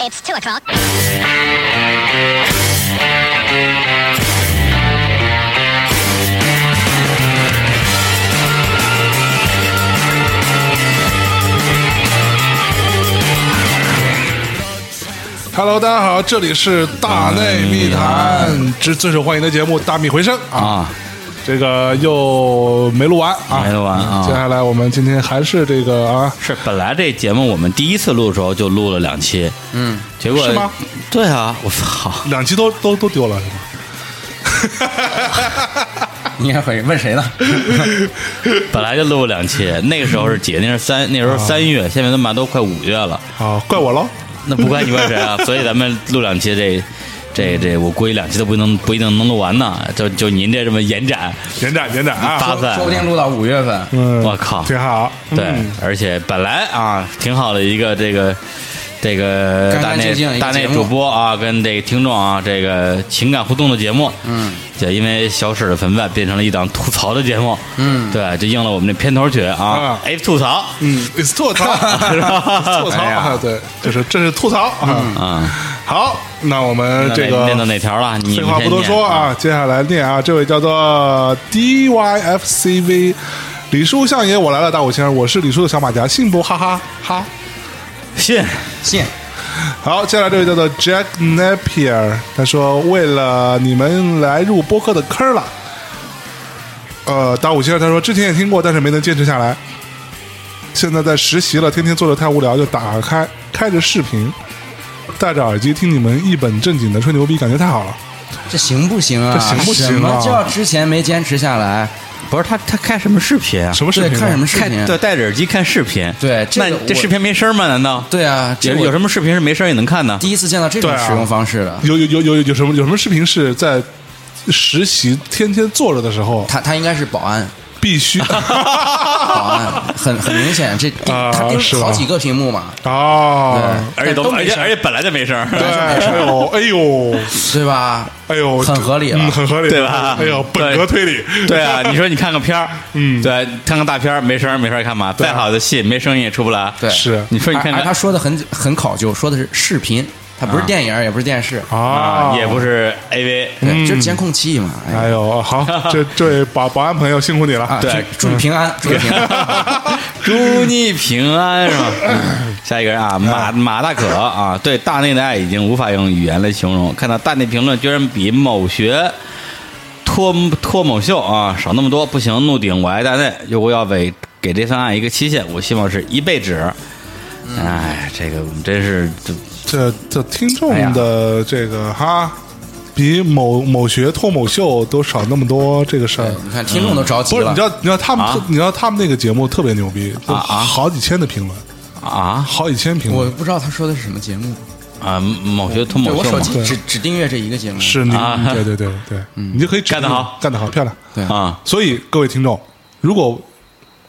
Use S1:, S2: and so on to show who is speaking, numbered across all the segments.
S1: It's 2 o'clock.
S2: Hello，大家好，这里是大内密
S3: 哎
S2: 谈之最受欢迎的节目《大米回声》啊，
S3: 啊，
S2: 这个又没录完啊，
S3: 没录完啊
S2: 接下来我们今天还是这个啊，
S3: 是本来这节目我们第一次录的时候就录了两期，嗯，结果
S2: 是吗？
S3: 对啊，我操，
S2: 两期都都都丢了是吗？
S4: 你还会问谁呢？
S3: 本来就录了两期，那个时候是几月？那是三，那时候三月，现在他妈都快五月了，
S2: 啊，怪我喽。
S3: 那不怪你怪谁 啊？所以咱们录两期这。这这，我估计两期都不能不一定能录完呢。就就您这这么延展，
S2: 延展延展啊
S3: 发，散
S4: 说，不定录到五月份。
S2: 嗯，
S3: 我靠
S2: 挺好。
S3: 对
S2: 嗯，
S3: 而且本来啊，挺好的一个这个这个
S4: 干
S3: 大
S4: 干净净一
S3: 内
S4: 个
S3: 大内
S4: 节目
S3: 主播啊，跟这个听众啊，这个情感互动的节目，嗯，就因为小史的存在，变成了一档吐槽的节目，嗯，对，就应了我们这片头曲啊
S2: 啊，
S3: 哎，吐槽，
S2: 嗯，it's 吐 槽，
S3: 是吧
S2: 吐槽
S4: 哎
S2: 啊
S4: 呀，
S2: 对，就是这是吐槽啊。
S3: 啊，
S2: 好，那我们这
S3: 念到
S2: 个
S3: 哪条了？啊你
S2: 废话不多说啊，接下来念啊，这位叫做 DYFCV 李叔相爷，我来了，大五星，我是李叔的小马甲，信不？哈哈哈。
S3: 信
S4: 信
S2: 好，接下来这位叫做 Jack Napier，他说为了你们来入播客的坑了。呃，打五星，他说之前也听过，但是没能坚持下来。现在在实习了，天天做的太无聊，就打开开着视频，戴着耳机听你们一本正经的吹牛逼，感觉太好了。
S4: 这行不行啊？
S2: 这行不行啊
S4: 什么叫之前没坚持下来？
S3: 不是他，他看什么视频啊？
S2: 什么视
S4: 对，
S2: 频啊？
S4: 看什么视
S3: 看
S4: 频？
S3: 对，戴着耳机看视频，
S4: 对这
S3: 那
S4: 个
S3: 这
S4: 我
S3: 视频没声吗？难道
S4: 对啊，
S3: 有
S4: 这我
S3: 有什么视频是没声也能看呢？
S4: 第一次见到这种
S2: 对啊
S4: 使用方式的？
S2: 有有有有有什么有什么视频是在实习天天做着的时候
S4: 他他应该是保安，
S2: 必 须
S4: 保安很很明显，这盯
S2: 啊
S4: 他盯
S2: 是
S4: 了
S2: 吧
S4: 好几个屏幕嘛，
S2: 哦，
S3: 而且
S4: 但都
S3: 而
S4: 没
S3: 且
S4: 声
S3: 而且本来就没声，
S2: 对，哎呦哎呦。
S4: 对吧？
S2: 哎呦，
S4: 很
S2: 这
S4: 合理了
S2: 嗯，很合理，
S3: 对吧
S2: 哎呦，本格推理，
S3: 对啊，你说你看个片儿，
S2: 嗯
S3: 对，看个大片儿没声儿没法儿看嘛，再好的戏没声音也出不来。
S4: 对，
S2: 是
S3: 你说你
S4: 而
S3: 看
S4: 而
S3: 看
S4: 他说的很很考究，说的是视频，他不是电影，也不是电视，
S2: 啊嗯
S3: 啊，，也不。是 AV，
S4: 对，就是监控器嘛。哎呀
S2: 哎呦，好，这这位保保安朋友辛苦你了
S4: 啊，，
S3: 对
S4: 祝祝你平安，祝你平
S2: 嗯
S4: 安。
S3: 祝你平安是吧？下一个人啊，马马大可啊，对大内的爱已经无法用语言来形容。看到大内评论居然比某学脱脱某秀啊少那么多，不行，怒顶我爱大内，又要给给这份爱一个期限，我希望是一辈子。哎，这个我们真是这
S2: 这这听众的这个哈，比某某学脱某秀都少那么多这个事儿。
S4: 你看听众都着急
S2: 不是，
S4: 了
S2: 你知，道，你知道他们特
S3: 啊，
S2: 你知道他们那个节目特别牛逼，就
S3: 啊
S2: 好几千的评论，
S3: 啊
S2: 好几千评
S4: 我
S2: 论。
S4: 不知道他说的是什么节目。
S3: 啊某学脱
S4: 对
S3: 某
S4: 我
S3: 秀
S4: 手
S3: 嘛。
S4: 机只只订阅这一个节目。
S2: 是你
S3: 啊，嗯
S2: 对对对 对，你就可以指
S3: 干得
S2: 定
S3: 好
S2: 干得好，漂亮。
S4: 对，
S3: 啊，
S2: 所以各位听众，如果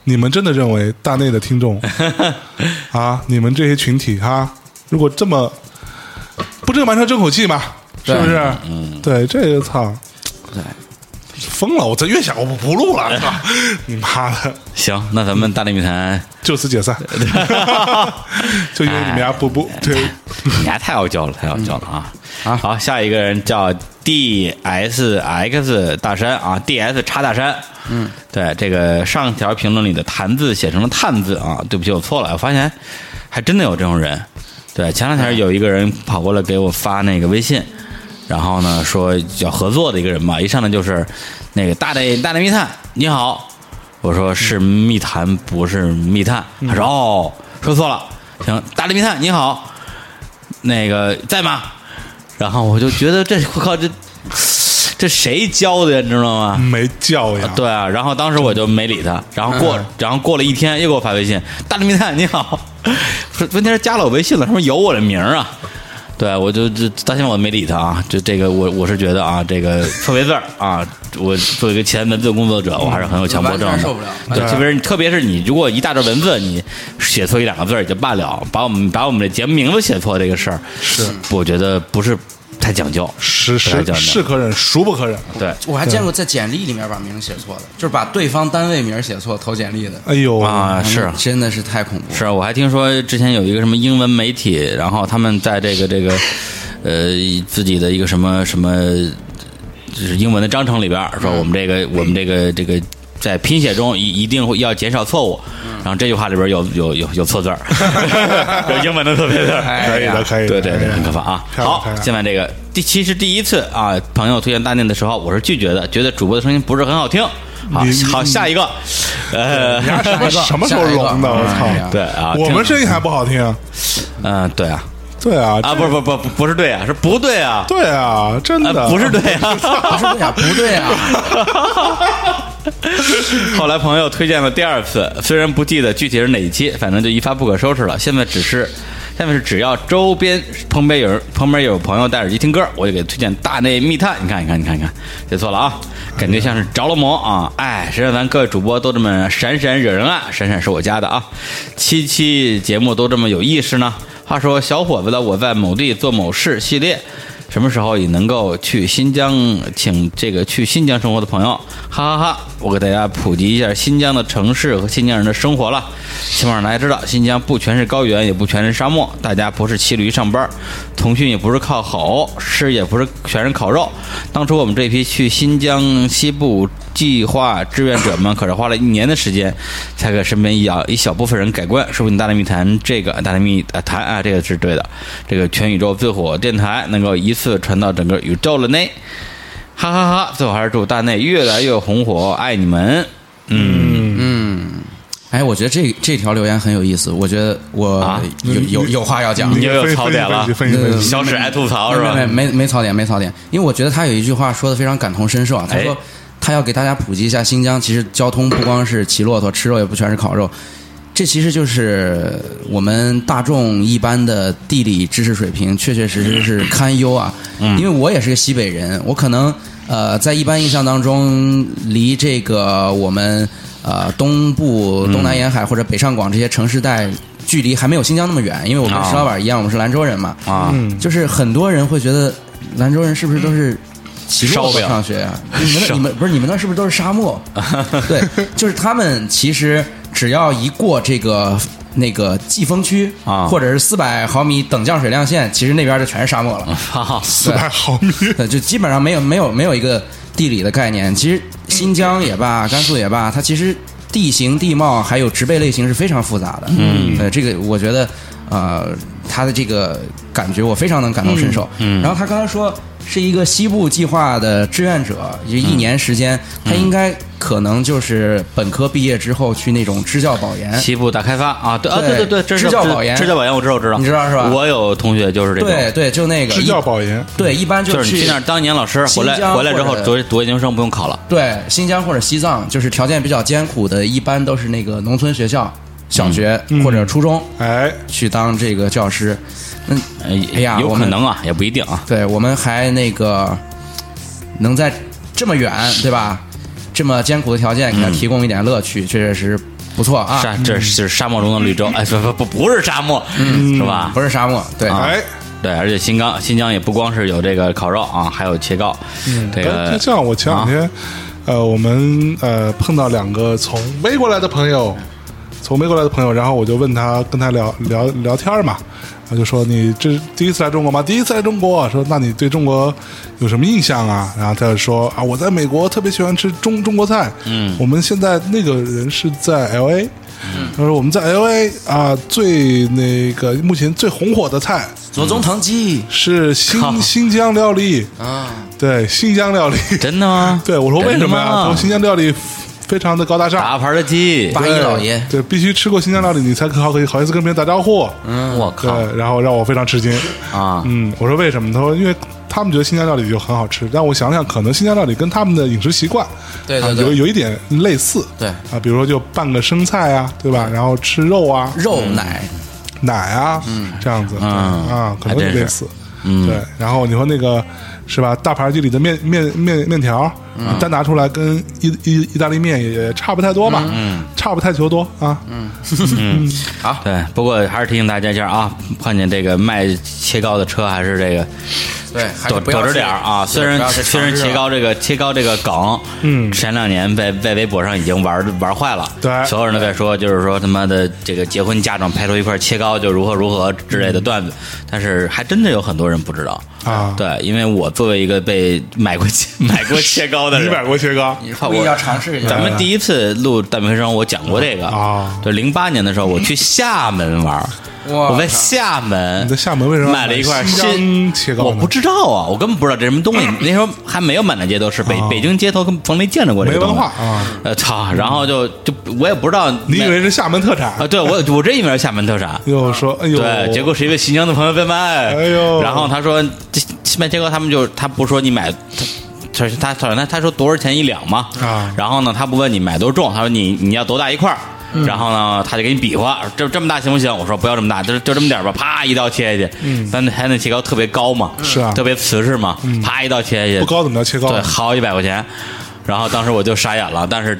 S2: 你们真的认为大内的听众 啊，你们这些群体哈、如果这么不正蛮车争口气嘛，是
S4: 对
S2: 不是？嗯，对，这个操，
S4: 对，
S2: 疯了！我这越想我不录了，操 你妈的，
S3: 行，那咱们大内密谈，
S2: 就此 解散， 就因为你们俩不不对，
S3: 你还太傲娇了，太傲娇了啊！
S4: 嗯啊
S3: 好，下一个人叫 D S X 大山啊，D S 叉大山。嗯，对，这个上条评论里的“谈”字写成了“探”字啊，对不起，我错了，我发现还真的有这种人。对，前两天有一个人跑过来给我发那个微信，然后呢说要合作的一个人吧，一上来就是那个大内大内密探，你好，我说是密谈不是密探，他说哦说错了，行，大内密探你好，那个在吗？然后我就觉得这我靠这这谁教的呀，你知道吗？
S2: 没叫
S4: 嗯
S2: 呀，
S3: 对啊，然后当时我就没理他，然后过，然后过了一天又给我发微信，大力密探你好， 说问题是加了我微信了，他说有我的名儿啊，对我就这到现在我没理他啊，就这个我我是觉得啊，这个错别字儿啊，我作为一个前文字工作者，我还是很有强迫症
S4: 完
S3: 的，
S4: 全受不了
S3: 对，
S2: 对
S3: 特别是特别是你如果一大段文字你写错一两个字儿也就罢了，把我们把我们的节目名字写错这个事儿，
S2: 是
S3: 我觉得不是太讲究，
S2: 是
S3: 太
S2: 是
S3: 讲究
S2: 是可忍，孰不可忍？
S3: 对，
S4: 我还见过在简历里面把名儿写错的，就是把对方单位名儿写错投简历的
S2: 哎呦，
S3: 啊，是
S4: 嗯真的是太恐怖了。
S3: 是，啊我还听说之前有一个什么英文媒体，然后他们在这个这个，呃，自己的一个什么什么，就是英文的章程里边儿说我们这个我们这个这个。在拼写中一一定会要减少错误，然后这句话里边有有有 有错字儿，有英文的错别字儿，
S2: 哎可以的，可以的，
S3: 对对
S2: 可以
S3: 对，
S2: 的
S3: 很可怕啊！
S2: 漂亮
S3: 好
S2: 漂，亮
S3: 现在这个第其实第一次啊，朋友推荐大念的时候，我是拒绝的，觉得主播的声音不是很好听。好
S2: 你，
S3: 好，下一个，呃，
S2: 什么什么时 候
S4: 下一个
S2: 聋的？我
S4: 哎呀
S2: 操！
S3: 对啊，
S2: 我们声音还不好听，啊
S3: 嗯，对啊，
S2: 对啊，
S3: 啊，
S2: 这
S3: 不是不是不是不是对啊，是不对啊，
S2: 对啊，真的
S3: 呃，不是对啊。
S4: 不是呀，不对呀，
S3: 后来朋友推荐了第二次，虽然不记得具体是哪一期，反正就一发不可收拾了。现在只是，现在是只要周边旁边有人，旁边有朋友戴耳机听歌，我就给推荐《大内密探》。你看，你看，你看，你看，写错了啊，感觉像是着了魔啊！哎，谁让咱各位主播都这么闪闪惹人爱？闪闪是我家的啊，七期节目都这么有意识呢。话说小伙子的我在某地做某事系列。什么时候也能够去新疆，请这个去新疆生活的朋友，哈哈哈！我给大家普及一下新疆的城市和新疆人的生活了，起码让大家知道，新疆不全是高原，也不全是沙漠，大家不是骑驴上班，通讯也不是靠吼，吃也不是全是烤肉。当初我们这批去新疆西部计划志愿者们，可是花了一年的时间，才给身边一小一小部分人改观。说不定大内密谈这个大内密呃谈啊，这个是对的。这个呃全宇宙最火电台能够一次传到整个宇宙了呢，哈哈哈最后还是祝大内越来越红火，爱你们。嗯
S4: 哎，我觉得这这条留言很有意思，我觉得我
S3: 啊
S4: 有有有话要讲
S3: 你。又有槽点了
S2: 分析分析
S4: 嗯
S2: 分析分析
S3: 小史爱吐槽
S4: 没
S3: 是吧？
S4: 没没没槽点，没槽点，因为我觉得他有一句话说的非常感同身受啊。他说
S3: 哎
S4: 他要给大家普及一下新疆，其实交通不光是骑骆驼，吃肉也不全是烤肉，这其实就是我们大众一般的地理知识水平，确确实实是堪忧啊。因为我也是个西北人，我可能呃在一般印象当中，离这个我们呃东部、东南沿海或者北上广这些城市带。距离还没有新疆那么远，因为我跟
S3: 啊
S4: 石老板一样，我们是兰州人嘛。
S3: 啊，
S4: 就是很多人会觉得兰州人是不是都是骑骆
S3: 烧
S4: 驼
S3: 饼
S4: 上学呀、 你们那你们不是你们那是不是都是沙漠？对，就是他们其实只要一过这个那个季风区
S3: 啊
S4: 或者是四百毫米等降水量线，其实那边就全是沙漠了。
S3: 哈哈，
S2: 四百毫米，
S4: 对，就基本上没有没有没有一个地理的概念。其实新疆也罢，甘肃也罢，它其实地形地貌还有植被类型是非常复杂的。嗯，呃，这个我觉得，呃，他的这个感觉我非常能感同身受。嗯，然后他刚才说是一个西部计划的志愿者，就一年时间，他应该可能就是本科毕业之后去那种支教保研。
S3: 西部大开发啊，对啊，
S4: 对
S3: 对对对，这是
S4: 支教保研
S3: 支教保研，我知道，我知道，
S4: 你知道是吧
S3: 我有同学就是这种，
S4: 对对，就那个
S2: 支教
S4: 一
S2: 保研，
S4: 对，一般
S3: 就是
S4: 去
S3: 你去那儿当年老师，回来
S4: 新疆
S3: 回来之后
S4: 或者
S3: 读读研究生不用考了。
S4: 对，新疆或者西藏，就是条件比较艰苦的，一般都是那个农村学校、小学
S2: 嗯
S4: 或者初中
S2: 哎，
S4: 去当这个教师。嗯，哎
S3: 哎
S4: 呀
S3: 有
S4: 我
S3: 可
S4: 们
S3: 能啊，也不一定啊。
S4: 对，我们还那个能在这么远，对吧？这么艰苦的条件，给他提供一点乐趣，确确实实不错啊。
S3: 沙，这
S2: 嗯
S3: 是沙漠中的绿洲，哎，不不不，不是沙漠，是吧？
S4: 不是沙漠，对，
S3: 啊
S2: 哎，
S3: 对，而且新疆新疆也不光是有这个烤肉啊，还有切糕，这
S2: 哎就
S3: 个
S2: 像我前两天，呃，我们呃碰到两个从美国来的朋友，从美国来的朋友，然后我就问他，跟他聊聊聊天儿嘛，我就说你这是第一次来中国吗？第一次来中国，啊说那你对中国有什么印象啊？然后他就说啊，我在美国特别喜欢吃中中国菜，嗯，我们现在那个人是在 L A。他说我们在 L A 啊，最那个目前最红火的菜
S4: 左宗棠鸡
S2: 是
S3: 靠
S2: 新新疆料理，
S4: 啊，
S2: 对新疆料理，
S3: 真的吗？
S2: 对，我说为什么
S3: 真的
S2: 呀？
S3: 吗
S2: 说新疆料理非常的高大上，
S3: 大盘的鸡，
S4: 八一老爷，
S2: 对，必须吃过新疆料理，你才可好可以好意思跟别人打招呼。
S4: 嗯
S3: 我靠
S2: 嗯对，然后让我非常吃惊。
S3: 啊！
S2: 嗯，我说为什么？他说因为他们觉得新疆料理就很好吃，但我想想，可能新疆料理跟他们的饮食习惯，
S4: 对对
S2: 啊
S4: 对
S2: 有有一点类似。
S4: 对
S2: 啊，比如说就拌个生菜啊，对吧？然后吃肉啊、
S4: 肉奶，
S2: 奶啊，这样子啊，可能
S3: 还真是
S2: 类似。对，然后你说那个是吧？大盘鸡里的面面面面条，单拿出来跟意意意大利面也差不太多吧，差不太求多啊。
S4: 好，
S3: 对，不过还是提醒大家一下啊，碰见这个卖切糕的车，还是这个
S4: 对，还是
S3: 躲
S4: 不
S3: 嗯
S4: 要
S3: 躲着
S4: 去
S3: 点儿啊。
S4: 对
S3: 虽
S4: 不
S3: 然
S4: 要去
S3: 虽然
S4: 尝试
S3: 切
S4: 了
S3: 糕这个切糕这个梗，嗯，前两年在在微博上已经玩玩坏了，
S2: 对
S3: 所有人都在说，就是说他妈的这个结婚家长拍出一块切糕就如何如何之类的段子，
S4: 嗯
S3: 但是还真的有很多人不知道
S2: 啊
S3: 对，因为我作为一个被买过 切买过切糕的
S2: 你
S3: 人，
S2: 买过切糕？
S4: 你故意要尝试一 下，
S3: 咱们第一次录《大明生》，我讲过这个
S2: 啊
S3: 对，零八年的时候，我去厦门玩儿，
S4: 哇
S3: 我在
S4: 靠
S3: 厦门，
S2: 你在厦门为什么
S3: 买了一块
S2: 新疆
S3: 新
S2: 切糕呢
S3: 我不知道啊，我根本不知道这什么东 西。那时候还没有满大街都是，北
S2: 啊
S3: 北京街头根本从没见着过这个
S2: 没
S3: 东西。
S2: 文化啊！
S3: 呃，操！然后就就我也不知道，
S2: 你以为是厦门特
S3: 啊？
S2: 产？
S3: 对我我真以为是厦门特产。
S2: 又说哎呦，
S3: 对，结果是一个新疆的朋友在卖，
S2: 哎呦
S3: 然后他说，这这卖切糕，他们就他不说你买，他他他他他说多少钱一两嘛，
S2: 啊
S3: 然后呢，他不问你买多重，他说你你要多大一块儿。
S2: 嗯
S3: 然后呢，他就给你比划，这这么大行不行？我说不要这么大，就就这么点儿吧。啪，一刀切下去。嗯，但那还那切糕特别高嘛，
S2: 是啊嗯
S3: 特别瓷实嘛。啪，一刀切下去，
S2: 不高怎么叫切糕？
S3: 对，好几百块钱。然后当时我就傻眼了，但是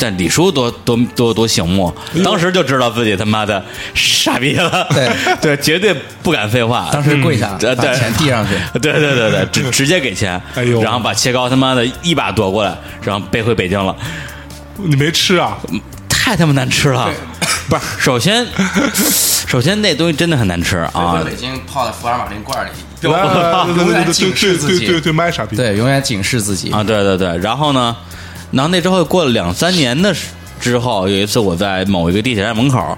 S3: 但李叔多多多多醒目，当时就知道自己他妈的傻逼了，
S4: 对
S3: 对，绝对不敢废话。
S4: 当时跪下
S3: 嗯对
S4: 把钱递上去，
S3: 对对对对，直直接给钱，
S2: 哎呦
S3: 然后把切糕他妈的一把夺过来，然后背回北京了，
S2: 你没吃啊？
S3: 太他妈难吃了。不是，首 先，首先那东西真的很难吃啊
S4: 回！北京泡在福尔马林罐里，
S2: 来来来对
S4: 永
S2: 对
S4: 远
S2: 对
S4: 警
S2: 对
S4: 示
S2: 对
S4: 自
S2: 对对
S4: 己，
S2: 对，卖傻逼！
S4: 对，永远警示自己
S3: 啊，对对对，然后呢，然后那之后过了两三年的时之后，有一次我在某一个地铁站门口，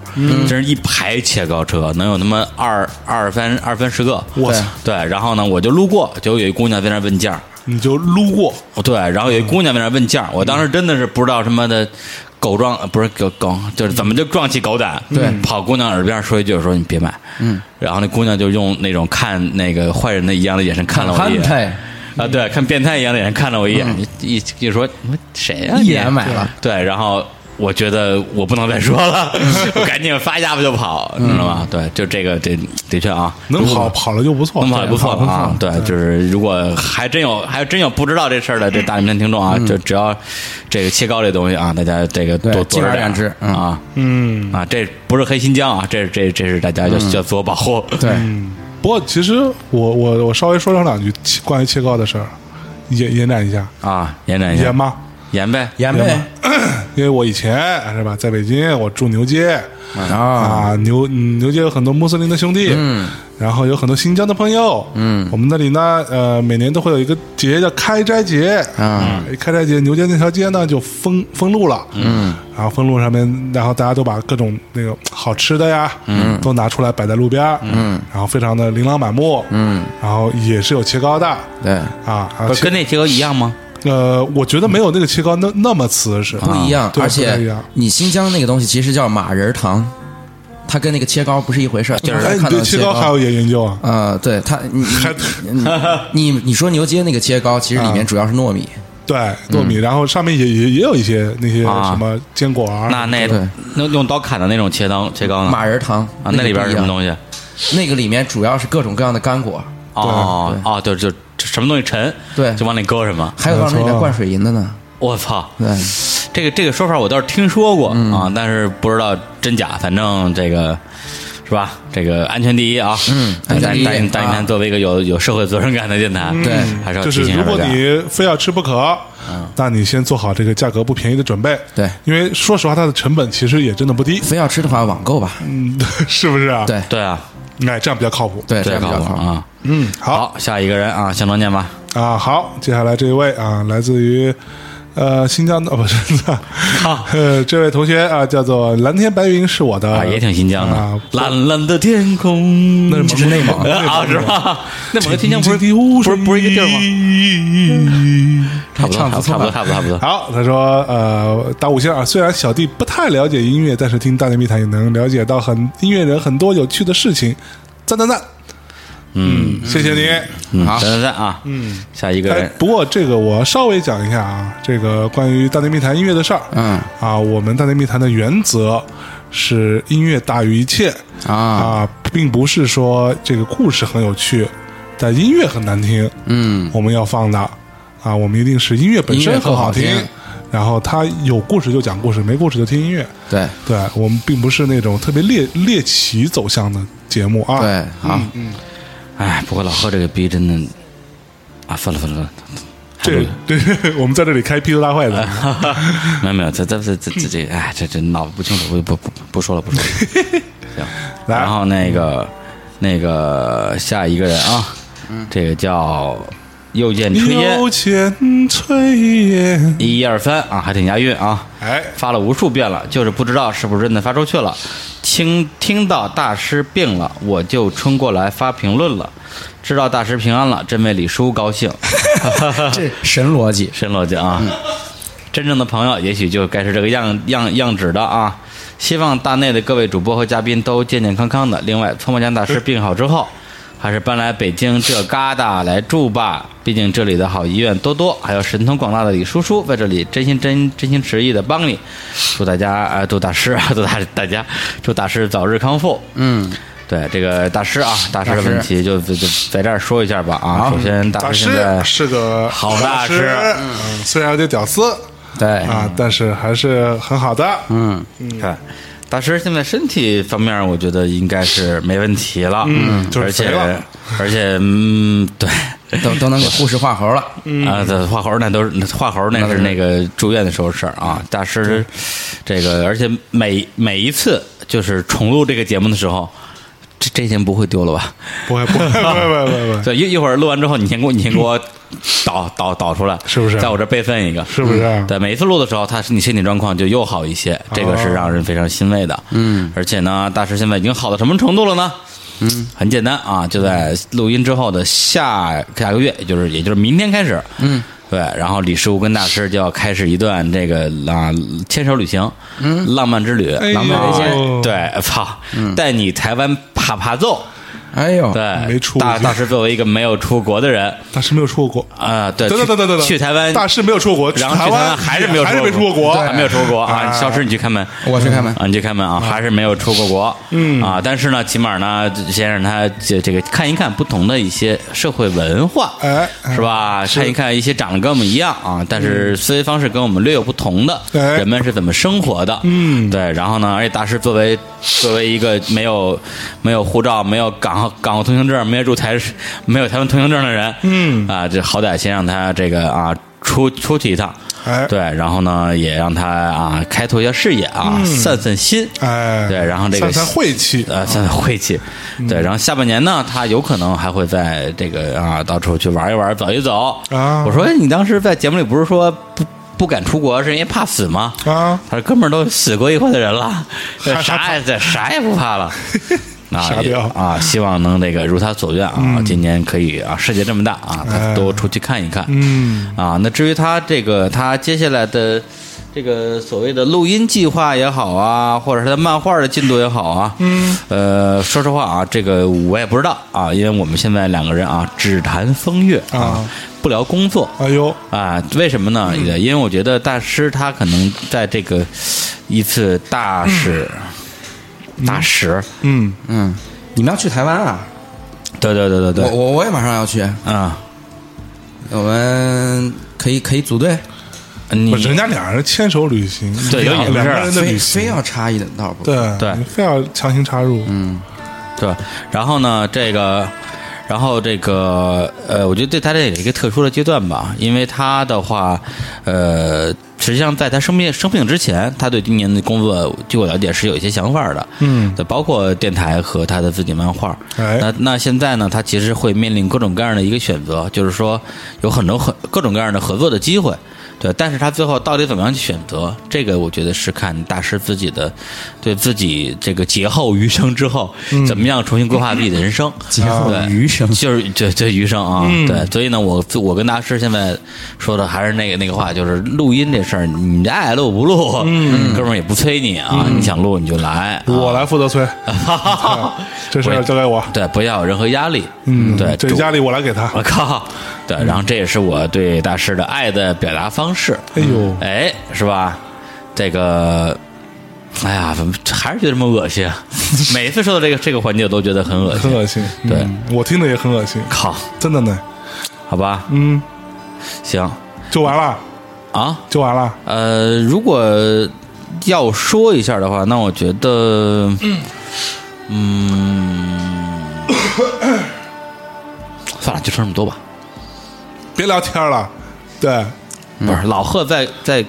S3: 真是一排切糕车，能有他妈二二三二三十个，
S2: 我操！
S3: 对，然后呢，我就路过，就有一姑娘在那问价，
S2: 你就路过
S3: 哦对，然后有一姑娘在那问价，我当时真的是不知道什么的。狗撞呃不是狗狗，就是怎么就撞起狗胆？嗯对，跑姑娘耳边说一句说你别买，嗯，然后那姑娘就用那种看那个坏人的一样的眼神看了我一眼，
S4: 太
S3: 啊，对，看变态一样的眼看了我一眼，一一说我谁呀、
S4: 嗯一
S3: 你
S4: 眼买了，
S3: 对，然后我觉得我不能再说 了，我赶紧发鸭子就跑，你知道
S4: 嗯
S3: 吗？对，就这个这的确啊，
S2: 能跑跑了就不错，
S3: 能跑也不错
S2: 对
S3: 了啊。对，就是如果还真有还真有不知道这事儿的这大龄听众啊，就只要这个切糕这东西啊，大家这个
S4: 嗯对
S3: 多
S4: 敬
S3: 多着
S4: 而
S3: 点
S4: 远之嗯
S3: 啊
S2: 嗯，
S3: 啊，这不是黑新疆啊，这这这是大家要要自我保护。
S4: 嗯对，
S2: 不过其实我我我稍微说上两句切关于切糕的事儿，延延展一下，
S3: 啊，延展一下
S2: 延，吗？
S3: 延呗，
S4: 盐呗
S2: 因为我以前是吧，在北京我住牛街
S4: 啊，
S2: 啊，牛牛街有很多穆斯林的兄弟，嗯，然后有很多新疆的朋友，嗯，我们那里呢，呃，每年都会有一个节叫开斋节啊，开斋节牛街那条街呢就封封路了，嗯，然后封路上面，然后大家都把各种那个好吃的呀，嗯，都拿出来摆在路边，嗯，然后非常的琳琅满目，嗯，然后也是有切糕的。
S4: 对，
S2: 啊，然后
S3: 不是
S2: 切
S3: 跟那切糕一样吗？
S2: 呃，我觉得没有那个切糕那那么瓷实，
S3: 啊
S4: 不一样，
S2: 对
S4: 而
S2: 不太一
S4: 且
S2: 样
S4: 你新疆那个东西其实叫马仁糖，它跟那个切糕不是一回事儿，就是
S2: 哎，你
S4: 看到
S2: 对切糕还有研研究啊？
S4: 呃，对 它，你你你你说牛街那个切糕，其实里
S3: 啊
S4: 面主要是糯米，
S2: 对，糯米，然后上面也也也有一些那些
S3: 嗯啊
S2: 什么坚果啊，
S3: 那那
S4: 对
S3: 用用刀砍的那种切刀切糕呢？
S4: 马仁糖
S3: 啊，那里边是什么东西？
S4: 西？那个里面主要是各种各样的干果，
S3: 哦哦，就就什么东西沉，
S4: 对
S3: 就往里搁什么。
S4: 还有往那里面灌水银的呢。
S3: 我操，
S4: 对，嗯
S3: 这个这个说法我倒是听说过啊，但是不知道真假。反正这个是吧？这个安全第一啊。嗯但
S4: 安全第一
S3: 但但你看，
S4: 啊嗯
S3: 作为一个有有社会责任感的电台，
S4: 对
S3: 还是要
S2: 就
S3: 提
S2: 是
S3: 醒一下
S2: 如果
S3: 大家。
S2: 你非要吃不可，
S3: 嗯
S2: 那你先做好这个价格不便宜的准备。
S4: 对
S2: 因为说实话，它的成本其实也真的不低，
S4: 非要吃的话，网购吧。
S2: 嗯，是不是啊？
S4: 对
S3: 对啊，
S2: 哎，这样比较靠谱。
S4: 对，这
S3: 这
S4: 样比
S3: 靠
S4: 较
S3: 谱
S4: 靠谱。
S3: 啊。
S2: 嗯，好
S3: 好，下一个人啊，向东念吧。
S2: 啊，好，接下来这一位啊，来自于。呃，新疆的 哦不是，
S3: 好
S2: 呃，这位同学啊，叫做蓝天白云是我的，
S3: 啊，
S4: 呃
S3: 也挺新疆
S2: 啊
S3: 的，蓝蓝的天空，
S2: 那是 内蒙
S3: 啊，是吧？内蒙跟新疆不是
S2: 天津
S3: 不是不是一个地儿吗？
S2: 吗？
S3: 差不多，
S4: 唱得不
S3: 差
S4: 错
S3: 不多，
S4: 吧
S3: 差不多，差不多。
S2: 好，他说，呃，打五星啊，虽然小弟不太了解音乐，但是听大内密谈也能了解到很音乐人很多有趣的事情，赞赞赞！嗯，谢谢你。
S3: 嗯，
S4: 好
S3: 咱咱咱啊，嗯，下一个
S2: 哎
S3: 人，
S2: 不过这个我稍微讲一下啊，这个关于大内密谈音乐的事儿
S4: 嗯
S2: 啊，我们大内密谈的原则是音乐大于一切
S4: 啊，
S2: 啊，并不是说这个故事很有趣，但音乐很难听，
S4: 嗯，
S2: 我们要放的啊，我们一定是音乐本
S4: 音乐
S2: 身
S4: 更
S2: 很好
S4: 好
S2: 听
S4: 听，
S2: 然后他有故事就讲故事，没故事就听音乐。
S4: 对
S2: 对我们并不是那种特别猎猎奇走向的节目啊。
S4: 对，好，
S3: 哎，不过老贺这个逼真的，啊，算了算了算了，还录
S2: 这对， 我们在这里开批斗大会的，
S3: 嗯没有没有，这这这这这这，哎，这这脑子不清楚，不不不不说了不说了。行，
S2: 来
S3: 然后那个那个下一个人啊，这个叫又见炊
S2: 有
S3: 烟
S2: 钱炊烟，
S3: 一一二三啊，还挺押韵啊。
S2: 哎，
S3: 发了无数遍了，就是不知道是不是真的发出去了。听听到大师病了，我就冲过来发评论了。知道大师平安了，真为李叔高兴。
S4: 这神逻辑，
S3: 神逻辑啊！真正的朋友，也许就该是这个样样样子的啊！希望大内的各位主播和嘉宾都健健康康的。另外，搓麻将大师病好之后，还是搬来北京这旮瘩来住吧。毕竟这里的好医院多多，还有神通广大的李叔叔在这里真心真真心实意的帮你。祝大家啊、呃祝大师啊， 祝大大家，祝大师早日康复。
S4: 嗯，
S3: 对这个大师啊，大师的
S4: 大师
S3: 问题就就就在这儿说一下吧啊。首先，
S2: 大
S3: 大
S2: 师
S3: 师现在
S2: 是个
S3: 好大
S2: 师
S3: 师，哎
S2: 嗯虽然有点屌丝
S4: 对，
S2: 啊，但是还是很好的。
S4: 嗯，
S3: 看，大师现在身体方面，我觉得应该是没问题了，
S2: 嗯就是
S3: 而且
S2: 肥了
S3: 而且，嗯，对，
S4: 都都能给护士画猴了，
S2: 嗯
S3: 啊，这画猴那都是画猴，那是那个住院的时候事儿啊。大师，这个而且每每一次就是重录这个节目的时候，这这些不会丢了吧？
S2: 不会，不会， 不会，不会，不会，
S3: 对，一一会儿录完之后，你先给我，你先给我导导导出来，
S2: 是不是
S3: 在我这备份一个，
S2: 是不是啊
S3: 嗯对，每一次录的时候，他你身体状况就又好一些，这个是让人非常欣
S2: 哦
S3: 慰的。嗯，而且呢，大师现在已经好到什么程度了呢？嗯，很简单啊，就在录音之后的下下个月，也就是也就是明天开始，嗯，对，然后李师傅跟大师就要开始一段这个啊牵手旅行，嗯，浪漫之旅，
S2: 哎
S3: 浪漫之
S2: 呦
S3: 旅，对，操，
S2: 嗯
S3: 带你台湾爬爬揍。
S4: 哎呦，
S3: 对，
S2: 啊没出
S3: 大
S2: 去
S3: 大师作为一个没有出国的人
S2: 大师没有出过国。
S3: 啊、对，
S2: 等等等等等等，
S3: 去台湾，
S2: 大师没有出过国，
S3: 然后去台
S2: 湾
S3: 还是没有
S2: 还是没出过国，
S3: 还没有出过啊！
S2: 啊
S3: 消失，你去开门，
S4: 我去开门
S3: 啊，你去开门啊，还是没有出过国，嗯啊，但是呢，起码呢，先让他这这个看一看不同的一些社会文化，
S2: 哎哎嗯
S3: 是吧？看一看一些长得跟我们一样啊，但是思维方式跟我们略有不同的
S2: 哎
S3: 人们是怎么生活的，嗯，对，然后呢，而且大师作为作为一个没有没有护照、没有港港澳通行证、没有入台没有台湾通行证的人，嗯啊，这好歹先让他这个啊出出去一趟。
S2: 哎
S3: 对，然后呢，也让他啊开拓一下视野啊，散散心，
S2: 嗯哎，
S3: 对，然后这个
S2: 散散晦气，
S3: 呃，散散晦气，
S2: 嗯
S3: 对，然后下半年呢，他有可能还会在这个啊到处去玩一玩，走一走
S2: 啊
S3: 我说哎你当时在节目里不是说不不敢出国是因为怕死吗？
S2: 啊
S3: 他说哥们儿都死过一回的 人了，对
S2: 还
S3: 啥也对啥也不 怕了。啊
S2: 傻
S3: 也
S2: 屌嗯
S3: 啊！希望能这个如他所愿啊，今年可以啊，世界这么大啊，他多出去看一看。
S2: 哎嗯
S3: 啊，那至于他这个他接下来的这个所谓的录音计划也好啊，或者是他漫画的进度也好啊，嗯，呃，说实话啊，这个我也不知道啊，因为我们现在两个人啊，只谈风月啊
S2: 啊，
S3: 不聊工作。
S2: 哎呦，
S3: 啊，为什么呢？也因为我觉得大师他可能在这个一次大使、大使，
S2: 嗯，
S4: 嗯，你们要去台湾啊？
S3: 对对对对
S4: 我
S3: 对，
S4: 我我也马上要去，
S3: 啊，
S4: 我们可以可以组队，
S3: 你
S2: 不是，人家俩人牵手旅行，
S3: 对有你
S2: 两两
S3: 的事
S2: 个
S3: 儿
S2: 人的
S4: 非
S2: 旅
S4: 非
S2: 行，
S4: 要插一道不？
S2: 对
S3: 对
S2: 你非要强行插入，嗯，
S3: 对，然后呢，这个，然后这个，呃，我觉得对他这有一个特殊的阶段吧，因为他的话，呃，实际上在他生病生病之前，他对今年的工作，据我了解是有一些想法的，
S2: 嗯
S3: 对，包括电台和他的自己漫画。
S2: 哎
S3: 那那现在呢，他其实会面临各种各样的一个选择，就是说有很多很各种各样的合作的机会。对，但是他最后到底怎么样去选择，这个我觉得是看大师自己的，对自己这个劫后余生之后，怎么样重新规划自己的人生。
S4: 劫后
S2: 啊
S4: 余生
S3: 就是这这余生啊，对，所以呢，我我跟大师现在说的还是那个那个话，就是录音这事儿，你爱录不录，哥们儿也不催你啊，你想录你就来，啊
S2: 我来负 责催，这事儿交给我，
S3: 对，不要有任何压力，
S2: 嗯，
S3: 对，
S2: 这
S3: 主
S2: 压力我来给他，
S3: 我靠，对，然后这也是我对大师的爱的表达方式，
S2: 哎呦，
S3: 哎，是吧？这个，哎呀，怎么还是觉得这么恶心啊？ 每次说到这个这个环节，我都觉得很恶
S2: 很
S3: 心。
S2: 恶心，
S3: 对
S2: 嗯，我听着也很恶心，
S3: 靠，
S2: 真的呢，
S3: 好吧，
S2: 嗯，
S3: 行，
S2: 就完了，
S3: 啊，
S2: 就完了。
S3: 呃，如果要说一下的话，那我觉得，嗯， 算了，就说这么多吧。
S2: 别聊天了，对，
S3: 不是老贺在在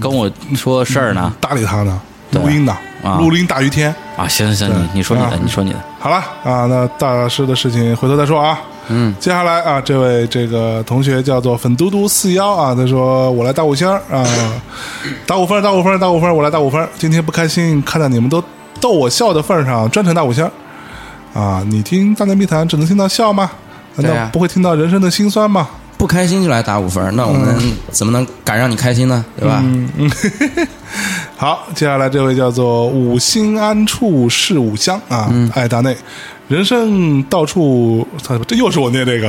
S3: 跟我说事儿呢
S2: 搭理他呢，
S3: 对
S2: 录音呢，
S3: 啊
S2: 录音大于天。
S3: 啊，行行行，你你说你的，你说你的，
S2: 好了啊，那大师的事情回头再说啊。嗯，接下来啊，这位这个同学叫做粉嘟嘟四幺啊，他说我来打五星儿啊，打五分儿，打五分儿，打五分儿，我来打五分儿。今天不开心，看在你们都逗我笑的份儿上，专程打五星儿啊。你听《大内密谈》只能听到笑吗？难
S4: 对
S2: 道
S4: 啊
S2: 不会听到人生的辛酸吗？
S4: 不开心就来打五分，那我们怎么能敢让你开心呢？对吧？
S2: 好，接下来这位叫做五星安处是五香啊，
S3: 嗯
S2: 爱达内，人生到处，操这又是我念这个，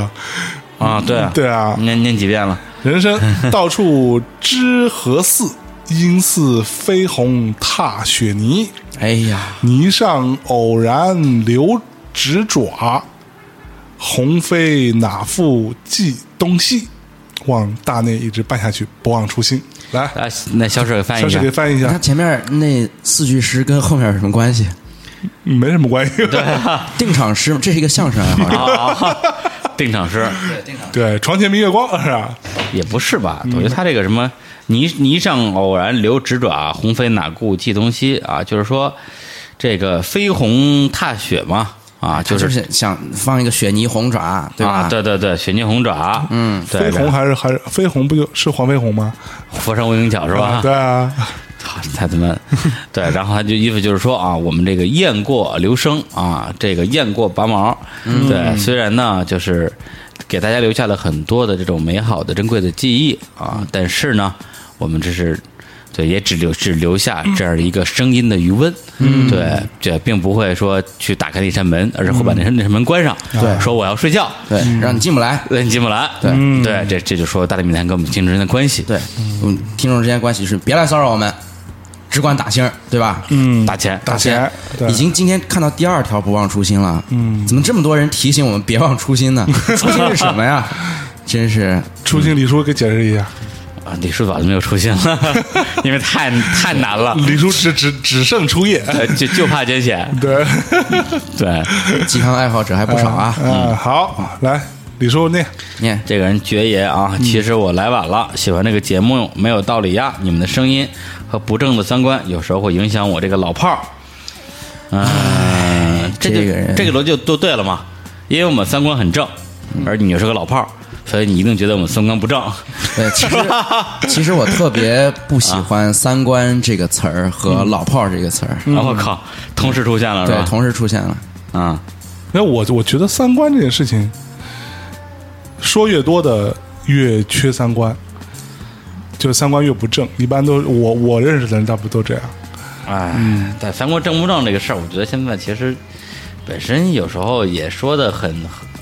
S3: 啊，嗯对啊，
S2: 对啊，
S3: 念念几遍了
S2: 人生到处知何似，应似飞鸿踏雪泥，
S4: 哎呀，
S2: 泥上偶然留指爪，鸿飞哪复计东西？望大内一直办下去，不忘初心。来，
S3: 啊？那小水翻译
S2: 小
S3: 一
S2: 史
S3: 下
S2: 给，翻译一
S4: 他
S2: 下，
S4: 前面那四句诗跟后面有什么关系？
S2: 没什么关系。对
S4: 定场诗，这是一个相声爱好者。
S3: 啊，啊定场诗
S2: 床前明月光是吧？
S3: 也不是吧？我觉得他这个什么泥泥上偶然留指爪，鸿飞哪顾寄东西啊？就是说这个飞鸿踏雪嘛，啊，
S4: 他
S3: 就
S4: 就是是想放一个雪泥红爪，对吧？
S3: 啊，对对对，雪泥红爪，嗯，对
S2: 飞鸿还是还是飞鸿不就是黄飞鸿吗？
S3: 佛山无影脚是吧？
S2: 啊对啊，
S3: 操， 太他妈对，然后他就意思就是说啊，我们这个雁过留声啊，这个雁过拔毛，对，虽然呢就是给大家留下了很多的这种美好的珍贵的记忆啊，但是呢，我们这是。对，也只留只留下这样的一个声音的余温，嗯、对，这并不会说去打开那扇门，而是会把那扇那扇门关上，对，说我要睡觉，
S4: 对，让你进不来。
S3: 对，吉姆兰，对、对，这这就说大力米兰跟我们听众之间的关系，
S4: 对，嗯，听众之间关系是别来骚扰我们，只管打星儿，对吧？
S2: 嗯，
S3: 打钱，
S2: 打钱，对啊
S4: 已经今天看到第二条不忘初心了，嗯，怎么这么多人提醒我们别忘初心呢？初心是什么呀？真是
S2: 初心李叔给解释一下，
S3: 啊，李叔早就没有出现了， 因为太太难了，
S2: 李叔只只只剩初夜，
S3: 呃就就怕艰险。
S2: 对。
S3: 对，
S4: 鸡汤爱好者还不少啊。
S2: 嗯，好，来，李叔念，
S4: 念
S3: 这个人爵爷啊，其实我来晚了，喜欢这个节目没有道理呀。你们的声音和不正的三观，有时候会影响我这个老炮儿。嗯、 这就
S4: 哎这个人
S3: 这个逻辑就都对了嘛，因为我们三观很正，
S4: 嗯
S3: 而你又是个老炮儿，所以你一定觉得我们三观不正。
S4: 对，其实其实我特别不喜欢“三观”这个词儿和“老炮儿”这个词儿，
S3: 然后啊我靠，同时出现嗯了是
S4: 嗯对，
S3: 吧？
S4: 同时出现了。
S3: 啊、
S2: 那我我觉得三观这件事情，说越多的越缺三观，就三观越不正。一般都我我认识的人，大部分都这样。
S3: 哎，但三观正不正这个事儿，我觉得现在其实本身有时候也说的很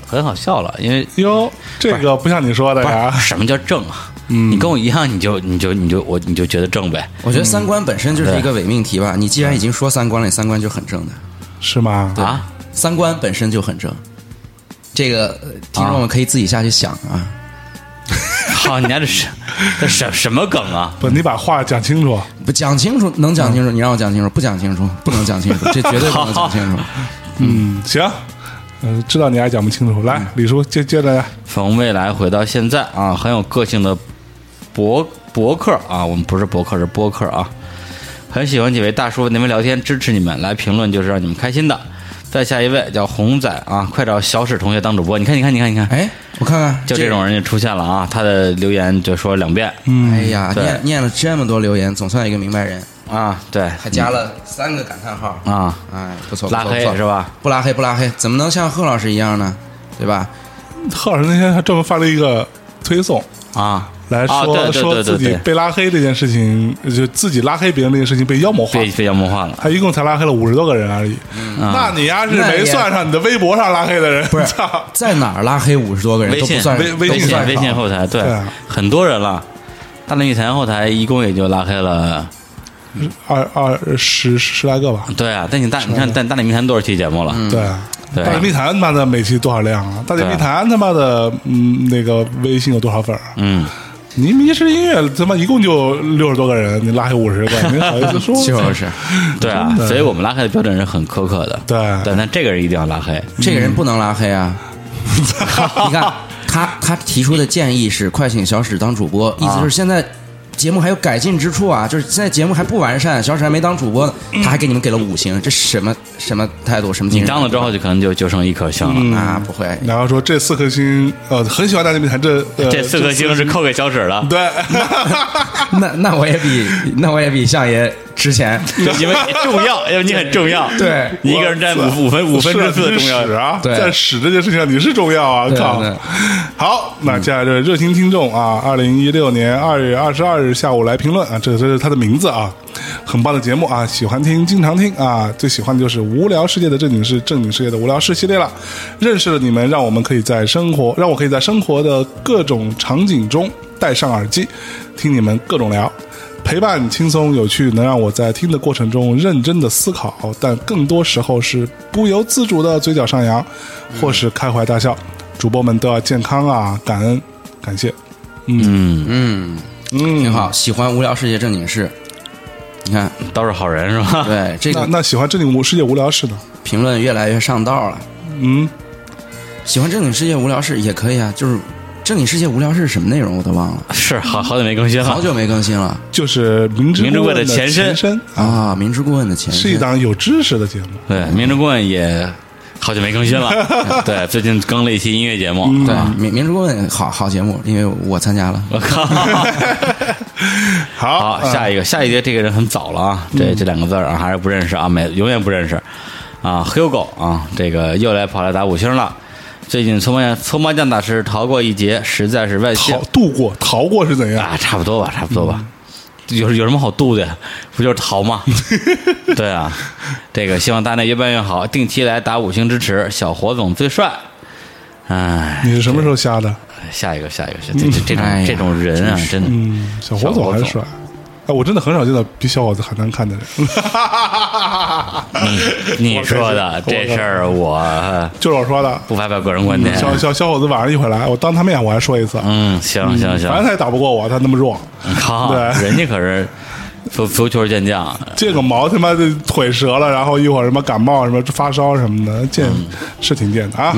S3: 很好笑了，因为
S2: 哟，这个不像你说的
S3: 不
S2: 哎呀
S3: 是，什么叫正啊？你跟我一样，你就你就你就我你就觉得正呗。
S4: 我觉得三观本身就是
S3: 嗯
S4: 一个伪命题吧。你既然已经说三观了，你三观就很正的，
S2: 是吗？
S3: 啊，
S4: 三观本身就很正。这个呃听
S3: 啊
S4: 众们可以自己下去想啊。
S3: 好，你家这是这什什么梗啊？
S2: 不，你把话讲清楚。
S4: 不讲清楚，
S3: 嗯
S4: 能讲清楚，你让我讲清楚；不讲 清楚，不能讲清楚，这绝对不能讲清楚。
S2: 嗯，行，嗯、知道你还讲不清楚。
S3: 嗯
S2: 来，李叔接接着来，
S3: 从未来回到现在啊，很有个性的博博客啊，我们不是博客是播客啊，很喜欢几位大叔你们聊天，支持你们来评论就是让你们开心的。再下一位叫红仔啊，快找小史同学当主播，你看你看你看你看，
S4: 哎，我看看，
S3: 就这种人就出现了啊！他的留言就说两遍，
S4: 这，哎呀，
S3: 对
S4: 念念了这么多留言，总算有一个明白人，
S3: 啊，对，
S4: 还加了三个感叹号
S3: 啊，
S4: 哎，不错，不错
S3: 拉黑
S4: 不错
S3: 是吧？
S4: 不拉黑不拉黑，怎么能像贺老师一样呢？对吧？
S2: 贺老师那天还专门发了一个推送。
S3: 啊，
S2: 来说、
S3: 啊对对
S2: 说
S3: 对
S2: 自
S3: 对
S2: 己
S3: 对，
S2: 被拉黑这件事情，就自己拉黑别人这件事情被妖魔化，
S3: 被啊被妖魔化了，
S2: 他一共才拉黑了五十多个人而已。那你丫是
S4: 嗯那也
S2: 没算上你的微博上拉黑的人，
S4: 不是
S2: 操，
S4: 在哪儿拉黑五十多个人
S3: 微
S4: 都不
S3: 信
S4: 算
S2: 微微
S3: 微
S2: 信
S3: 信
S2: 上
S3: 微信后台对
S2: 对啊，
S3: 很多人了。大内密谈后台一共也就拉黑了，
S2: 二二十十来个吧。
S3: 对啊，但你大你看但大内密谈多少期节目了？
S4: 嗯
S2: 对啊，
S3: 对啊啊
S2: 大内密谈他妈的每期多少量啊？大内密谈他妈的，嗯，那个微信有多少粉儿？
S3: 嗯，
S2: 你迷失音乐他妈一共就六十多个人，你拉黑五十个，你好意思说？
S4: 就是
S3: 对啊，所以我们拉黑的标准是很苛刻的。
S2: 对啊
S3: 但但这个人一定要拉黑。
S4: 这个人不能拉黑 啊！你看他他提出的建议是快请小史当主播，意思
S2: 啊
S4: 就是现在节目还有改进之处啊，就是现在节目还不完善，小史还没当主播呢，他还给你们给了五星，这什么什么态度，什么精
S3: 你
S4: 神？
S3: 当了之后，就可能就就剩一颗星了。
S2: 嗯
S4: 啊，不会，
S2: 然后说这四颗星，呃，很喜欢大内密谈这、呃、
S3: 这四颗星是扣给小史了，
S2: 对，
S4: 那那我也比那我也比相爷值 钱，
S3: 因为你重要，因为你很重要。
S4: 对
S3: 你 一个人占五五分五分之四重要
S2: 是。屎啊！
S4: 对
S2: 在屎这件事情上你是重要啊！
S4: 对
S2: 靠
S4: 对，
S2: 好，那接下来就是热心听众啊，二零一六年二月二十二日下午来评论啊，这这是他的名字啊，很棒的节目啊，喜欢听，经常听啊，最喜欢的就是无聊世界的正经事，正经世界的无聊事系列了。认识了你们，让我们可以在生活，让我可以在生活的各种场景中戴上耳机，听你们各种聊。陪伴轻松有趣，能让我在听的过程中认真的思考，但更多时候是不由自主的嘴角上扬，或是开怀大笑。主播们都要健康啊，感恩，感谢。嗯
S4: 挺
S2: 嗯，
S4: 好。喜欢无聊世界正经事，你看，
S3: 都是好人是吧？
S4: 对这
S2: 啊那
S4: 个
S2: 那喜欢正经无世界无聊事的，
S4: 评论越来越上道了。
S2: 嗯，
S4: 喜欢正经世界无聊事也可以啊，就是正经世界无聊事是什么内容我都忘了，
S3: 是好好久没更新
S4: 好
S3: 了。
S4: 久没更新了
S2: 就是明知
S3: 明知
S2: 故
S3: 故
S2: 问
S3: 问
S2: 的
S3: 的前身
S2: 前身
S4: 啊。明知故问的前
S2: 是一
S4: 身
S2: 档有知识的节目。
S3: 对，明知故问也好久没更新 了。对，最近更了一期音乐节目。
S4: 对明明知故问好好节目，因为我参加了。
S3: 我靠！
S2: 好，
S3: 好，
S2: 嗯
S3: 下一个，下一个这个人很早了啊，
S4: 嗯
S3: 这这两个字儿啊，还是不认识啊，没永远不认识啊，Hugo 啊，这个又来跑来打五星了。最近搓麻将搓麻将大师逃过一劫，实在是万幸
S2: 逃度过逃过是怎样？
S3: 啊，差不多吧，差不多吧。有有什么好度的？不就是逃吗？对啊，这个希望大内越办越好，定期来打五星支持，小火总最帅。哎，
S2: 你是什么时候下的？
S3: 下一个，下一个，这这这种、
S4: 哎呀
S3: 这种人啊，真的，
S2: 嗯，小伙总还是帅。哎，我真的很少见到比小伙子还难看的人。 我
S3: 你你
S2: 开心
S3: 说的这事儿我
S2: 就是我说的，
S3: 不发表个人观点。
S2: 小小小伙子晚上一会儿来，我当他面我还说一次，
S3: 嗯，行
S2: 反
S3: 行
S2: 正
S3: 行，
S2: 他也打不过我，他那么弱，
S3: 好，
S2: 对
S3: 人家可是足足球健将，
S2: 这个毛他妈的腿折了，然后一会儿什么感冒什么发烧什么的，贱是挺贱的啊。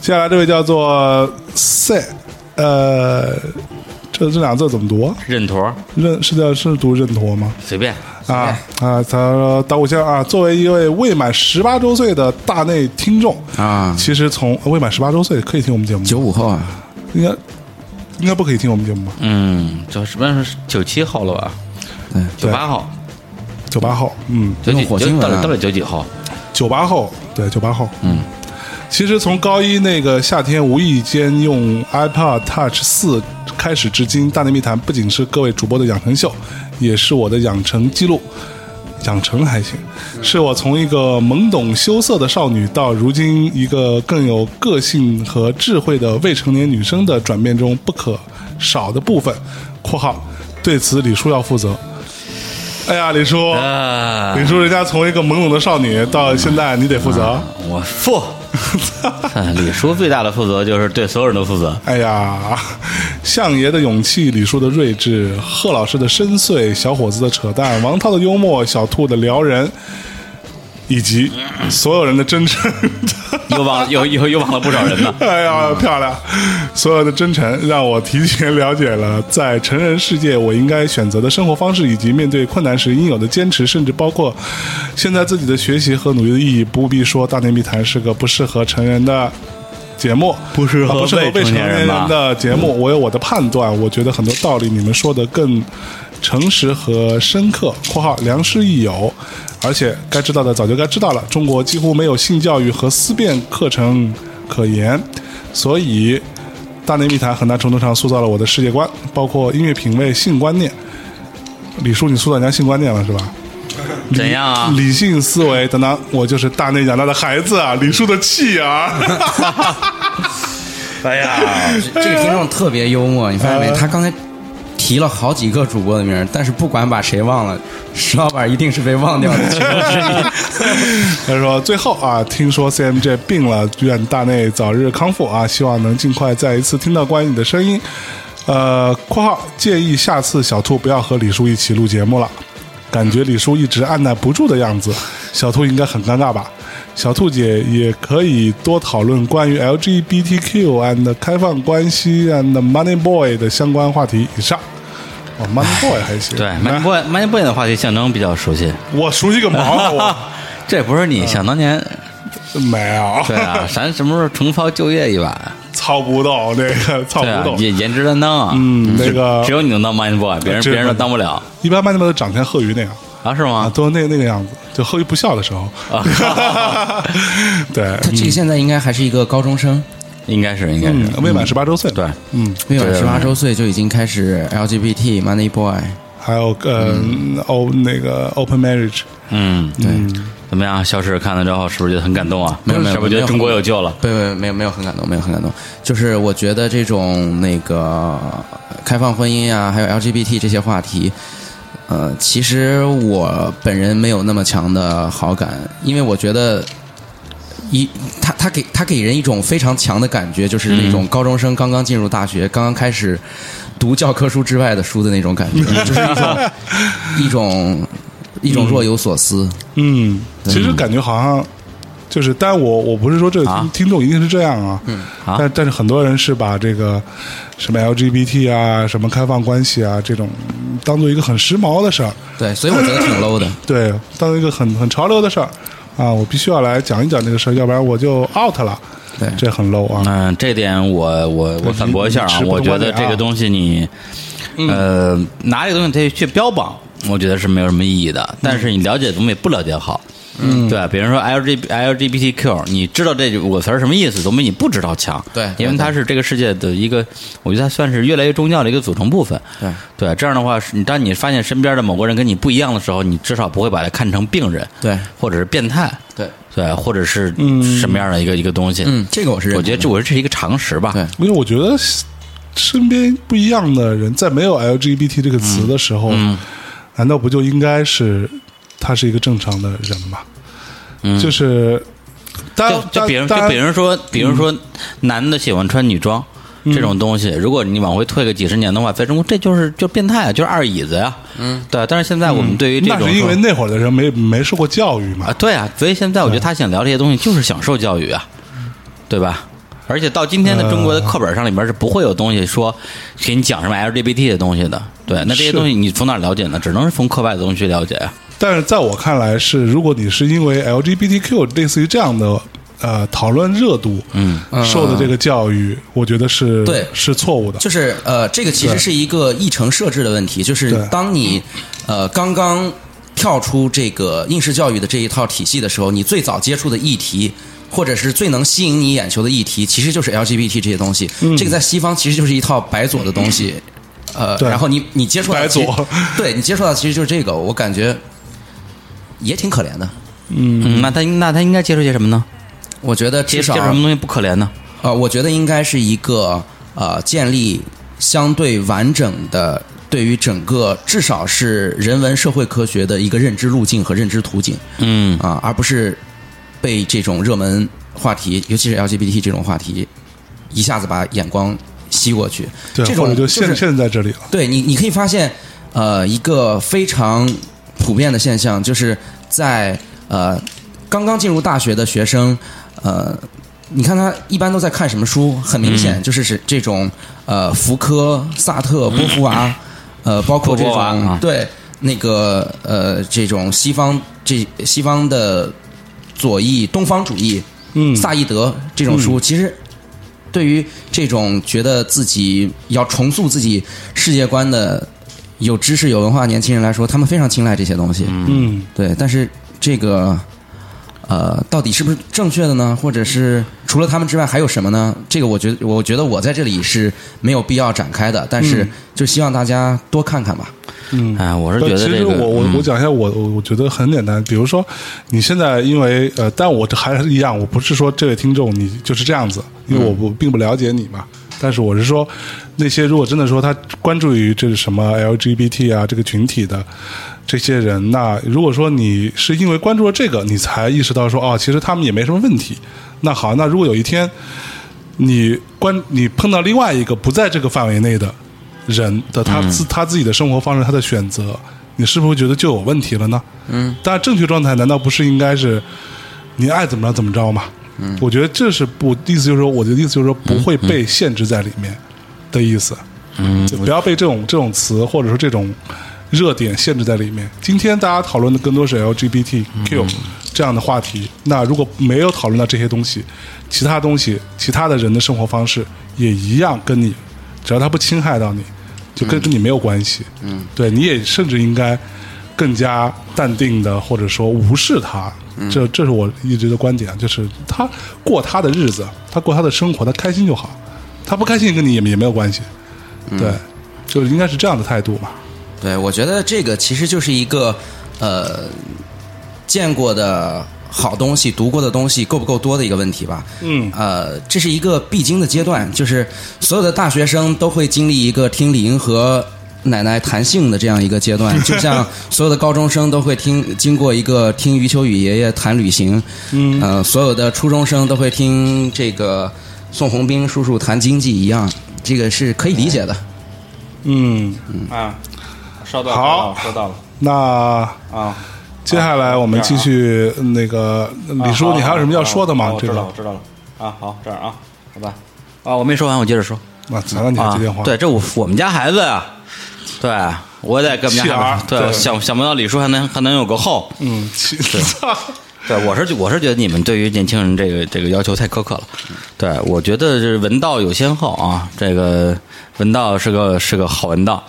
S2: 接下来这位叫做 C，呃，这这两个字怎么读？啊
S3: 认坨儿
S2: 认是叫是读认陀吗？
S3: 随便。
S2: 啊啊！他说打五星啊，作为一位未满十八周岁的大内听众
S4: 啊
S2: 其实从呃未满十八周岁可以听我们节目吗，
S4: 九五后啊，
S2: 应该应该不可以听我们节目吧？
S3: 嗯，就什么是九七后了吧？
S4: 对
S3: 九八后，
S2: 九八后，嗯，
S3: 九
S4: 用
S3: 几
S4: 火
S3: 就
S4: 星文
S3: 到
S4: 啊
S3: 底到底九几后？
S2: 九八后，对，九八后，
S3: 嗯。
S2: 其实从高一那个夏天无意间用 iPod Touch 四开始至今，《大内密谈》不仅是各位主播的养成秀，也是我的养成记录。养成还行，是我从一个懵懂羞涩的少女，到如今一个更有个性和智慧的未成年女生的转变中不可少的部分。（括号对此李叔要负责。）哎呀，李叔，
S3: 啊，
S2: 你说人家从一个懵懂的少女到现在，你得负责。
S3: 我负。 啊李叔最大的负责就是对所有人都负责。
S2: 哎呀，相爷的勇气，李叔的睿智，贺老师的深邃，小伙子的扯淡，王涛的幽默，小兔的撩人，以及所有人的真诚。
S3: 又忘又又又忘了不少人呢。
S2: 哎呀，漂亮！所有的真诚让我提前了解了在成人世界我应该选择的生活方式，以及面对困难时应有的坚持，甚至包括现在自己的学习和努力的意义。不必说《大内密谈》是个不适合成人的。节目不适
S3: 合
S2: 不适合未
S3: 未
S2: 成
S3: 成
S2: 年
S3: 年
S2: 人
S3: 人吧
S2: 的节目，我有我的判断，我觉得很多道理你们说的更诚实和深刻。（括号良师益友），而且该知道的早就该知道了。中国几乎没有性教育和思辨课程可言，所以《大内密谈》很大程度上塑造了我的世界观，包括音乐品味、性观念。李叔，你塑造人家性观念了是吧？
S3: 怎样啊？
S2: 理性思维等等，我就是大内养大的孩子啊，李叔的气啊！
S3: 哎呀，
S4: 这这个听众特别幽默，你发现
S3: 哎
S4: 没？他刚才提了好几个主播的名儿，但是不管把谁忘了，石老板一定是被忘掉 的其中之一。
S2: 他说：“最后啊，听说 CMJ 病了，愿大内早日康复啊！希望能尽快再一次听到关于你的声音。呃，括号建议下次小兔不要和李叔一起录节目了，感觉李叔一直按捺不住的样子，小兔应该很尴尬吧？小兔姐也可以多讨论关于 LGBTQ and 开放关系 and Money Boy 的相关话题。以上，哦，Money Boy 还行，
S3: 对
S2: 哎
S3: m a n b o y m a n b o y 的话题，象征比较熟悉。
S2: 我熟悉个毛啊，我
S3: 这不是
S2: 嗯
S3: 你想当年
S2: 没有，
S3: 对啊，咱什么时候重操旧业一把？
S2: 操不动那个操
S3: 对
S2: 不
S3: 啊，
S2: 动，
S3: 颜颜值担当啊，
S2: 嗯，那个
S3: 只有你能当 mind boy，别人
S2: 这
S3: 别人都当不了
S2: 一般 Money Boy 都长成贺鱼那样。
S3: 啊？是
S2: 啊，
S3: 吗？
S2: 都是那那个样子，就后羿不笑的时候。 对，
S4: 他这个现在应该还是一个高中生，
S3: 应该是，应该
S2: 嗯
S3: 是，，
S2: 未满十八周岁。
S3: 对，
S2: 嗯，
S4: 未满
S3: 对
S4: 十八周岁就已经开始 LGBT Money Boy。
S2: 还有呃，欧那个 open marriage，
S3: 嗯，对。怎么样，肖氏看了之后是不是觉得很感动啊？
S4: 没有没有
S3: 是不是觉得
S4: 没有
S3: 中国有救了？
S4: 不不，没有没有很感动，没有很感动。就是我觉得这种那个开放婚姻啊，还有 LGBT 这些话题，呃，其实我本人没有那么强的好感，因为我觉得一他他给他给人一种非常强的感觉，就是
S3: 嗯
S4: 那种高中生刚刚进入大学，刚刚开始读教科书之外的书的那种感觉，就是一种 一种一种若有所思。
S2: 嗯，其实感觉好像就是，但我我不是说这个
S3: 啊
S2: 听听众一定是这样啊，嗯，
S3: 啊
S2: 但但是很多人是把这个什么 LGBT 啊、什么开放关系啊这种当做一个很时髦的事儿，
S4: 对，所以我觉得挺 low 的。
S2: 对，当做一个很很潮流的事儿啊，我必须要来讲一讲这个事儿，要不然我就 out 了，
S4: 对
S2: 这很 low 啊，
S3: 嗯，这点我我我反驳一下
S2: 你
S3: 啊
S2: 持，不同
S3: 我觉
S2: 观
S3: 得
S2: 点啊
S3: 这个东西你，呃，拿这个东西去去标榜，我觉得是没有什么意义的。但是你了解的东西不了解好，嗯，对吧？比如说 L G L G B T Q，你知道这五个词儿什么意思，总比你不知道强。
S4: 对
S3: 因为
S4: 对
S3: 它是这个世界的一个，我觉得它算是越来越重要的一个组成部分。
S4: 对
S3: 对，这样的话，是你当你发现身边的某个人跟你不一样的时候，你至少不会把他看成病人，
S4: 对
S3: 或者是变态，
S4: 对，
S3: 对，或者是什么样的一个、一个东西。
S4: 嗯，这个我是认
S3: 我觉得
S4: 同的
S3: 这我觉得这是一个常识吧。
S4: 对
S2: 因为我觉得身边不一样的人，在没有 LGBT 这个词的时
S3: 嗯
S2: 候，难道不就应该是他是一个正常的人吗？
S3: 嗯
S2: 就是，当
S3: 就就
S2: 当
S3: 比如
S2: 当
S3: 就比如说，比如说，男的喜欢穿女装。这种东西，如果你往回退个几十年的话，在中国这就是就变态啊，就是二椅子呀、嗯，对。但是现在我们对于
S2: 嗯
S3: 这
S2: 那
S3: 种说、
S2: 是因为那会儿的人没没受过教育嘛
S3: 啊，。对啊，所以现在我觉得他想聊这些东西就是享受教育啊，对吧？而且到今天的中国的课本上里面是不会有东西说给你讲什么 LGBT 的东西的，对。那这
S2: 是
S3: 些东西你从哪儿了解呢？只能是从课外的东西去了解啊。
S2: 但是在我看来是，如果你是因为 LGBTQ 类似于这样的呃讨论热度，嗯，受的这个教育，我觉得是
S4: 对
S2: 是错误的。
S4: 就是呃，这个其实是一个议程设置的问题，就是
S2: 对
S4: 当你呃刚刚跳出这个应试教育的这一套体系的时候，你最早接触的议题。或者是最能吸引你眼球的议题，其实就是 LGBT 这些东西。
S2: 嗯
S4: 这个在西方其实就是一套白左的东西，呃，
S2: 对
S4: 然后你你接触到
S2: 白左
S4: 其实对你接触到其实就是这个，我感觉也挺可怜的。
S3: 嗯，那他那他应该接受些什么呢？
S4: 我觉得
S3: 接接
S4: 至
S3: 受
S4: 少
S3: 什么东西不可怜呢？
S4: 呃，我觉得应该是一个呃，建立相对完整的对于整个至少是人文社会科学的一个认知路径和认知途径
S3: 嗯
S4: 啊、而不是被这种热门话题，尤其是 LGBT 这种话题，一下子把眼光吸过去。
S2: 对，
S4: 这
S2: 或
S4: 种
S2: 者就是陷陷在这里了。
S4: 对你，你可以发现，呃，一个非常普遍的现象，就是在呃刚刚进入大学的学生，呃，你看他一般都在看什么书？很明
S3: 嗯
S4: 显，就是是这种呃福柯、萨特、波伏娃， 呃，包括
S3: 嗯
S4: 这
S3: 波
S4: 种、
S3: 伏娃啊
S4: 对那个呃这种西方这西方的左翼、东方主义，
S2: 嗯
S4: 萨义德这种书，其实对于这种觉得自己要重塑自己世界观的有知识、有文化的年轻人来说，他们非常青睐这些东西。嗯，
S2: 嗯，
S4: 对。但是这个呃，到底是不是正确的呢？或者是除了他们之外还有什么呢？这个我觉得，我觉得我在这里是没有必要展开的。但是就希望大家多看看吧。
S3: 哎，我是
S2: 对，
S3: 觉得
S2: 嗯其
S3: 这
S2: 实
S3: 个，嗯
S2: 我我我讲一下我我我觉得很简单，比如说你现在因为呃，但我这还是一样，我不是说这位听众你就是这样子，因为
S3: 嗯
S2: 我不并不了解你嘛。但是我是说，那些如果真的说他关注于这是什么 LGBT 啊这个群体的这些人，那如果说你是因为关注了这个，你才意识到说哦，其实他们也没什么问题。那好，那如果有一天你关你碰到另外一个不在这个范围内的人的他自、他自己的生活方式，他的选择，你是不是觉得就有问题了呢？嗯，但正确状态难道不是应该是你爱怎么着怎么着吗？嗯，我觉得这是不意思就是说，我的意思就是说不会被限制在里面的意思。嗯，不要被这种这种词或者说这种热点限制在里面。今天大家讨论的更多是 LGBTQ、这样的话题，那如果没有讨论到这些东西，其他东西，其他的人的生活方式也一样跟你，只要他不侵害到你，就跟、跟你没有关系。嗯，对，你也甚至应该更加淡定的，或者说无视他。这这是我一直的观点，啊就是他过他的日子，他过他的生活，他开心就好，他不开心跟你也也没有关系。
S3: 嗯
S2: 对，就是应该是这样的态度嘛。
S4: 对，我觉得这个其实就是一个呃，见过的好东西、读过的东西够不够多的一个问题吧。
S2: 嗯
S4: 呃，这是一个必经的阶段，就是所有的大学生都会经历一个听李银河。奶奶谈性的这样一个阶段，就像所有的高中生都会听经过一个听余秋雨爷爷谈旅行，嗯，呃，所有的初中生都会听这个宋鸿兵叔叔谈经济一样，这个是可以理解的。
S2: 嗯，
S3: 啊，收到，
S2: 好
S3: 收到了，
S2: 那
S3: 收到了啊。
S2: 接下来我们继续那个李叔，你还有什么要说的
S3: 啊
S2: 吗？
S3: 我
S2: 这
S3: 知
S2: 个
S3: 道，我知道了。啊，好，这儿啊，好吧。啊，我没说完，我接着说。
S2: 啊，才让你还
S3: 啊
S2: 接电话，，
S3: 对，这我我们家孩子呀，对我也得跟我们
S2: 气
S3: 家孩
S2: 儿
S3: 子，对，
S2: 对
S3: 想想不到李叔还能还能有个后。
S2: 嗯， 其
S3: 对，我是我是觉得你们对于年轻人这个这个要求太苛刻了。对，我觉得就是文道有先后啊，这个文道是个是个好文 道。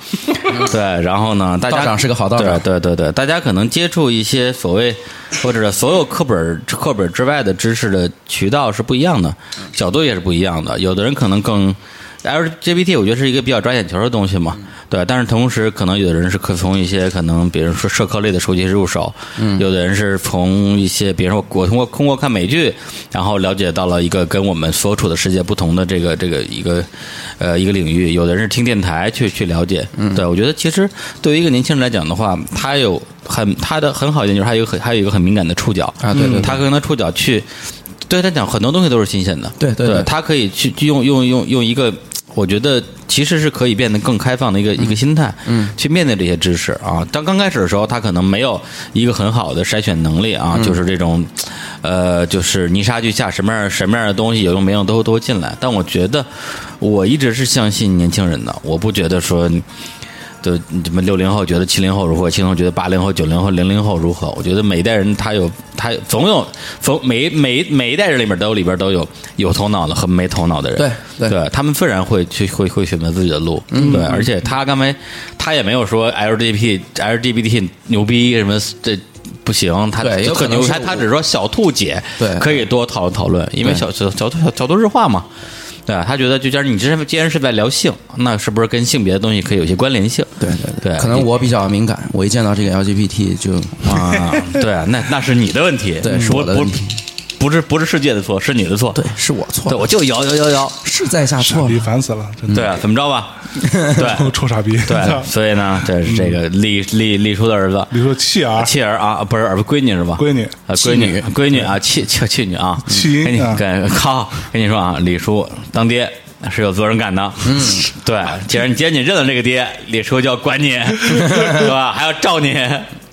S3: 对，然后呢，大家
S4: 道长是个好道长
S3: 对对对对，大家可能接触一些所谓或者所有课本课本之外的知识的渠道是不一样的，角度也是不一样的。有的人可能更 LGBT，我觉得是一个比较抓眼球的东西嘛，
S4: 嗯
S3: 对。但是同时，可能有的人是可从一些可能，比如说社科类的书籍入手，嗯，有的人是从一些，比如说我通过通过看美剧，然后了解到了一个跟我们所处的世界不同的这个这个一个呃一个领域，有的人是听电台去去了解，嗯，对我觉得其实对于一个年轻人来讲的话，他有很他的很好一点就是他有一个很他有一个很敏感的触角嗯
S4: 啊对对对
S3: 他可能触角去。对他讲，很多东西都是新鲜的。
S4: 对对对
S3: 他可以去去用用用用一个，我觉得其实是可以变得更开放的一个、一个心态，嗯，去面对这些知识啊。当刚开始的时候，他可能没有一个很好的筛选能力
S4: 嗯
S3: 啊，就是这种，呃，就是泥沙俱下，什么样什么样的东西有用没用都都会进来。但我觉得我一直是相信年轻人的，我不觉得说。就什么六零后觉得七零后如何，七零后觉得八零后、九零后、零零后如何？我觉得每一代人他有他有总有总每每每一代人里面都有里边都有有头脑的和没头脑的人，
S4: 对对嗯
S3: 他们自然会去会会选择自己的路，对，而且他刚才他也没有说 LGBT LGBT 牛逼什么这。不行，他
S4: 对有可
S3: 很
S4: 能
S3: 牛，
S4: 是
S3: 他他只是说小兔姐，
S4: 对
S3: 可以多讨论讨论，因为小小小兔小小兔日化嘛，对啊吧？他觉得就既然你这是既然是在聊性，那是不是跟性别的东西可以有些关联性？
S4: 对对
S3: 对
S4: 可能我比较敏感，我一见到这个 LGBT 就
S3: 啊，对啊，那那是你的问题，
S4: 对
S3: 嗯
S4: 是我的
S3: 不
S4: 问题
S3: 不不是不是世界的错，是你的错。
S4: 对，是我错
S3: 对，
S4: 了，
S3: 我就摇摇摇摇，
S4: 是在下错
S2: 你
S4: 了。
S2: 烦死了，
S4: 嗯
S2: 真的，
S3: 对啊，怎么着吧？ 对
S2: 臭傻逼，
S3: 嗯对，所以呢，这是这
S4: 嗯
S3: 个李李李叔的儿子，
S2: 你说气儿，
S3: 妻儿啊，不是儿子闺女是吧？
S2: 闺女
S3: 啊，闺
S4: 妻
S3: 女
S4: 女
S3: 闺女啊，妻妻妻女啊，
S2: 妻
S3: 跟你
S2: 啊
S3: 跟靠跟你说啊，李叔当爹。是有责任感的，嗯， 对，既然既然你认了这个爹，李叔就要 管你，对吧？还要照你，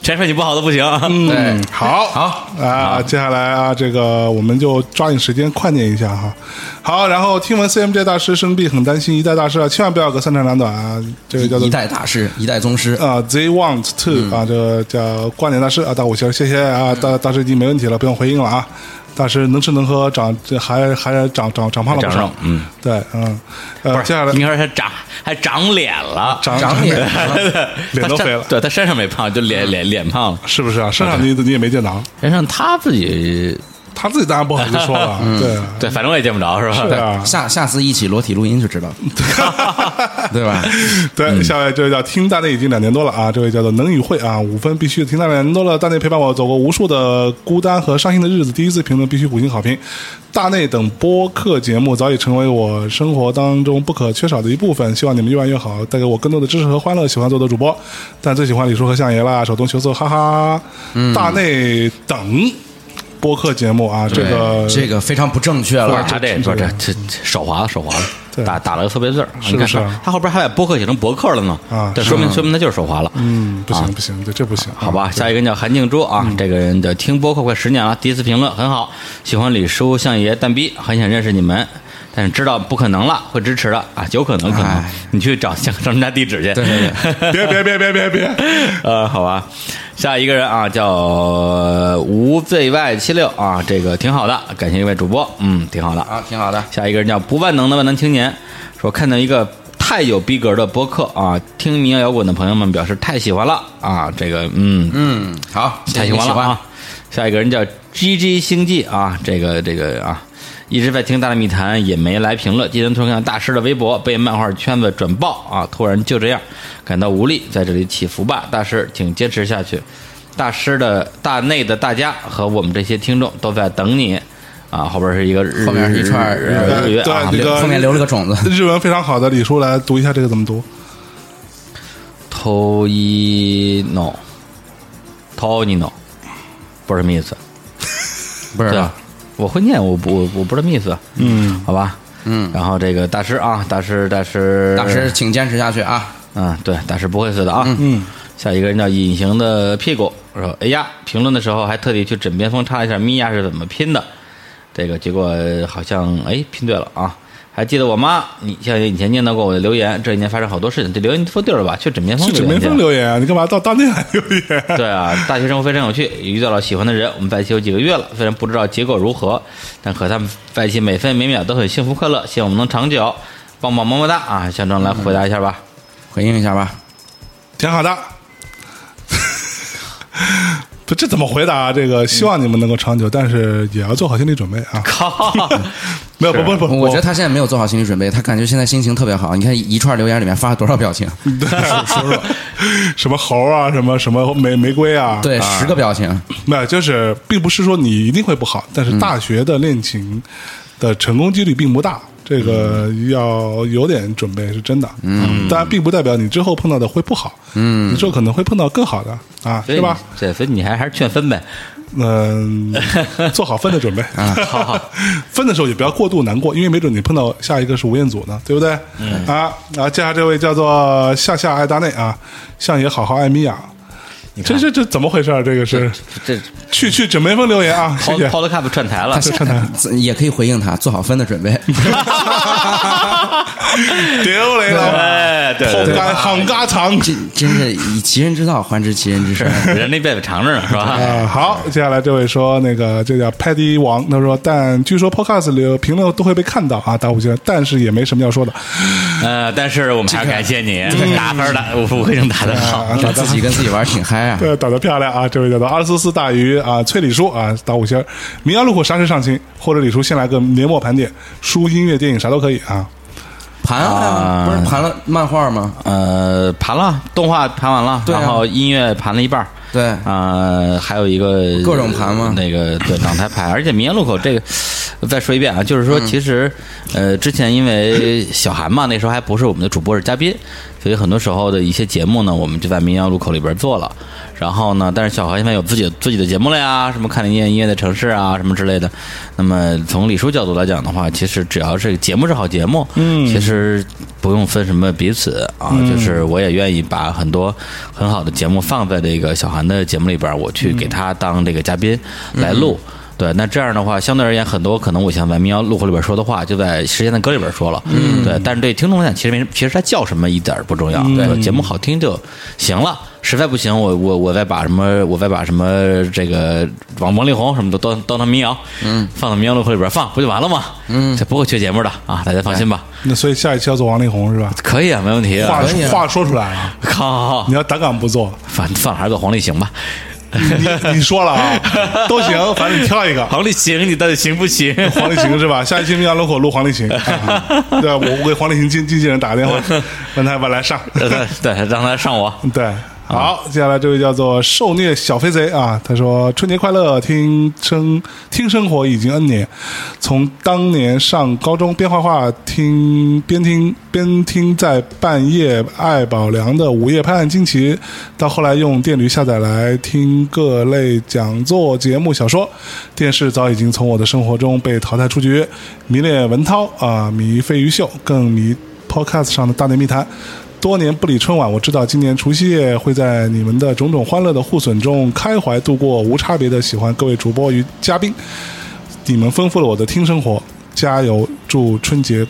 S3: 谁说你不好都不行。
S2: 嗯
S3: 嗯
S4: 对，
S2: 好，
S4: 好
S2: 啊，接下来啊，这个我们就抓紧时间快念一下哈。好，然后听闻 CMJ 大师生病，很担心一代大师啊，千万不要个三长两短啊，这个叫做
S4: 一代大师，一代宗师，
S2: 啊，They want
S3: 嗯
S2: to、啊，这个叫挂脸大师啊，大五星，谢谢啊，大大师已经没问题了，不用回应了啊。大师能吃能喝，长这还还长长长胖了不
S3: 长
S2: 少
S3: 肉，嗯，
S2: 对，嗯，
S3: 不
S2: 呃，
S3: 是
S2: 接下来
S3: 你看他长还长脸了，
S2: 长
S4: 长脸
S2: 脸都
S3: 他身
S2: 肥了
S3: 对他身上没胖，就脸脸脸胖了。
S2: 是不是啊？身上你你也没见着，
S3: 身上他自己
S2: 他自己当然不好意思说了，
S3: 嗯
S2: 对啊，
S3: 对，反正我也见不着，是吧？
S2: 对啊，
S4: 下下次一起裸体录音就知道了， 对吧？
S2: 对，下面这位叫听大内已经两年多了啊，这位叫做能与会啊，五分必须听大内两年多了，大内陪伴我走过无数的孤单和伤心的日子，第一次评论必须五星好评。大内等播客节目早已成为我生活当中不可缺少的一部分，希望你们越办越好，带给我更多的支持和欢乐。喜欢做的主播，但最喜欢李叔和相爷啦，手动球速，哈哈。大内等播客节目啊，这个
S4: 这个非常不正确了
S3: 呃他。这不是这这手滑了手滑了，
S2: 对
S3: 打打了个错别字儿。
S2: 是
S3: 你看
S2: 不是啊
S3: 他后边还把播客写成博客了呢，
S2: 啊
S3: 这
S2: 是
S3: 说明说明他就是手滑了。
S2: 嗯，不
S3: 啊
S2: 行不行，这这不行，
S3: 好吧，
S2: 嗯
S3: 下一个人叫韩静珠啊，这个人的听播客快十年了，第一次评论很好，喜欢李叔、相爷、蛋逼，很想认识你们，但是知道不可能了，会支持的啊，有可能可能
S4: 哎，
S3: 你去找向他们家地址去。
S4: 对对
S2: 别
S3: 对
S2: 别别别别别，
S3: 呃，好吧，下一个人啊，叫呃无罪外七六啊，这个挺好的，感谢一位主播，嗯，挺好的。
S4: 啊，挺好的。
S3: 下一个人叫不万能的万能青年，说看到一个太有逼格的播客啊，听民谣摇滚的朋友们表示太喜欢了啊，这个嗯
S4: 嗯，好，谢谢
S3: 太喜
S4: 你
S3: 欢
S4: 喜
S3: 了
S4: 欢
S3: 啊！下一个人叫 G G 星际啊，这个这个啊，一直在听《大内密谈》，也没来评论。今天突然看到大师的微博被漫画圈子转爆啊，突然就这样感到无力，在这里祈福吧，大师，请坚持下去。大师的大内的大家和我们这些听众都在等你啊！后边是一个日
S4: 后面是一串
S3: 日日语啊，
S2: 对这个
S4: 后面留了个种子。
S2: 日文非常好的李叔来读一下这个怎么读？
S3: 偷一 no，偷你 no，不是什么意思。
S4: 不知
S3: 对
S4: 道
S3: 啊，，我会念，我不我我不知道什么意思。嗯，好吧。
S4: 嗯
S3: 然后这个大师啊，大师，大师，
S4: 大师，，请坚持下去啊！
S3: 嗯，对，大师不会死的啊。嗯，下一个人叫隐形的屁股，说，哎呀，评论的时候还特地去枕边风查了一下咪呀是怎么拼的，这个结果呃好像哎拼对了啊。还记得我妈，你像以前念叨过我的留言，这一年发生好多事情，这留言说对了吧？去枕边风
S2: 去枕
S3: 留
S2: 边
S3: 言去
S2: 风留言啊，你干嘛到当地来留言？
S3: 对啊，大学生活非常有趣，也遇到了喜欢的人，我们在一起有几个月了，虽然不知道结果如何，但和他们在一起每分每秒都很幸福快乐，希望我们能长久。棒棒么么哒啊！向正来回答一下吧。
S4: 回应一下吧。
S2: 挺好的。 不，这怎么回答、啊？这个希望你们能够长久，但是也要做好心理准备啊！
S3: 靠，
S2: 没有，不不不，
S4: 我觉得他现在没有做好心理准备，他感觉现在心情特别好。你看一串留言里面发了多少表情？
S2: 啊 什么猴啊，什么什么玫玫瑰啊，
S4: 对，
S2: 啊
S4: 十个表情。
S2: 没有，就是并不是说你一定会不好，但是大学的恋情的成功几率并不大，这个要有点准备是真的。嗯，当然并不代表你之后碰到的会不好，嗯，你之后可能会碰到更好的啊，
S3: 所以
S2: 对吧？？
S3: 对，所以你还还是劝分呗。
S2: 嗯，做好分的准备 啊
S3: 好，
S2: 分的时候也不要过度难过，因为没准你碰到下一个是吴彦祖呢，对不对？嗯啊啊，接下来这位叫做夏夏爱达内啊，相爷好好爱米娅，这这这怎么回事？啊儿？这个是
S3: 这
S2: 去去枕边风留言啊，谢
S3: Pod
S2: 谢。
S3: Podcast 串台了
S4: 他。现在 也可以回应他，做好分的准备。
S2: 丢雷了，
S3: 哎，对对
S2: 后
S3: 对，
S2: 干行家长
S4: 这真是以其人之道还治其人之 身。
S3: 人那辈子长着呢，是吧？
S2: 啊，好，接下来这位说那个这叫 Paddy 王，他说，但据说 Podcast 里评论都会被看到啊，打五星，但是也没什么要说的，
S3: 呃，但是我们还是感谢你打分儿打五颗星打的好。
S2: 啊，打
S4: 自己跟自己玩儿挺嗨啊！
S2: 对，打得漂亮啊！这位叫做二四四大鱼啊，崔李叔啊，打五星儿。民谣路虎啥时上新？或者李叔先来个年末盘点，书、音乐、电影啥都可以啊。
S4: 盘啊，
S3: 啊
S4: 不是盘了漫画吗？
S3: 呃，盘了，动画盘完了，
S4: 对啊
S3: 然后音乐盘了一半儿，
S4: 对
S3: 呃，还有一个
S4: 嗯各种盘吗
S3: 那个对，港台盘，而且民谣路口这个，再说一遍啊，就是
S4: 嗯
S3: 说，其实、呃，之前因为小韩嘛，那时候还不是我们的主播，是嘉宾，所以很多时候的一些节目呢，我们就在民谣路口里边做了。然后呢，但是小韩现在有自己的自己的节目了呀，什么看见音乐的城市啊，什么之类的。那么呃从李叔角度来讲的话，其实只要是节目是好节目，嗯，其实不用分什么彼此啊，
S4: 嗯
S3: 就是我也愿意把很多很好的节目放在这个小韩的节目里边儿，我去给他当这个嘉宾来录。对，那这样的话，相对而言，很多可能我想在民谣路口里边说的话，就在时间的歌里边说了。嗯，对。但是对听众来讲，其实没什么，其实它叫什么一点儿不重要，对，节目好听就行了。实在不行，我我我再把什么，我再把什么这个王王力宏什么的都当当民谣，嗯，放到民谣路口里边放，不就完了吗？嗯，这不会缺节目的啊，大家放心吧。
S2: 那所以下一期要做王力宏是吧？
S3: 可以啊，没问题啊。
S2: 话
S4: 可以啊
S2: 话说出来啊，
S3: 好好好
S2: 你，要胆敢不 做，
S3: 反放还是做黄立行吧。
S2: 你你说了啊，都行，反正你挑一个。
S3: 黄立行，你到底行不行？
S2: 黄立行是吧？下一期民谣路口录黄立行，啊对啊，我我给黄立行经经纪人打个电话，让他把来上。
S3: 对对，让他上我。
S2: 对，好，接下来这位叫做受虐小飞贼啊，他说：“春节快乐，听生听生活已经 N 年，从当年上高中边画画听边听边听，在半夜爱宝良的《午夜拍案惊奇》，到后来用电驴下载来听各类讲座、节目、小说，电视早已经从我的生活中被淘汰出局，迷恋文涛啊，迷飞鱼秀，更迷 Podcast 上的《大内密谈》。”多年不理春晚，我知道今年除夕夜会在你们的种种欢乐的互损中开怀度过，无差别的喜欢各位主播与嘉宾，你们丰富了我的听生活，加油！祝春节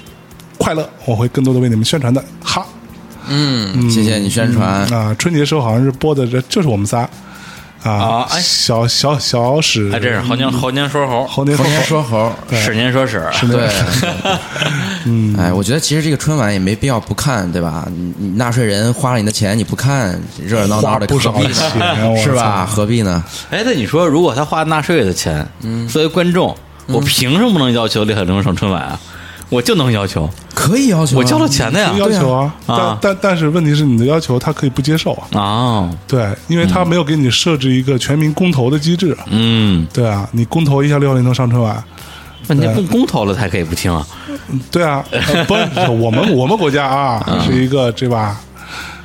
S2: 快乐！我会更多的为你们宣传的，哈
S4: 嗯，谢谢你宣传。
S2: 啊！春节时候好像是播的，这就是我们仨啊
S3: 啊，哎
S2: 小嗯小小史，
S3: 还真是猴年猴年说猴，
S2: 猴年
S4: 猴
S2: 猴
S4: 年说猴，
S3: 屎年说屎，
S4: 对，嗯，哎，我觉得其实这个春晚也没必要不看，对吧？你你纳税人花了你的钱，你不看，热热闹闹
S2: 花
S4: 的，
S2: 不少
S4: 何必呢？
S2: 钱，我
S4: 是吧？
S2: 操？
S4: 何必呢？
S3: 哎，那你说，如果他花纳税的钱，作为观众，我凭什么不能要求李海龙上春晚啊？我就能要求，
S4: 可以要求啊，
S3: 我交了钱的呀
S2: 提。要求啊，
S3: 对啊
S2: 但但但是问题是你的要求他可以不接受啊，
S3: 哦，
S2: 对，因为他没有给你设置一个全民公投的机制，
S3: 嗯，
S2: 对啊，你公投一下六幺零能上春晚，
S3: 那你不公投了才可以不听啊？
S2: 对啊，呃不 是我们我们国家啊，是一个对吧？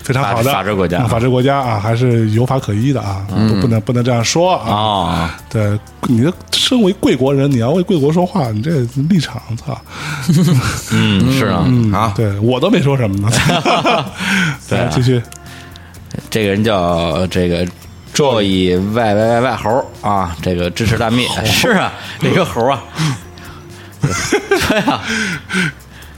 S2: 非常好的
S3: 嗯法法治国家嗯
S2: 啊法治国家啊，还是有法可依的啊，不不能不能这样说啊。
S3: 哦，
S2: 对，你这身为贵国人，你要为贵国说话，你这立场，
S3: 啊
S2: 操！
S3: 嗯，是啊，
S2: 嗯
S4: 好
S2: 对我都没说什么 呢。
S3: 对啊
S2: 来继续，
S3: 这个人叫这个 Joy Y Y Y Y 猴啊，这个支持大蜜是啊，哪个猴啊？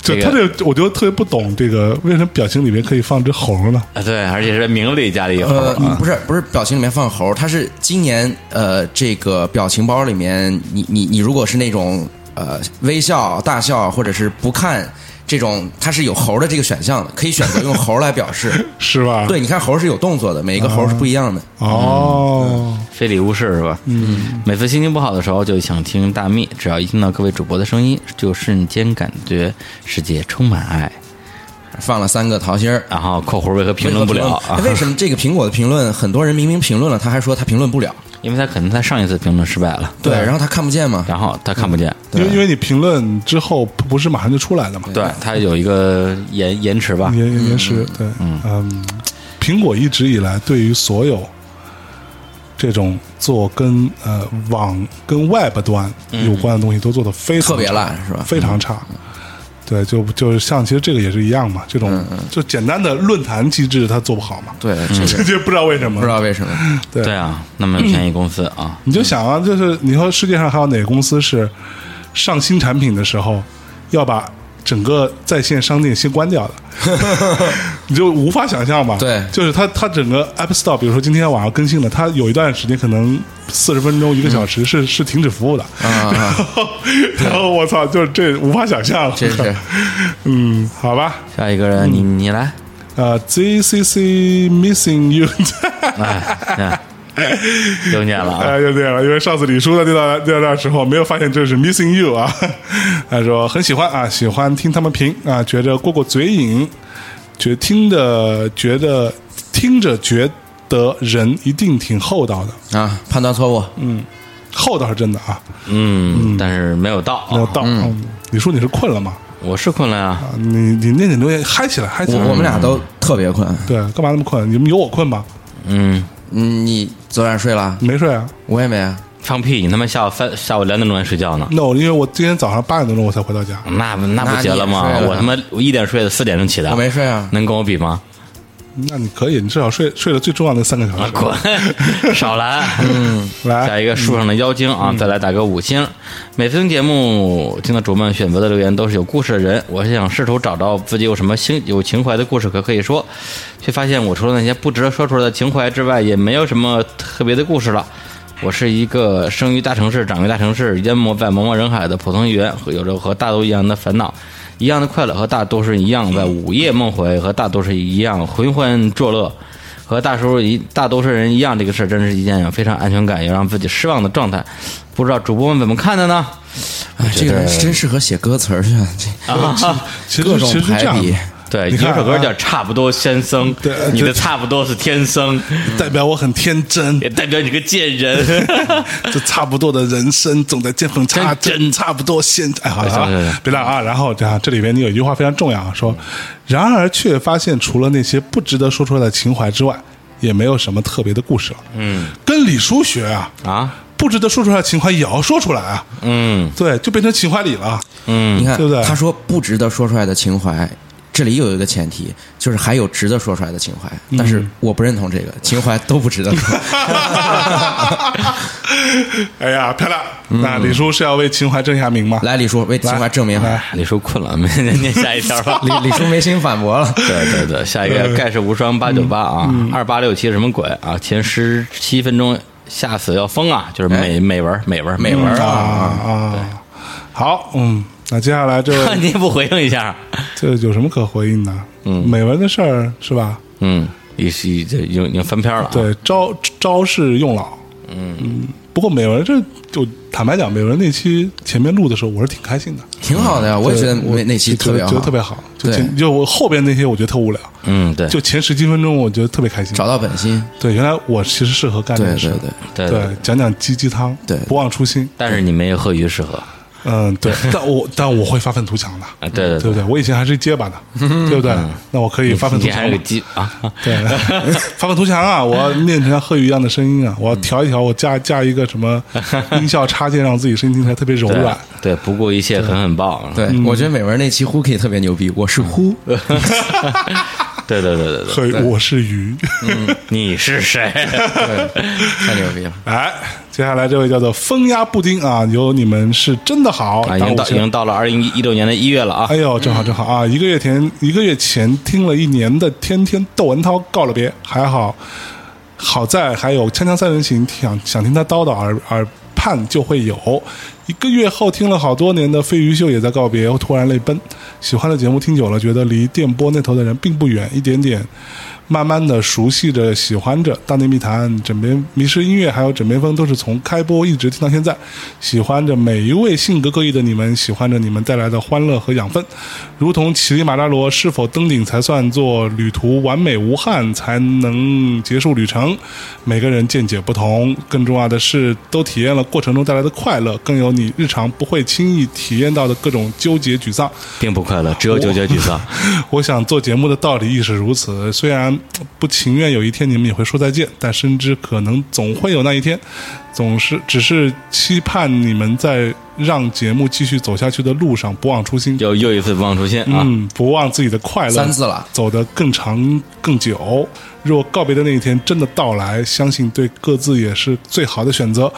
S2: 就
S3: 这
S2: 他
S3: 个
S2: 这个，我就特别不懂这个，为什么表情里面可以放只猴呢？
S3: 啊对，而且是名里加了一个猴
S4: 呃，
S3: 啊。
S4: 不是不是，表情里面放猴，它是今年呃这个表情包里面，你你你如果是那种呃微笑、大笑或者是不看这种，它是有猴的这个选项的，可以选择用猴来表 示。
S2: 是吧？，
S4: 对，你看猴是有动作的，每一个
S2: 啊
S4: 猴是不一样的。
S2: 哦，
S3: 非礼勿视是吧？嗯，每次心情不好的时候就想听大蜜，只要一听到各位主播的声音，就瞬间感觉世界充满爱。
S4: 放了三个桃心儿，
S3: 然后（括弧为何评论 不了
S4: 哎
S3: 啊
S4: 为什么这个苹果的评论，很多人明明评论了，他还说他评论不了？），
S3: 啊因为他可能他上一次评论失败了，
S4: 对，然后他看不见嘛。
S3: 然后他看不见，
S2: 因为因为你评论之后不不是马上就出来了嘛？
S3: 对他有一个延延迟吧。
S2: 延延
S4: 嗯
S2: 时，对，嗯，苹果一直以来对于所有这种做跟呃网跟 Web 端有关的东西都做得非常
S4: 嗯特别
S2: 差
S4: 烂嗯是吧
S2: 非常差。对，就就是像其实这个也是一样嘛，这
S4: 嗯
S2: 种就简单的论坛机制它做不好嘛，
S4: 对，这
S2: 这
S4: 个
S2: 就不知道为什么
S4: 不知。道为什么。
S2: 对
S3: 对啊，那么便宜公司啊，
S2: 你就想啊，就是你说世界上还有哪个公司是上新产品的时候要把整个在线商店先关掉 的？你就无法想象吧？
S4: 对
S2: 就是它它整个 App Store，比如说今天晚上更新了，它有一段时间可能四十分钟一个小时是、是停止服务的。
S4: 嗯啊
S2: 然后 然后我操，就是这无法想象了。
S4: 真是，
S2: 嗯，好吧，
S3: 下一个人你你来，
S2: 呃，ZCC missing you，
S3: 哎，哎又念了啊，
S2: 哎，就这样了，因为上次李叔在这段这段时候没有发现这是 missing you 啊， 他说很喜欢啊，喜欢听他们评啊，觉着过过嘴瘾，觉听的觉得听着觉得人一定挺厚道的，
S4: 啊，判断错误。
S2: 嗯厚道是真的啊，
S3: 嗯，但是没有到啊，
S4: 哦
S2: 没有道。嗯李叔，你是困了吗？
S3: 我是困了呀，
S2: 啊，你你念念留言嗨起来，嗨起
S4: 我
S2: 来。嗯
S4: 我们俩都特别困。
S2: 对，干嘛那么困？你们有我困吗？
S3: 嗯，
S4: 嗯，你昨晚睡了？
S2: 你没睡啊？
S4: 我也没啊。
S3: 放屁，你他妈下午三下午两点钟才睡觉呢。
S2: 那我因为我今天早上八点多钟我才回到家，
S3: 那不那
S4: 那
S3: 不
S4: 你
S3: 结了吗
S4: 也？睡了
S3: 我他妈我一点睡的，四点钟起的，
S4: 我没睡啊
S3: 能跟我比吗？
S2: 那你可以，你至少睡睡了最重要的三个
S4: 啊
S2: 小时。
S3: 啊滚，少来！嗯，
S2: 来
S3: 下一个树上的妖精啊，再来打个五星。每次听节目，听到主播们选择的留言都是有故事的人，我是想试图找到自己有什么心有情怀的故事可可以说，却发现我除了那些不值得说出来的情怀之外，也没有什么特别的故事了。我是一个生于大城市、长于大城市、淹没在茫茫人海的普通一员，有着和大都一样的烦恼，一样的快乐，和大都市一样在午夜梦回，和大都市一样浑浑作乐。和大叔一大多数人一样，这个事儿真是一件非常安全感，也让自己失望的状态。不知道主播们怎么看的呢？
S4: 哎，这个人真适合写歌词儿去啊，这
S2: 其实
S4: 各种
S2: 其实是这
S4: 排
S2: 样
S4: 比
S2: 的，
S3: 对，
S2: 你
S3: 有
S2: 看啊
S3: 首歌叫《差不多先生》，
S2: 对呃
S3: 你的
S2: 这
S3: 差不多是天生，
S2: 代表我很天真，
S3: 也代表你个贱人。
S2: 这差不多的人生总在见缝插
S3: 真
S2: 针，差不多现哎，好了好
S3: 行行
S2: 了
S3: 行，
S2: 别闹啊！然后这样，这里边你有一句话非常重要啊，说，然而却发现除了那些不值得说出来的情怀之外，也没有什么特别的故事了。嗯，跟李叔学啊，
S3: 啊，
S2: 不值得说出来的情怀也要说出来啊。
S3: 嗯
S2: 对，就变成情怀里 了。
S4: 你看，
S2: 对不对
S4: 嗯他说不值得说出来的情怀，这里又有一个前提，就是还有值得说出来的情怀。
S2: 嗯
S4: 但是我不认同这个，情怀都不 值得说。
S2: 哎呀，漂亮！那李叔是要为情怀正一下名吗？
S4: 来，李叔为情怀证明一下
S2: 来。
S3: 李叔困了，没人念下一条吧。
S4: 李李叔没心反驳了。
S3: 对对对，下一
S2: 嗯
S3: 个盖世无双八九八啊，二八六七什么鬼啊？前十七分钟吓死要疯啊！就是
S2: 哎
S3: 美美文美文美文
S2: 啊
S3: 啊！
S2: 啊！好，嗯，那接下来这 位
S3: 你不回应一下？啊
S2: 这有什么可回应的？嗯，美文的事儿是吧？
S3: 嗯，你是已经已经已经翻篇了、啊。，
S2: 对，招招式用老。嗯不过美文这就坦白讲，美文那期前面录的时候，我是挺开心的。
S4: 挺好的呀，我也觉得
S2: 嗯我
S4: 那那期
S2: 觉
S4: 特
S2: 得
S4: 别好，
S2: 觉得特别好。就
S4: 对
S2: 前就我后边那些我觉得特无聊，
S3: 嗯，对，
S2: 就前十几分钟我觉得特别开心。
S4: 找到本心。
S2: 对，原来我其实适合干这
S4: 对
S2: 个事。
S4: 对对，
S3: 对
S2: 对，讲讲鸡鸡汤，
S4: 对
S2: 不忘初心。
S3: 但是你没有贺鱼适合啊！
S2: 嗯， 对，但我但我会发愤图强的，
S3: 对对
S2: 对不对？我以前还是结巴 的，对不对？
S4: 嗯
S2: 那我可以发愤图
S3: 你
S2: 强
S3: 还是
S2: 嘛
S3: 个。鸡啊！
S2: 对， 发愤图强啊！我要念成像贺宇一样的声音
S3: 嗯
S2: 啊！我要调一调，我加加一个什么音效插件，让自己声音听起来特别柔
S3: 对
S2: 软。
S3: 对，不顾一切狠狠爆。
S4: 对，
S2: 嗯
S4: 我觉得美文那期 Hooky 特别牛逼，我是 Who，
S3: 对对对对对，
S2: 贺宇，我是鱼。
S3: 你是谁？
S4: 太牛 逼了。
S2: 哎，接下来这位叫做风压布丁啊，有你们是真的好，
S3: 啊，已
S2: 打
S3: 经
S2: 五
S3: 到已
S2: 星
S3: 经到了二零一六年的一月了啊
S2: 哎！呦，正好正好啊！一个月前一个月前听了一年的《天天窦文涛告了别》，还好，好在还有《锵锵三人行》想想听他叨叨耳耳畔就会有。一个月后听了好多年的《飞鱼秀》也在告别，突然泪奔。喜欢的节目听久了，觉得离电波那头的人并不远，一点点。慢慢的熟悉着、喜欢着《大内密谈》、《枕边迷失音乐》还有《枕边风》，都是从开播一直听到现在，喜欢着每一位性格各异的你们，喜欢着你们带来的欢乐和养分，如同乞力马扎罗是否登顶才算作旅途完美无憾才能结束旅程，每个人见解不同，更重要的是都体验了过程中带来的快乐，更有你日常不会轻易体验到的各种纠结、沮丧。
S3: 并不快乐，只有九九沮 丧。
S2: 我想做节目的道理亦是如此。虽然呃不情愿有一天你们也会说再见，但深知可能总会有那一天，总是只是期盼你们在让节目继续走下去的路上不忘初心，
S3: 又又一次不忘初心啊！
S2: 嗯，不忘自己的快乐，
S4: 三次了
S2: 走得更长更久。若告别的那一天真的到来，相信对各自也是最好的选择。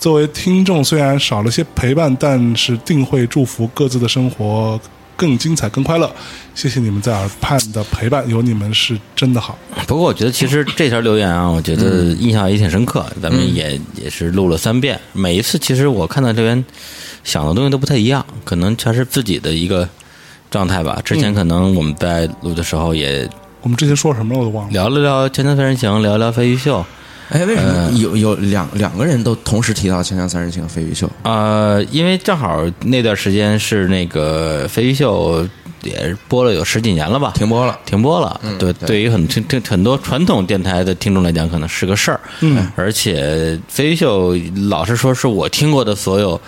S2: 作为听众，虽然少了些陪伴，但是定会祝福各自的生活更精彩、更快乐。谢谢你们在耳畔的陪伴，有你们是真的好。
S3: 不过我觉得其实这条留言啊，我觉得印象也挺深刻。咱们也也是录了三遍，每一次其实我看到留言想的东西都不太一样，可能全是自己的一个状态吧。之前可能我们在录的时候也
S2: 我们之前说什么了我都忘了。
S3: 聊了聊《锵锵三人行》，聊聊飞鱼秀。
S4: 哎，为什么有有两两个人都同时提到《锵锵三人行》和《飞鱼秀》？
S3: 呃，因为正好那段时间是那个飞鱼秀也播了有十几年了吧，
S4: 停播了。
S3: 停播了。嗯对，对于很听听很多传统电台的听众来讲，可能是个事儿。嗯，而且飞鱼秀，老实说，是我听过的所有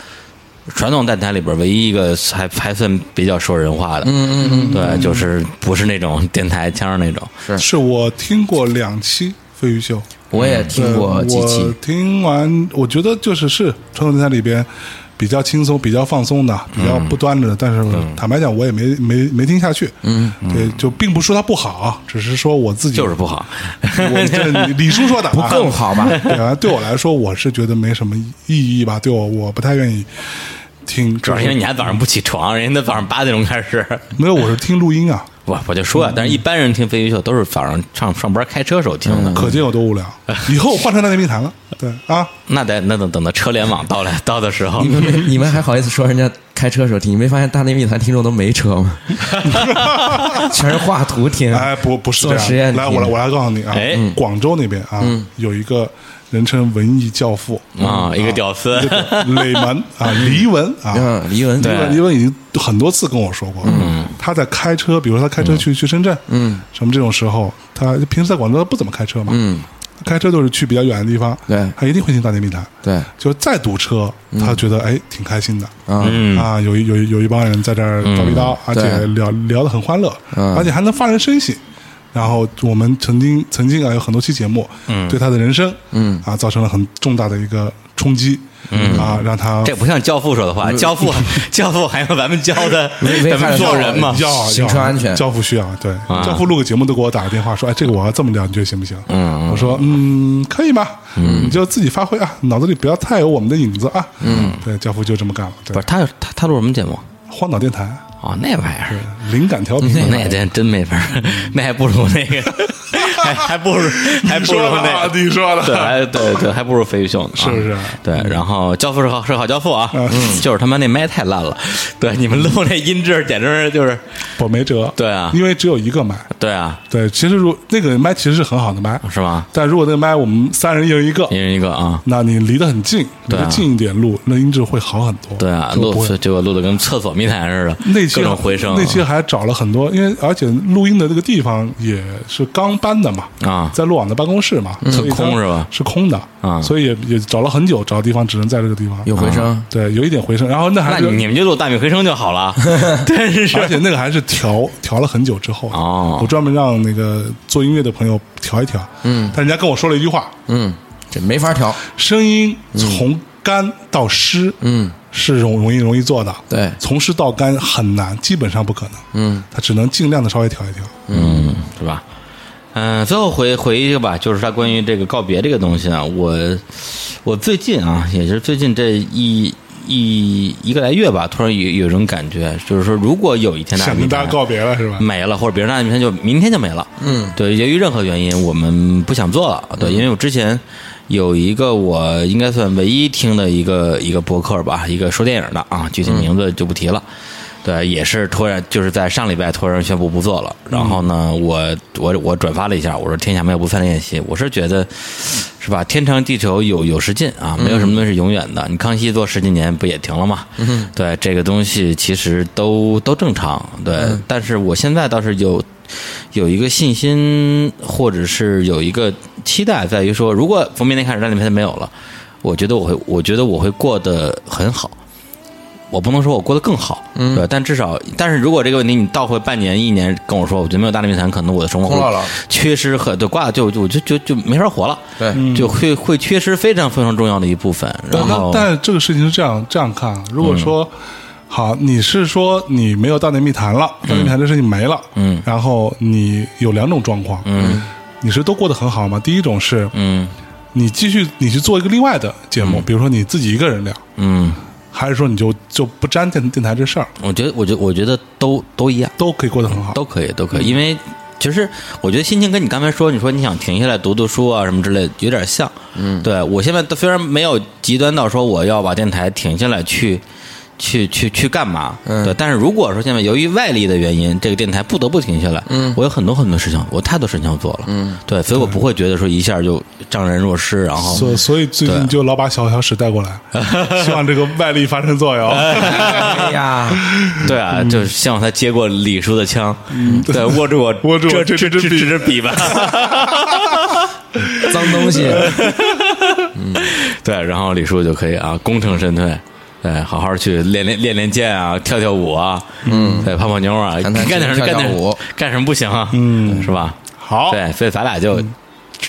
S3: 传统电台里边唯一一个还还算比较说人话的。嗯嗯嗯，对，就是不是那种电台腔儿那种。
S2: 是我听过两期飞鱼秀，
S4: 我也听过几
S2: 呃我
S4: 期，
S2: 听完，我觉得就是是传统电台里边比较轻松、比较放松的、比较不端着的。但是
S3: 嗯
S2: 坦白讲，我也没没没听下去。嗯，对，就并不说它不好，啊只是说我自己
S3: 就是不好，嗯
S2: 我这李叔说的啊
S4: 不更好吧？
S2: 对啊，对我来说，我是觉得没什么意义吧。对我，我不太愿意听。
S3: 主要是因为你还早上不起床，人家都早上八点钟开始。
S2: 没有，我是听录音啊，
S3: 我我就说啊，但是一般人听飞鱼秀都是早上上上班开车时候听的，
S2: 可见有多无聊。
S3: 嗯
S2: 以后换成那内密谈了，对啊，
S3: 那得那等等到车联网到来到的时候，
S4: 你们你们还好意思说人家开车时候听，你没发现大内密谈听众都没车吗？ 全是画图听。
S2: 哎，不不是这
S4: 做实验
S2: 样，
S4: 题
S2: 来我来我来告诉你啊
S5: 哎，嗯
S2: 广州那边啊有一个人称文艺教父
S5: 啊，一个屌丝，
S2: 这个雷门啊，黎文啊。
S4: 嗯，黎文
S2: 黎
S5: 对嗯
S2: 文，黎文已经很多次跟我说过，他在开车，比如说他开车去去深圳，嗯，什么这种时候，他平时在广州他不怎么开车嘛，嗯，开车都是去比较远的地方，
S4: 对
S2: 他一定会听大内密谈，
S4: 对，
S2: 就再堵车，他觉得哎挺开心的，
S4: 嗯，
S5: 嗯
S2: 啊，有一有一有一帮人在这儿叨逼叨，而且
S4: 对
S2: 聊聊得很欢乐，
S4: 嗯
S2: 而且还能发人深省。然后我们曾经曾经啊有很多期节目，对他的人生，嗯啊造成了很重大的一个冲击，嗯啊让他
S5: 这不像教父说的
S3: 嗯
S5: 话，教 父教父还用咱们教的
S4: 没没
S5: 咱
S4: 看
S5: 们
S4: 着
S5: 做
S4: 教
S5: 人嘛？啊
S2: 要要
S4: 行车安全
S2: 教父需要对教父录个节目都给我打个电话说，哎，这个我要这么聊，你觉得行不行？嗯，我说嗯可以吧，你就自己发挥啊，脑子里不要太有我们的影子啊，嗯，对，教父就这么干了，
S3: 不
S2: 对
S3: 是，他他他录什么节目？
S2: 荒岛电台
S3: 哦，那玩意儿，
S2: 灵感 调频，
S3: 那真真没法儿，那还不如那个，还还不如还不如那个，
S2: 你说
S3: 对，还对对，还不如飞鱼秀呢，是
S2: 是不是？
S3: 对，然后教父是好是好教父啊，
S2: 嗯
S3: 就是他妈那麦太烂了，对，你们录那音质简直是就是，
S2: 我没辙。
S3: 对啊
S2: 因为只有一个麦。
S3: 对啊，
S2: 对，其实如那个麦其实是很好的麦，
S3: 是吗？
S2: 但如果那个麦我们三人赢一个
S3: 一，人一个啊，
S2: 那你离得很近，离
S3: 对啊
S2: 得近一点录，那音质会好很多。
S3: 对啊，
S2: 就不
S3: 录
S2: 会
S3: 结果录的跟厕所密谈似的，
S2: 那期
S3: 各种回声，啊
S2: 那期还找了很多，因为而且录音的这个地方也是刚搬的嘛，
S3: 啊嗯
S2: 在路网的办公室嘛，所以它
S3: 空是吧
S2: 是空的
S3: 啊
S2: 所以也也找了很久，找地方只能在这个地方
S4: 有回声，
S3: 啊
S2: 对，有一点回声，然后那
S3: 那
S2: 还是
S3: 你们就录大米回声就好了，真 是
S2: 而且那个还是调调了很久之后的
S3: 哦
S2: 我专门让那个做音乐的朋友调一调，嗯，但人家跟我说了一句话，
S4: 嗯，这没法调，
S2: 声音从干到湿，嗯，是容容易容易做的，
S4: 对
S2: 从湿到干很难，基本上不可能，嗯，他只能尽量的稍微调一调，
S3: 嗯，是吧？嗯、最后回回一个吧，就是他关于这个告别这个东西啊，我我最近啊，也是最近这一一一个来月吧，突然有有一种感觉，就是说，如果有一天大
S2: 想
S3: 家
S2: 跟大家告别了是吧？
S3: 没了，或者别人那明天就明天就没了。嗯，对，由于任何原因，我们不想做了。
S2: 嗯
S3: 对，因为我之前有一个我应该算唯一听的一个一个博客吧，一个说电影的啊，具体名字就不提了。
S2: 嗯
S3: 对，也是突然就是在上礼拜突然宣布不做了。然后呢，我我我转发了一下，我说天下没有不散的宴席，我是觉得是吧？天长地久有有时尽啊，没有什么东西是永远的。你康熙做十几年不也停了吗？对，这个东西其实都都正常。对，但是我现在倒是有有一个信心，或者是有一个期待，在于说，如果从明天开始那里面没有了，我觉得我会，我觉得我会过得很好。我不能说我过得更好，对吧，但至少，但是如果这个问题你倒回半年、一年跟我说，我觉得没有大力密谈，可能我的生活
S4: 空落了
S3: 会缺失很对，挂了就就就就就没法活了，
S4: 对
S3: 就会会缺失非常非常重要的一部分。然
S2: 但
S3: 后，嗯
S2: 但这个事情是这样这样看，啊如果说、好，你是说你没有大内密谈了，大内密谈这事情没了，
S3: 嗯
S2: 然后你有两种状况，嗯，你是都过得很好吗？第一种是
S3: 嗯
S2: 你继续你去做一个另外的节目，比如说你自己一个人聊，
S3: 嗯，
S2: 还是说你就就不沾电电台这事儿，
S3: 我觉得，我觉得，我觉得都都一样，
S2: 都可以过得很好，
S3: 都可以，都可以，因为其实我觉得心情跟你刚才说，你说你想停下来读读书啊什么之类的，有点像。嗯，对我现在都虽然没有极端到说我要把电台停下来去。去去去干嘛？
S4: 嗯
S3: 对，但是如果说现在由于外力的原因，这个电台不得不停下来，嗯，我有很多很多事情，我太多事情要做了，嗯，对，所以我不会觉得说一下就怅然若失，然后
S2: 所所以最近就老把小小史带过来，希望这个外力发生作用。
S4: 哎呀，
S3: 对啊，
S2: 嗯
S3: 就是希望他接过李叔的枪，对，握住我，
S2: 握住我
S3: 这
S2: 这
S3: 这
S2: 支
S3: 这
S2: 笔
S3: 支笔吧。
S4: 脏东西，
S3: 对，然后李叔就可以啊，功成身退，对，好好去练练练练剑啊，跳跳舞啊，嗯，对，泡泡妞啊，干
S4: 弹弹琴
S3: 点什么
S4: 跳
S3: 干
S4: 跳
S3: 点
S4: 舞
S3: 干什么不行啊？嗯，是吧？
S2: 好，嗯
S3: 对，所以咱俩就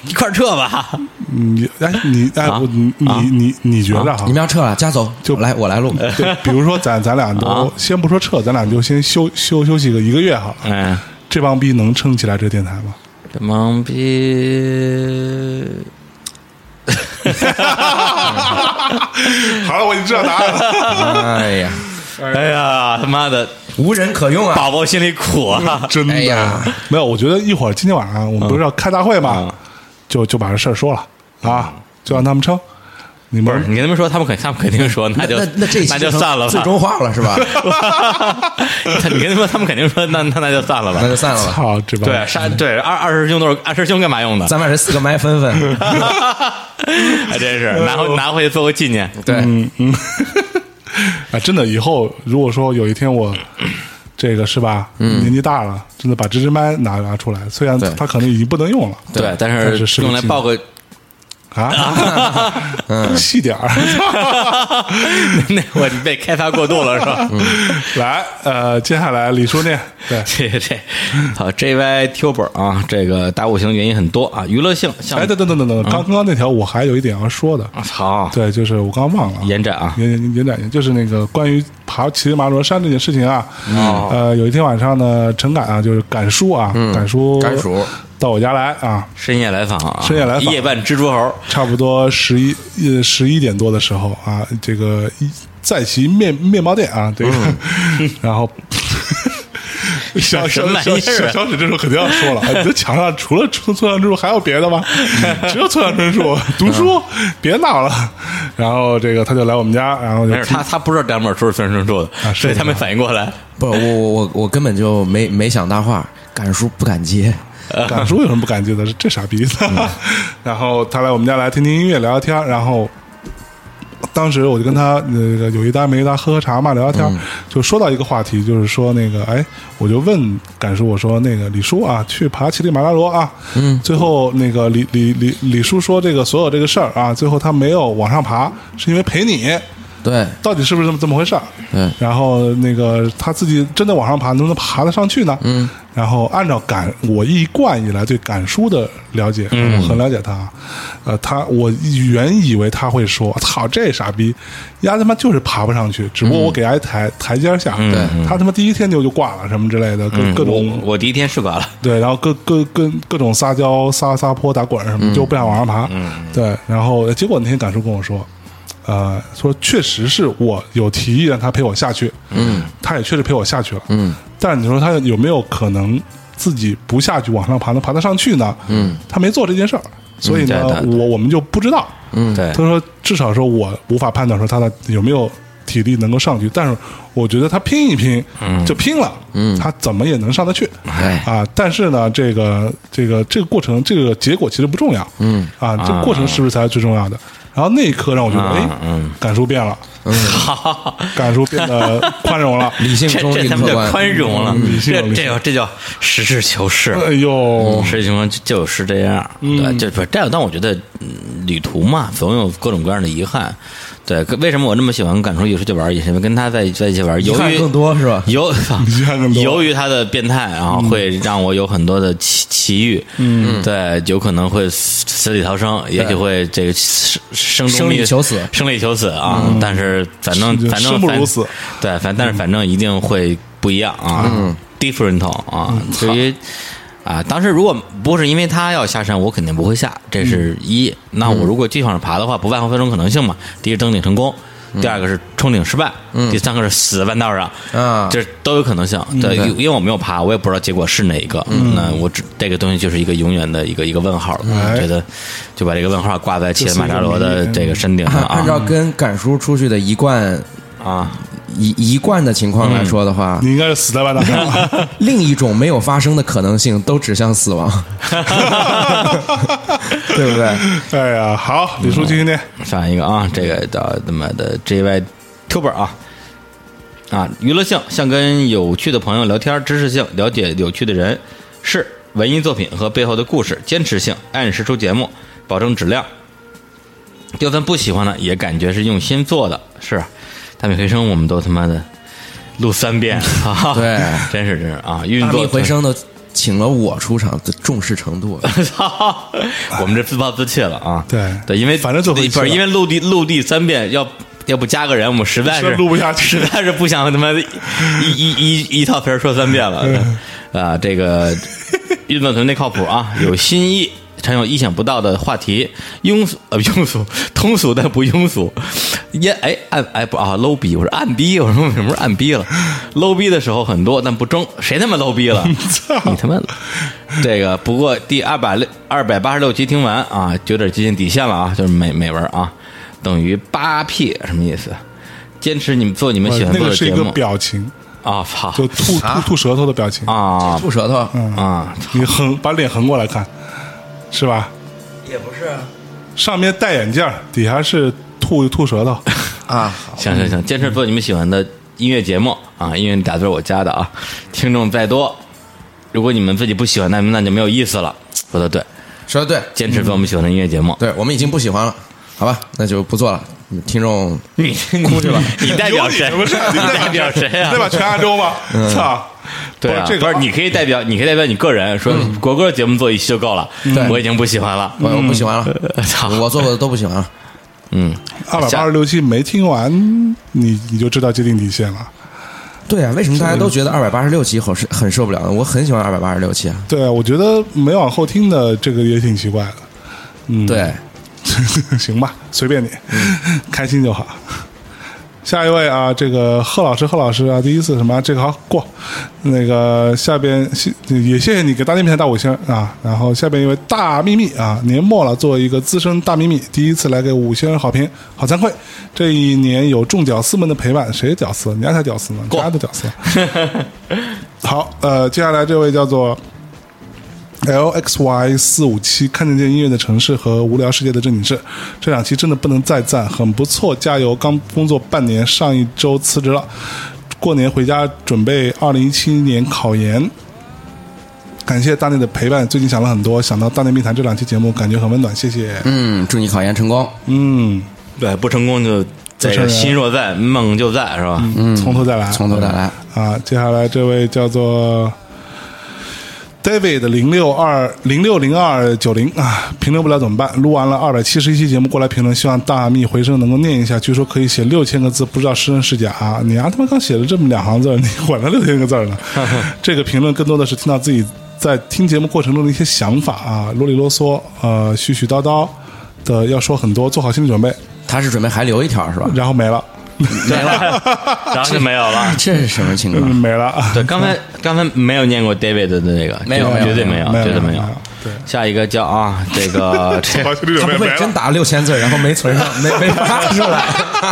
S3: 一块儿撤吧。
S2: 你哎你哎
S3: 啊
S2: 我你你你你觉得哈
S4: 你？们要撤了，家走，
S2: 就
S4: 来我来录，
S2: 对，比如说咱咱俩
S3: 啊
S2: 都先不说撤，咱俩就先休休休息个一个月好了。
S3: 哎，
S2: 这帮逼能撑起来这电台吗？
S3: 这帮逼，
S2: 好了，我已经知道答案了。
S4: 哎呀，
S3: 哎呀，他妈的，
S4: 无人可用啊，
S3: 宝宝心里苦啊！
S2: 真的、
S4: 哎呀
S2: 没有，我觉得一会儿今天
S3: 嗯
S2: 晚上我们不是要开大会嘛，就就把这事儿说了啊，就让他们撑。你
S3: 不是
S2: 们
S3: 你跟他们说，他们肯他们肯定说，那就
S6: 那那这一期
S3: 那就散了吧。
S6: 最终话了是吧？
S3: 你跟他们说，他 们肯定说，那那那就散了吧
S4: 那。就散了 吧。
S2: 操，这帮
S3: 对，杀对二二师兄都是二师兄干嘛 用的？
S4: 咱把这四个麦分 分，
S3: 还真
S2: 哎
S3: 是拿回拿回去做个纪念。
S4: 对，
S2: 啊，真的，以后如果说有一天我
S3: 嗯
S2: 这个是吧，年纪大了，真的把这支麦拿拿出来，虽然它可能已经不能用了
S3: 对，但
S2: 但是是
S3: 是
S2: 个
S3: 用来
S2: 纪念
S3: 报嗯个
S2: 啊， 细点儿。
S3: 那我被开发过度了是吧？
S2: 嗯来，呃，接下来李叔念，对，
S3: 这这好 JY Tuber 啊，这个打五行的原因很多啊，娱乐性像
S2: 哎，等等等
S3: 嗯
S2: 等等，刚刚那条我还有一点要说的，
S3: 啊操
S2: 对，就是我刚忘了。
S3: 延展啊，
S2: 延延延展，就是那个关于爬骑马罗山这件事情啊，
S3: 哦
S2: 呃，有一天晚上呢，陈敢啊，就是敢叔啊，
S3: 嗯
S2: 敢叔，
S4: 赶鼠
S2: 到我家来啊，
S3: 深夜来访啊，
S2: 深夜来访
S3: 夜半蜘蛛猴，
S2: 差不多十一呃十一点多的时候啊，这个一在其面面包店啊，这个， 然 后。小
S3: 嗯什
S2: 小
S3: 么玩意
S2: 小
S3: 儿
S2: 小
S3: 啊
S2: 小指这时候肯定要说了，哎你的墙上除了村村上春树还有别的 吗？只有村上春树，读书，
S3: 嗯
S2: 别闹了。然后这个他就来我们家，然后就
S3: 没事，他他不知道这两本书是孙生做
S2: 啊
S3: 的，
S2: 是
S3: 所
S2: 的
S3: 以他没反应过来。
S4: 不，我我我我根本就没没想搭话，敢叔不敢接，
S2: 敢叔有什么不敢接的？是这傻逼！ 然后他来我们家来听听音乐、聊聊天，然后当时我就跟他那个有一搭没一搭喝喝茶嘛，聊聊天，就说到一个话题，就是说那个哎，我就问敢叔，我说那个李叔啊，去爬乞力马扎罗啊，嗯，最后那个李李李李叔说这个所有这个事儿啊，最后他没有往上爬，是因为陪你，
S4: 对
S2: 到底是不是这么这么回事儿？
S4: 对，
S2: 然后那个他自己真的往上爬，能不能爬得上去呢？嗯，然后按照敢我一贯以来对敢叔的了解，我很了解他，呃，他我原以为他会说，操这傻逼，丫他妈就是爬不上去，只不过我给丫一台、台阶下，对、他他妈第一天就就挂了什么之类的，各、各种
S3: 我我第一天是完了，
S2: 对，然后各各各各种撒娇、撒撒泼、打滚什么，就不想往上爬。对，然后呃结果那天感叔跟我说，呃，说确实是我有提议让他陪我下去，嗯，他也确实陪我下去了，嗯，但你说他有没有可能自己不下去往上爬，能爬得上去呢？嗯，他没做这件事儿，所以呢，
S3: 对对对
S2: 我我们就不知道。
S3: 嗯，对
S2: 他，说至少说我无法判断说他的有没有体力能够上去，但是我觉得他拼一拼，就拼了，他怎么也能上得去，
S4: 哎
S2: 啊，但是呢，这个这个这个过程，这个结果其实不重要，嗯，啊，这个过程是不是才是最重要的？然后那一刻让我觉得，哎，感受变了，感受变得宽容了，
S4: 理 性
S3: 这
S4: 嗯中
S3: 这
S4: 立
S3: 他
S4: 客
S3: 们叫
S4: 观，嗯
S3: 宽容了，
S2: 理性
S3: 这
S2: 理性
S3: 这叫这叫实事求是。嗯
S2: 哎呦，
S3: 实际情况就就是这样，对，就不是这样。但我觉得、嗯旅途嘛，总有各种各样的遗憾。对，可为什么我那么喜欢赶出去出去玩，也是因为跟他在在一起玩，由
S4: 遗憾
S3: 于
S4: 更多是吧
S3: 由
S2: 遗憾更多
S3: 由于他的变态啊，
S4: 嗯
S3: 会让我有很多的奇奇遇，嗯，对，有可能会死死里逃生，也许会这个生生中
S4: 生
S3: 必
S4: 理求死嗯
S3: 生理求死啊。但是反正
S2: 就
S3: 反正
S2: 生不如
S3: 反
S2: 死
S3: 对，反但是反正一定会不一样啊、d
S4: 嗯
S3: i f f e r e n t 啊。至于啊，当时如果不是因为他要下山，我肯定不会下，这
S4: 嗯
S3: 是一。那我如果继续往上爬的话，不外乎三种可能性嘛：第一是登顶成功，
S4: 嗯
S3: 第二个是冲顶失败，第三个是死在半道上。
S4: 啊嗯
S3: 这都有可能性。对，因因为我没有爬，我也不知道结果是哪一个。那我只这个东西就是一个永远的一个一个问号了。
S2: 哎
S3: 我觉得就把这个问号挂在乞力马扎罗的这个山顶上
S4: 按按
S3: 啊
S4: 照跟赶叔出去的一贯
S3: 啊！嗯
S4: 一一贯的情况来说的话，
S2: 你应该是死在半道上，
S4: 另一种没有发生的可能性都指向死 亡， 对不对？
S2: 哎呀，好，李叔继续念，
S3: 下一个啊，这个叫他妈的 JY Tuber 啊啊，娱乐性，像跟有趣的朋友聊天，知识性，了解有趣的人事、文艺作品和背后的故事，坚持性，按时出节目，保证质量。就算不喜欢呢，也感觉是用心做的。是啊，大米回声，我们都他妈的录三遍，哈哈
S4: 对
S3: 真是真是啊，运
S4: 大
S3: 作
S4: 力回声都请了我出场，这重视程度，
S3: 嗯操， 我们这自暴自弃了啊！
S2: 对
S3: 对，因为
S2: 反正最后一次
S3: 不是
S2: 了
S3: 因为陆地陆地三遍，要要不加个人，我们实在是
S2: 实在录不下去
S3: 实在是不想他妈一一一一一套词儿说三遍了。
S2: 嗯
S3: 对啊，这个 运动团队靠谱啊，有新意。常有意想不到的话题，庸俗呃不 庸俗，通俗但不庸俗，烟哎暗哎不啊 low 逼，我说暗逼，我说我什么时候暗逼了？low 逼的时候很多，但不争，谁他妈 low 逼了？你他妈！这个不过第二百六二百八十六期听完啊，有点接近底线了啊，就是美美文啊。等于八 P，什么意思？坚持你们做你们喜 欢
S2: 那
S3: 做
S2: 个
S3: 的
S2: 是一
S3: 节
S2: 个
S3: 目
S2: 表情，
S3: 啊！操
S2: 就吐吐吐舌头的表情，
S3: 啊
S7: 吐舌头，
S3: 啊！
S2: 你 横把脸横过来看，是吧？
S7: 也不是啊
S2: 上面戴眼镜儿，底下是吐吐舌头，
S7: 啊，
S3: 行行行，坚持做你们喜欢的音乐节目啊！因为你打字是我加的啊，听众再多，如果你们自己不喜欢，那那就没有意思了。说的对，
S4: 说的对，
S3: 坚持做我们喜欢的音乐节目。
S4: 对我们已经不喜欢了，好吧，那就不做了。嗯听众
S3: 你
S4: 哭去吧，
S3: 你 代表谁？
S2: 有你什么事 儿
S3: 你代表谁啊嗯
S2: 对？吧？全亚洲吗？操！
S3: 对啊，
S2: 不是这个
S3: 不是你可以代表，你可以代表你个人说国歌节目做一期就够了，嗯我已经不喜欢了。
S4: 我我不喜欢
S2: 嗯
S4: 了，
S3: 操，
S4: 我做过的都不喜欢了。
S3: 嗯，
S2: 二百八十六期没听完，你你就知道界定底线了。
S4: 对啊，为什么大家都觉得二百八十六期很是很受不了呢？我很喜欢二百八十六期啊。
S2: 对啊，我觉得没往后听的这个也挺奇怪的。
S7: 嗯
S2: 嗯
S3: 啊
S4: 对，
S2: 行吧，随便你，开心就好。下一位啊，这个贺老师，贺老师啊，第一次什么这个好过，那个下边谢也谢谢你给大内密探打五星啊，然后下边一位大秘密啊，年末了，作为一个资深大秘密，第一次来给五星好评，好惭愧，这一年有众屌丝们的陪伴，谁屌丝？你家才屌丝呢，大家都屌丝。好，呃，接下来这位叫做 L X Y 四五七，看得见音乐的城市和无聊世界的正经事，这两期真的不能再赞，很不错，加油！刚工作半年，上一周辞职了，过年回家准备二零一七年考研。感谢大内的陪伴，最近想了很多，想到《大内密谈》这两期节目，感觉很温暖，谢谢。
S7: 嗯，祝你考研成功。
S2: 嗯，
S3: 对，不嗯成功就这
S2: 不成
S3: 个
S2: 人
S3: 心若在，梦就在，是吧？
S2: 从头再来，
S7: 嗯从头再来。
S2: 啊，接下来这位叫做 David 零六二零六零二九零啊，评论不了怎么办？录完了二百七十一期节目过来评论，希望大秘回声能够念一下。据说可以写六千个字，不知道是真是假啊！你啊他妈刚写了这么两行字儿，你管 他六千个字儿 呢？这个评论更多的是听到自己在听节目过程中的一些想法啊，啰里啰嗦，呃，絮絮叨叨的要说很多，做好心理准备，
S7: 他是准备还留一条是吧？
S2: 然后没了，
S7: 没了，
S3: 然后就没有了。
S7: 这是什么情
S2: 嗯
S7: 况？
S2: 没了啊，
S3: 对， 刚才刚才没有念过 David 的那个，
S7: 没有
S3: 绝绝对没
S7: 没
S3: 有，
S2: 没有
S3: 绝对
S2: 没
S3: 没
S2: 有
S3: 有
S2: 没有。对
S3: 下一个叫啊，这 个 这，
S2: 做好心理准
S4: 他
S2: 备
S4: 不
S2: 没
S4: 会
S2: 了。
S4: 真打六千字，然后没存上，没没发出来。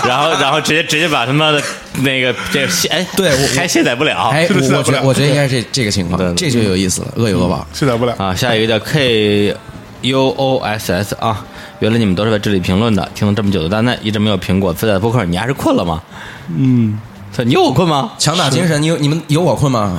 S3: 然后然后直接直接把他妈的那个这个卸，哎，
S7: 对我
S3: 还卸载不了。
S7: 哎，
S2: 是
S7: 我我觉
S2: 不了
S7: 得我觉得应该是这这个情
S3: 对
S7: 况，
S3: 对
S7: 这就有意思了，恶有恶报。
S2: 卸载不了。
S3: 啊，下一个叫 K U O S S 啊，原来你们都是在这里评论的，听了这么久的丹丹一直没有苹果自带播客，你还是困了吗？
S2: 嗯，
S3: 操你有困吗？
S4: 强打精神，你有你们有我困吗？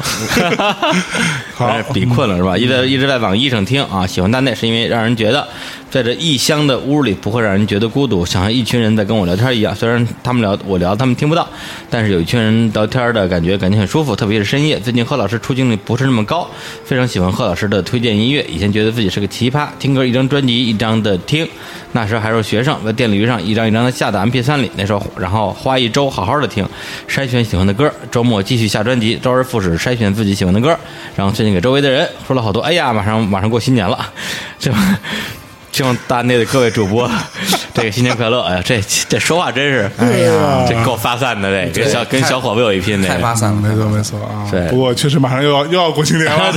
S2: 好嗯
S3: 还是比哎困了是吧？一直在一直在网易上听啊，喜欢大内是因为让人觉得在这异乡的屋里不会让人觉得孤独，想像一群人在跟我聊天一样。虽然他们聊我聊他们听不到，但是有一群人聊天的感觉感觉很舒服，特别是深夜。最近贺老师出镜率不是那么高，非常喜欢贺老师的推荐音乐。以前觉得自己是个奇葩，听歌一张专辑一张的听，那时候还是学生，在电驴上一张一张的下到 MP 3里。那时候，然后花一周好好的听，筛选喜欢的歌，周末继续下专辑，周而复始筛选自己喜欢的歌，然后推荐给周围的人。说了好多，哎呀，马上马上过新年了，这。希望大内的各位主播，这个新年快乐！哎呀，这这说话真是，哎呀，这够发散的，这跟小跟小伙子有一拼，这
S7: 太发
S3: 个
S7: 散
S2: 没
S7: 了，
S2: 错没错啊。
S3: 对
S2: 不过确实马上又要又要过新年了，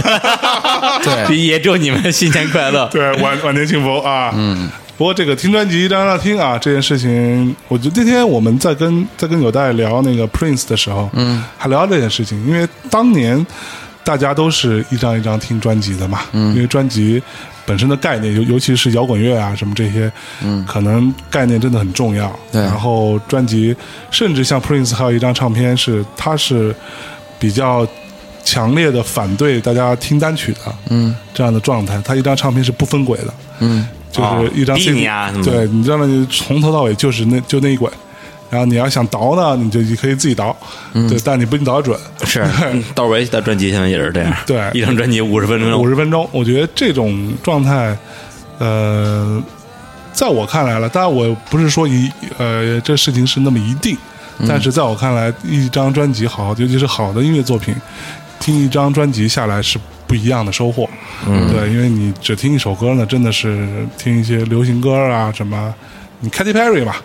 S7: 对，
S3: 也祝你们新年快乐。
S2: 对，晚晚年幸福啊。嗯。不过这个听专辑让让听啊，这件事情，我觉得那天我们在跟在跟有代聊那个 Prince 的时候，嗯，还聊这件事情，因为当年大家都是一张一张听专辑的嘛，嗯，因为专辑本身的概念，尤尤其是摇滚乐啊什么这些，嗯，可能概念真的很重要。
S7: 对
S2: 然后专辑，甚至像 Prince 还有一张唱片是，他是比较强烈的反对大家听单曲的，嗯，这样的状态。他一张唱片是不分轨的，嗯，就是一张
S3: 哦
S2: CD，、
S3: 逼你啊什么的
S2: 对你知道吗？你从头到尾就是那就那一轨。然后你要想倒呢，你就你可以自己倒，
S3: 嗯
S2: 对，但你不一定倒得准。
S3: 是，嗯窦唯的专辑现在也是这样，
S2: 对
S3: 一张专辑五十分
S2: 五
S3: 钟，
S2: 十分钟，我觉得这种状态，呃，在我看来了，当然我不是说一呃这事情是那么一定，
S3: 嗯
S2: 但是在我看来，一张专辑好，尤其是好的音乐作品，听一张专辑下来是不一样的收获。嗯，对，因为你只听一首歌呢，真的是听一些流行歌啊什么，你 Katy Perry 吧，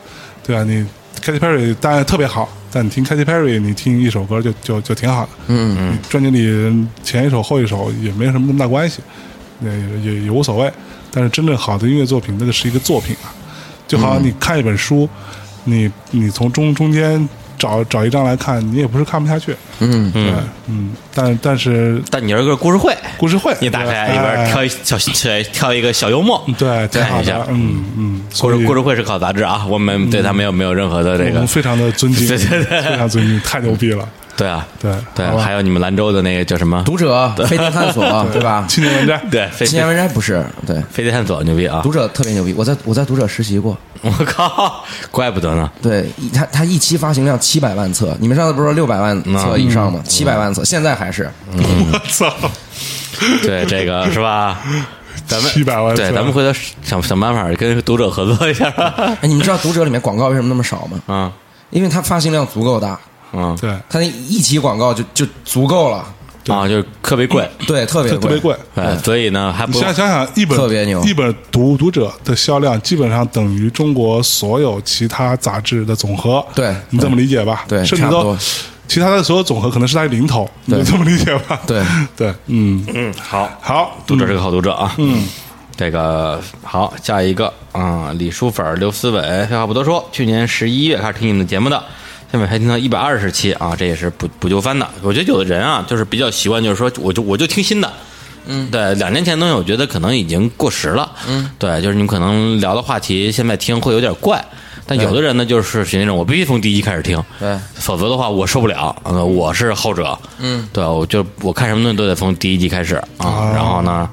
S2: 对啊，你 Katy Perry 当然特别好，但你听 Katy Perry，你听一首歌就就就挺好的。嗯，专辑里前一首后一首也没什么那么大关系，也也也无所谓。但是真正好的音乐作品，那个是一个作品啊，就好像
S8: 嗯
S2: 你看一本书，你你从中中间找找一章来看，你也不是看不下去，
S8: 嗯
S2: 对，嗯，但但是
S3: 但你是个故事会，
S2: 故事会哎
S3: 你打开里边挑一小挑挑一个小幽默，
S2: 对挺好
S3: 看一下
S2: 的，嗯嗯，
S3: 故
S2: 所以嗯
S3: 事故事会是好杂志啊，我们对他没有没有任何的这
S2: 我
S3: 个
S2: 们，非常的尊敬，
S3: 对对对
S2: 非常尊敬，太牛逼了，
S3: 对啊，
S2: 对
S3: 对
S2: 好，吧
S3: 还有你们兰州的那个叫什么？
S4: 读者、飞 碟探索，对吧？
S2: 青年文摘，
S3: 啊对，飞
S4: 青年文摘不是，对，
S3: 飞碟探索牛逼啊！
S4: 读者特别牛逼。我在我在读者实习过，
S3: 我靠，怪不得呢。
S4: 对他他一期发行量七百万册，你们上次不是说六百万册以上吗？七百万册，现在还是
S2: 我操，
S3: 对这 个是吧？咱们
S2: 700万
S3: 对，
S2: 册
S3: 咱们回头想想办法跟读者合作一下。
S4: 哎，你们知道读者里面广告为什么那么少吗？
S3: 嗯
S4: 因为它发行量足够大，
S3: 嗯
S2: 对，
S4: 它那一期广告就就足够了，
S3: 啊，就是特别 贵，
S4: 对，特别
S2: 特特别贵。
S3: 对，所以呢还
S2: 哎你
S3: 不
S2: 想想想，一本
S4: 特别牛
S2: 一本读读者的销量基本上等于中国所有其他杂志的总和。
S4: 对
S2: 你这么理解吧？
S4: 对
S2: 甚至
S4: 差不
S2: 都
S4: 多
S2: 其他的所有总和可能是它的零头，你就
S4: 对
S2: 这么理解吧？
S4: 对
S2: 对，嗯，
S3: 嗯好，
S2: 好，
S3: 读者是个好读者啊。嗯，这个好，下一个啊、李书粉、刘思伟，废话不多说，去年十一月开始听你们的节目的，现在还听到一百二十期啊，这也是补补救番的。我觉得有的人啊，就是比较习惯，就是说我就我就听新的。嗯，对，两年前的东西，我觉得可能已经过时了。嗯，对，就是你们可能聊的话题，现在听会有点怪，但有的人呢，就是属于那种我必须从第一开始听，
S4: 对
S3: 否则的话我受不了。呃，我是后者，嗯，对，我就我看什么东西都得从第一集开始啊。然后呢，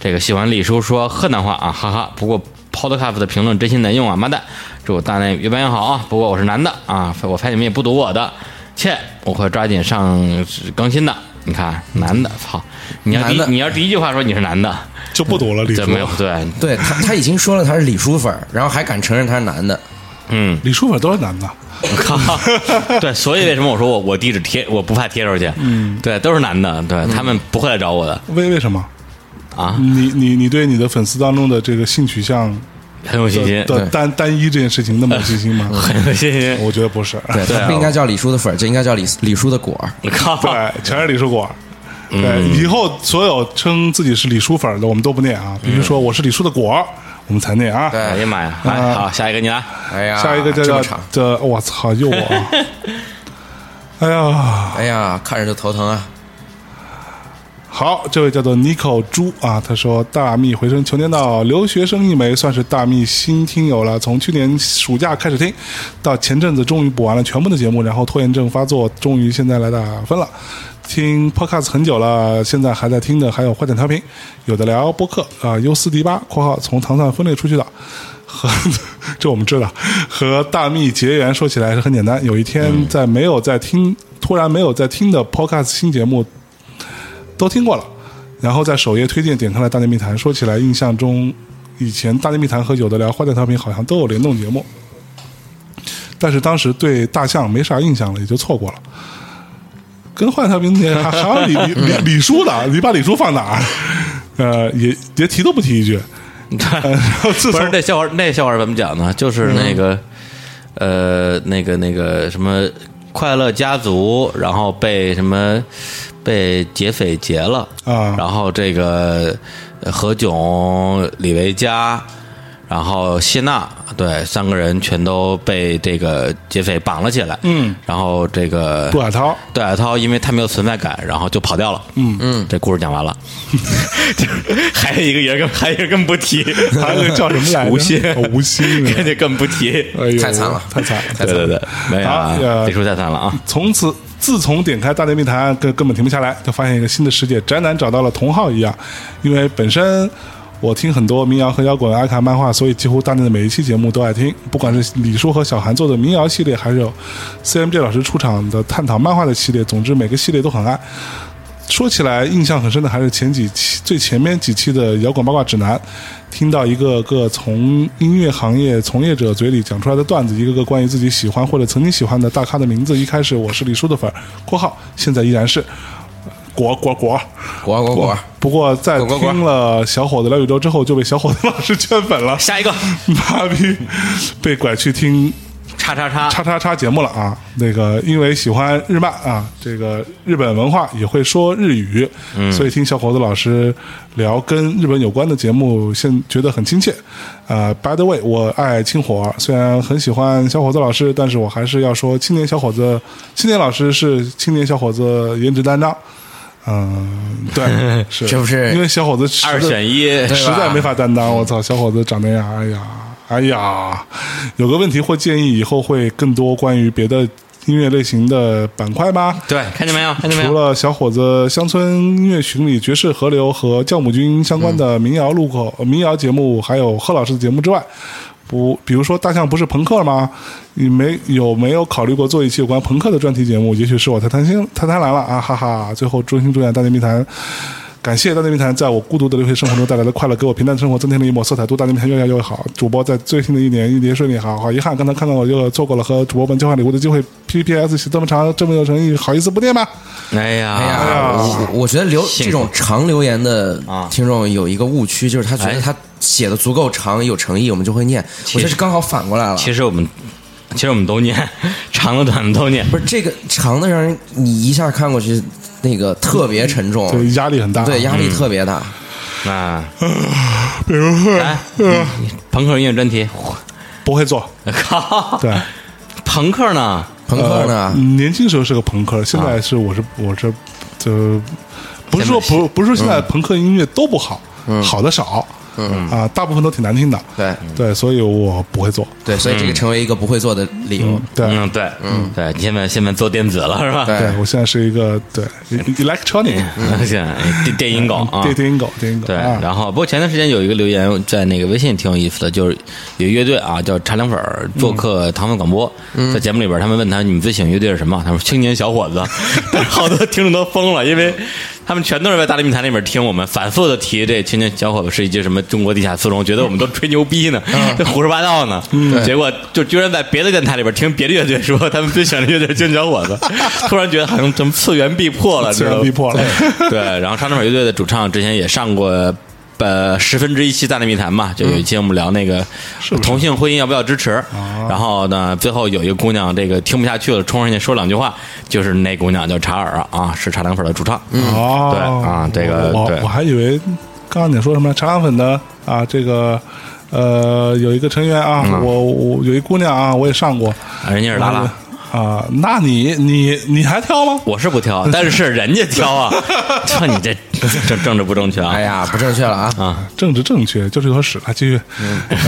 S3: 这个喜欢李叔说河南话啊，哈哈。不过 Podcast 的评论真心难用啊，妈蛋！祝大内越办越好啊！不过我是男的啊，我猜你们也不读我的，切，我会抓紧上更新的。你看，男的，操！你要第
S4: 男的
S3: 你要第一句话说你是男的，
S2: 嗯就不读了，李
S3: 嗯这
S2: 叔
S3: 没有对，
S4: 对他他已经说了他是李叔粉儿，然后还敢承认他是男的，
S3: 嗯，
S2: 李书粉都是男的，
S3: 靠，对，所以为什么我说我我地址贴我不怕贴出去，嗯，对，都是男的，对他们不会来找我的
S2: 为为什么？
S3: 啊，
S2: 你你你对你的粉丝当中的这个性取向
S3: 很有信心
S2: 的，的单单一这件事情那么有信心吗？
S3: 很有信心，
S2: 我觉得不是，
S4: 对，
S3: 对啊
S4: 他不应该叫李叔的粉儿，就应该叫李李叔的果儿。
S3: 靠，
S4: 啊
S2: 对，全是李叔果。
S4: 嗯
S2: 对，以后所有称自己是李叔粉儿的，我们都不念啊，必须说我是李叔的果儿，我们才念啊。
S4: 嗯对
S3: 哎呀妈呀，来，好，下一个你来，
S4: 哎呀，
S2: 下一个叫
S4: 这么
S2: 叫
S4: 长，
S2: 这，我操，又我啊，哎呀，
S4: 哎呀，看着就头疼啊。
S2: 好，这位叫做 Nico 猪啊，他说大蜜回声求念到留学生一枚，算是大蜜新听友了。从去年暑假开始听，到前阵子终于补完了全部的节目，然后拖延症发作，终于现在来打分了。听 Podcast 很久了，现在还在听的还有坏蛋调频，有的聊播客啊，U 四 D 八（括号从糖蒜分裂出去的）。和这我们知道，和大蜜结缘说起来是很简单。有一天在没有在听，突然没有在听的 Podcast 新节目都听过了。然后在首页推荐点开了《大内密谈》，说起来，印象中以前《大内密谈》和有的聊《花店调频》好像都有联动节目，但是当时对大象没啥印象了，也就错过了。跟坏蛋调频还还有李李李李叔的，你把李叔放哪儿？ 呃，也也提都不提一 句。呃然后自
S3: 不
S2: 从嗯
S3: 是那笑话，那笑话怎么讲呢？就是那个，呃，那个那个什么快乐家族，然后被什么被劫匪劫了
S2: 啊
S3: 然后这个呃何炅、李维嘉，然后谢娜，对，三个人全都被这个劫匪绑了起来。
S2: 嗯，
S3: 然后这个
S2: 杜海涛，
S3: 对，海涛因为他没有存在感，然后就跑掉了。嗯嗯，这故事讲 完了，就是 还有一个人更，还有一个更不提，
S2: 还有一个叫什么来着？
S3: 吴昕，
S2: 哦吴昕，
S3: 人家更不提。
S2: 哎呦
S4: 太惨了
S2: 太惨了，
S3: 对对对，没有
S2: 好
S3: 啊，
S2: 呃
S3: 李叔再三了啊，
S2: 从此，自从点开《大内密谈》，根根本停不下来，就发现一个新的世界，宅男找到了同好一样。因为本身我听很多民谣和摇滚、阿卡漫画，所以几乎大内的每一期节目都爱听，不管是李叔和小韩做的民谣系列，还是有 CMJ 老师出场的探讨漫画的系列，总之每个系列都很爱。说起来，印象很深的还是前几期最前面几期的摇滚八卦指南，听到一个个从音乐行业从业者嘴里讲出来的段子，一个个关于自己喜欢或者曾经喜欢的大咖的名字。一开始我是李叔的粉儿（括号现在依然是），果果果
S4: 果果果，
S2: 不过在
S4: 果果果
S2: 听了小伙子聊宇宙之 后，就被小伙子老师圈粉了。
S3: 下一个
S2: 妈逼，被拐去听
S9: 叉叉叉，
S2: 叉叉叉节目了啊。那个因为喜欢日漫啊，这个日本文化也会说日语，所以听小伙子老师聊跟日本有关的节目，现觉得很亲切。呃，by the way，我爱青火，虽然很喜欢小伙子老师，但是我还是要说，青年小伙子，青年老师是青年小伙子颜值担当。嗯，对，是
S4: 是不是
S2: 因为小伙子实在
S9: 二选一，
S2: 实在没法担当。我操，小伙子长那样，哎呀，哎呀，有个问题或建议，以后会更多关于别的音乐类型的板块吗？
S9: 对，看见没有？看见没
S2: 除
S9: 有？
S2: 了小伙子乡村音乐群里爵士河流和酵母菌相关的民谣路口、呃民谣节目，还有贺老师的节目之外，不，比如说大象不是朋克吗？你没有没有考虑过做一期有关朋克的专题节目？也许是我太贪心太贪婪了啊！哈哈！最后衷心祝愿大内密谈。感谢大内密谈在我孤独的留学生活中带来的快乐，给我平淡的生活增添了一抹色彩。祝大内密谈越来越好。主播在最新的一年一年顺利，好好遗憾，刚才看到我又错过了和主播们交换礼物的机会。P P S 写这么长，这么有诚意，好意思不念吗？
S3: 哎呀，啊
S4: 哎呀，我我觉得留这种长留言的听众有一个误区，就是他觉得他写的足够长有诚意，我们就会念。我觉得是刚好反过来了。
S3: 其实我们其实我们都念，长的短的都念。
S4: 不是这个长的让人你一下看过去，那个特别沉重，
S3: 哦
S2: 对，压力很大。啊
S4: 对，
S3: 嗯
S4: 压力特别大。
S3: 那，比如来，
S2: 呃
S3: 你朋克音乐专题，
S2: 不会做。
S3: 靠，
S2: 对，
S3: 朋克呢？
S4: 朋克呢？
S2: 嗯年轻时候是个朋克，现在是我是我这就不是说
S3: 啊现在
S2: 不
S3: 嗯
S2: 不是说现在朋克音乐都不好，好的少，嗯啊，大部分都挺难听的。
S4: 对
S3: 嗯
S2: 对，所以我不会做。
S4: 对，所以这个成为一个不会做的理由。
S2: 对
S3: 嗯，对，嗯，对，你现在现在做电子了是吧？
S4: 对
S2: 对，我现在是一个对 electronic
S3: 现在电电音狗嗯啊，
S2: 电电音狗，电音狗。
S3: 对，
S2: 啊
S3: 然后不过前段时间有一个留言在那个微信挺有意思的，就是有一乐队啊叫茶凉粉儿做客糖粉广播，在节目里边他们问他你们最喜欢乐队是什么？他说青年小 伙子，但是好多听众都疯了，因为他们全都是在大力密谈里面听我们反复的提这青年小伙子是一句什么中国地下丝绒，觉得我们都吹牛逼呢，这胡说八道呢，结果就居然在别的电台里边听别的乐队说他们最喜欢的乐队是青年小伙 子，突然觉得好像怎么次元壁破了，
S2: 自然逼迫了。
S3: 对，然后沙城粉乐队的主唱之前也上过。呃，十分之一期《大内密谈》嘛，就有一期我们聊那个同性婚姻嗯要不要哦支持。然后呢，最后有一个姑娘这个听不下去了，冲上去说两句话，就是那姑娘叫查尔啊啊，是茶凉粉的主唱。
S2: 哦，
S3: 对啊这个
S2: 我
S3: 对
S2: 我还以为刚刚你说什么茶凉粉的啊，这个呃有一个成员啊，
S3: 嗯
S2: 我我有一姑娘啊，我也上过，
S3: 人家是拉拉，
S2: 啊，那你你你还挑吗？
S3: 我是不 挑，但是人家挑啊。这你这 政政治不正确啊
S4: 哎！呀，不正确了啊！
S3: 嗯
S2: 政治正确就是一坨屎。来继续，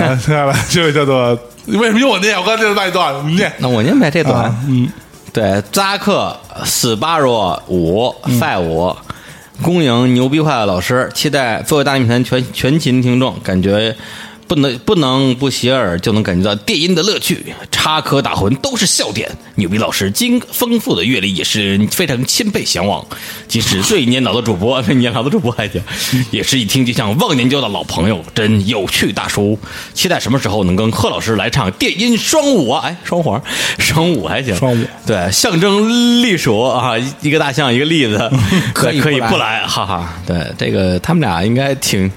S2: 来 接下来这位叫做为什么用我念？我刚才就是那一段，你 念
S3: 那我念呗，这段、
S2: 啊，嗯，
S3: 对，扎克、斯巴罗、五、
S2: 嗯
S3: 赛五、恭迎牛逼坏的老师，期待作为大内密谈全全勤听众，感觉不能不能不洗耳就能感觉到电音的乐趣，插科打诨都是笑点。牛逼老师经丰富的阅历也是令人非常钦佩向往，即使最年老的主播， 那年老的主播还行，也是一听就像忘年交的老朋友，真有趣大叔。期待什么时候能跟贺老师来唱电音双舞啊？哎，双簧， 双舞还行，
S2: 双舞
S3: 对，象征隶属啊，一个大象，一个栗子，
S4: 可以
S3: 对可以
S4: 不来
S3: 不来，哈哈。对，这个他们俩应该挺，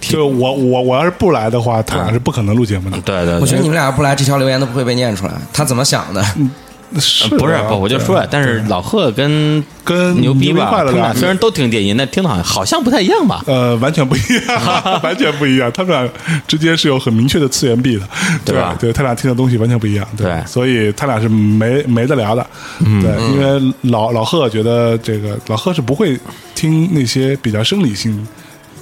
S3: 挺
S2: 就
S3: 呃
S2: 是我我我要是不来的话，他俩是不可能录节目的。
S3: 对对
S4: 我觉
S3: 对
S4: 得你们俩不来，这条留言都不会被念出来。他怎么想的？
S3: 嗯
S2: 是
S3: 不是
S2: 啊
S3: 不，我就说，但是老贺跟
S2: 跟
S3: 牛逼
S2: 牛逼
S3: 吧，
S2: 坏
S3: 他
S2: 了
S3: 们俩
S2: 俩
S3: 虽然都听电音，但听的好像好像不太一样吧？
S2: 呃，完全不一 样，完全不一样。他们俩之间是有很明确的次元壁的，对
S3: 对吧
S2: 对他俩听的东西完全不一样，对，
S3: 对嗯
S2: 所以他俩是没没得聊的，对，因为老老贺觉得这个老贺是不会听那些比较生理性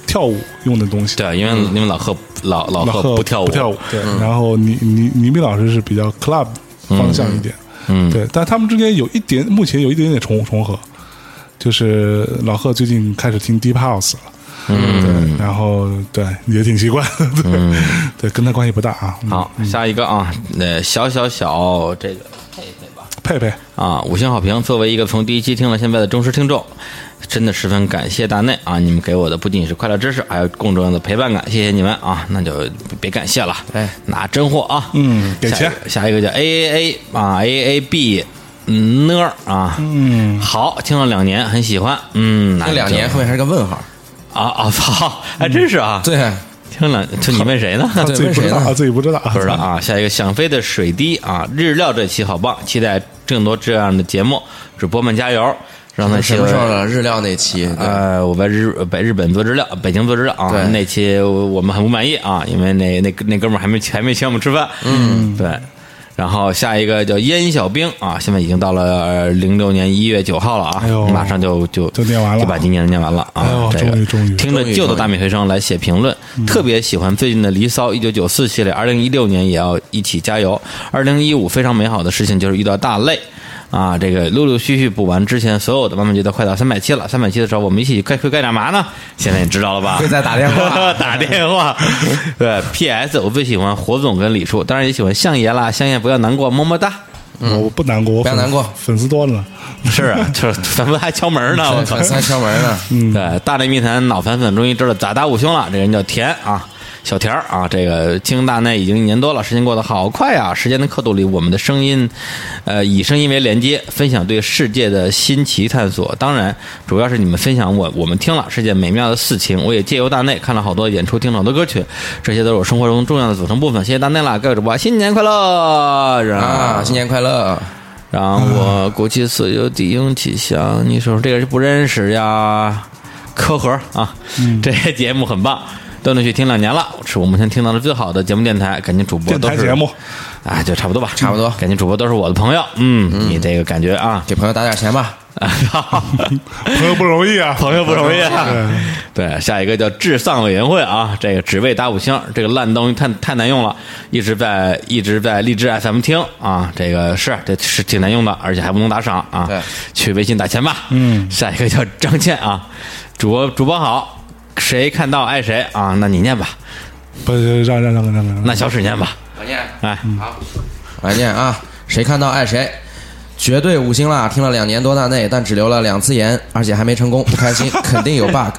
S2: 跳舞用的东西的，
S3: 对，因为因为老贺老老
S2: 老
S3: 贺
S2: 贺
S3: 不跳舞，嗯
S2: 不跳舞，对。然后倪倪倪斌老师是比较 club 方向一点，嗯，对。但他们之间有一点，目前有一点点重重合，就是老贺最近开始听 deep house 了。嗯，对，然后对也挺奇怪的，对， 对，跟他关系不大啊。嗯，
S3: 好，下一个啊，呃，小小小这个
S2: 佩佩，
S3: 啊，五星好评。作为一个从第一期听到现在的忠实听众，真的十分感谢大内啊！你们给我的不仅是快乐知识，还有更重要的陪伴感，谢谢你们啊！那就别感谢了，哎，拿真货啊！
S2: 嗯给钱
S3: 下一个。下一个叫 A A A 啊，A A B 嗯呢啊，嗯，好，听了两年，很喜欢，嗯，那
S4: 那两
S3: 就
S4: 年后面还是个问号。
S3: 啊啊操，还真是啊，
S4: 对，
S3: 听了，就你问谁呢？
S2: 他啊自己不知道，
S10: 问谁
S2: 他
S10: 呢
S2: 自己不知道，
S3: 不知道啊。下一个想飞的水滴啊，日料这期好棒，期待更多这样的节目。主播们加油，让他
S4: 什么时候了？日料那期，对
S3: 呃，我在日北日本做资料，北京做资料啊
S4: 对，
S3: 那期我们很不满意啊，因为那那那哥们儿还没还没请我们吃饭，嗯，对。然后下一个叫燕小兵啊，现在已经到了呃零六年一月九号了啊，
S2: 哎呦
S3: 马上就就
S2: 就念完了
S3: 就把今年念完了啊。
S2: 哎呦
S3: 这个
S2: 终于终于
S3: 听着旧的大米回声来写评论，
S10: 嗯
S3: 特别喜欢最近的《离骚》一九九四系列，二零一六年也要一起加油。二零一五非常美好的事情就是遇到大类。啊，这个陆陆续续补完之前所有的，慢慢觉得快到三百期了。三百期的时候，我们一起该会干点嘛呢？现在你知道了吧？
S10: 会再打电话
S3: 打 电话。对，P.S. 我最喜欢火总跟李叔，当然也喜欢相爷啦。相爷不要难过，么么哒。
S2: 我不难过，我
S4: 不要
S2: 粉
S4: 难过
S2: 粉丝多了呢。
S3: 是啊， 就是咱们还敲门 呢，啊我
S4: 对，
S3: 操
S4: 粉！丝还敲门呢。
S3: 对，大内密谈脑残粉终于知道咋打五兄了，这人叫田啊。小田儿啊，这个听大内已经一年多了，时间过得好快啊！时间的刻度里，我们的声音，呃，以声音为连接，分享对世界的新奇探索。当然，主要是你们分享我我们听了世界美妙的事情，我也借由大内看了好多演出，听了好多歌曲，这些都是我生活中重要的组成部分。谢谢大内啦，各位主播，新年快乐！然后
S4: 啊，新年快乐！
S3: 让我鼓起所有的勇气向你说，这个是不认识呀，科盒啊，这些节目很棒，断断续续听两年了，是我目前听到的最好的节目电台，感觉主播
S2: 电
S3: 都
S2: 台
S3: 是
S2: 节目，
S3: 哎，就差不多吧，
S4: 差不多
S3: 感觉主播都是我的朋友，嗯，你这个感觉 啊，
S4: 给朋友打点钱吧。
S2: 朋友不容易啊，
S3: 朋友不容易 啊
S2: 对。
S3: 对，下一个叫治丧委员会啊，这个只为打五星，这个烂东西太太难用了，一直在一直在励志 FM 听啊，这个是这是挺难用的，而且还不能打赏啊，
S4: 对
S3: 去微信打钱吧。嗯，下一个叫张倩啊，主播主播好，谁看到爱谁啊，那你念吧，
S2: 不是让让让让让让，
S3: 那小史念吧，
S4: 我念，
S3: 哎，
S4: 来念啊！谁看到爱谁，绝对五星啦！听了两年多大内，但只留了两次言，而且还没成功，不开 心，肯定有 bug。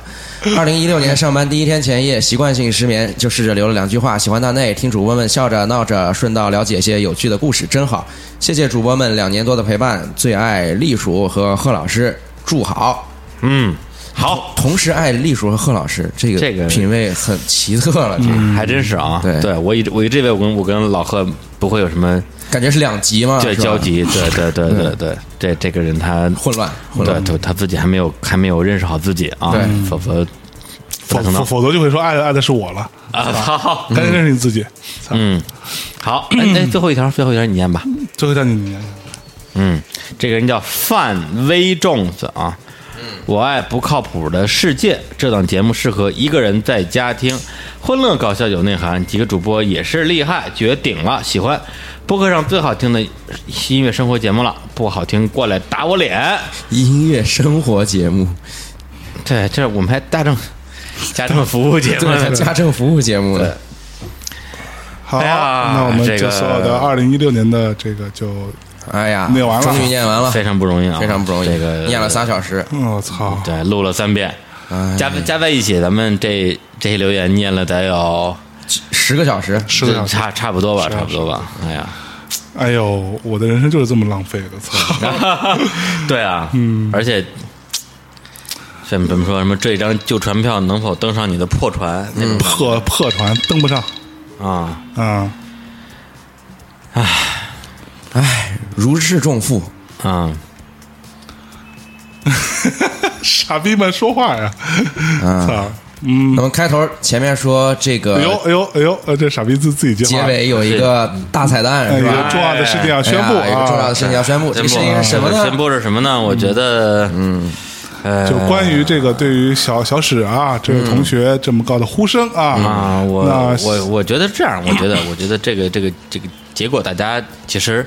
S4: 二零一六年上班第一天前夜，习惯性失眠，就试着留了两句话。喜欢大内，听主播们笑着闹着，顺道了解些有趣的故事，真好。谢谢主播们两年多的陪伴，最爱栗鼠和贺老师，祝好。
S3: 嗯，好。
S4: 同时爱栗鼠和贺老师，这个
S3: 这个
S4: 品味很奇特了，这个
S3: 还真是啊，
S4: 对
S3: 我以我以这位我跟我跟老贺不会有什么
S4: 感觉是两极嘛，
S3: 对
S4: 啊是吧
S3: 交集，对对对对对，这这个人他
S4: 混乱混
S3: 对
S4: 乱。
S3: 对，他自己还没有还没有认识好自己啊
S4: 对，
S3: 否则
S2: 否
S3: 不太可
S2: 否
S3: 能
S2: 否则就会说爱的爱的是我了，
S3: 啊。好，
S2: 赶紧认识你自己。操
S3: 嗯，好，哎，哎最后一条，最后一条你念吧。
S2: 最后叫你你
S3: 嗯，这个人叫范威粽子啊。我爱不靠谱的世界这档节目适合一个人在家听，欢乐搞笑有内涵，几个主播也是厉害，绝顶了，喜欢。播客上最好听的音乐生活节目了，不好听过来打我脸。
S4: 音乐生活 节目，
S3: 对，这我们还大众家政服务节目呢
S4: 对，家政服务节目呢，
S2: 好，
S3: 哎呀
S2: 那我们
S3: 这
S2: 就
S3: 个
S2: 所有的二零一六年的这个就，
S4: 哎呀，
S2: 念完了
S4: 终于念完了，
S3: 非
S4: 非
S3: 常不容易啊，
S4: 常不容易，
S3: 这个
S4: 念了仨小时，
S2: 嗯
S4: 哎
S2: 我操，
S3: 对，录了三遍，加加在一起，咱们这这些留言念了得有，
S4: 十个小时，
S2: 是的，
S3: 差差不多吧，差不多吧。哎 呀，
S2: 哎呦，我的人生就是这么浪费的，操，
S3: 对啊，嗯，而且像怎么说什么这一张旧船票能否登上你的破船那种
S2: 破破船登不上
S4: 嗯
S3: 啊？
S2: 啊，
S4: 如释重负，
S3: 啊，
S2: 傻逼们说话呀，操，
S4: 那么开头前面说这
S2: 嗯哎呦
S4: 个，
S2: 哎呦哎呦，呃，这傻逼自自己接
S4: 结
S2: 话，哎
S4: 尾有一个大彩蛋
S2: 有
S4: 是
S2: 一
S4: 吧
S2: 个？重要的事情哎要
S4: 哎
S2: 宣
S4: 呀
S2: 布
S4: 有一个重要
S2: 啊
S4: 的，事情要宣布，这个事情是什么
S3: 宣
S4: 呢？
S3: 布是什么呢？我觉得，嗯，呃
S2: 就关于这个对于小小史啊
S4: 嗯
S2: 这位同学这么高的呼声啊，
S3: 啊，我
S2: 那
S3: 我我觉得这样，我觉得 我觉得这个这个这个结果，大家其实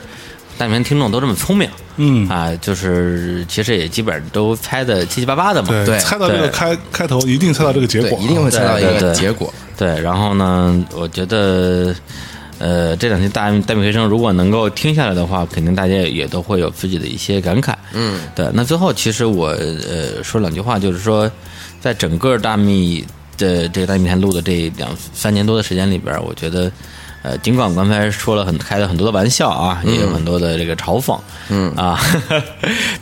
S3: 大部分听众都这么聪明，
S2: 嗯
S3: 啊，就是其实也基本都猜的七七八八的嘛，
S2: 对
S4: 对
S2: 猜到这个
S3: 对
S2: 开开头一定猜到这个结
S4: 对
S2: 果，，啊
S4: 一定会猜到一
S3: 对对对
S4: 个结果，
S3: 对，然后呢，我觉得，呃，这两天大大米学生如果能够听下来的话，肯定大家也也都会有自己的一些感慨。嗯，对。那最后，其实我呃说两句话，就是说，在整个大米的这个大米台录的这两三年多的时间里边，我觉得。呃，尽管我刚才说了很开了很多的玩笑啊，也有很多的这个嘲讽，嗯 啊，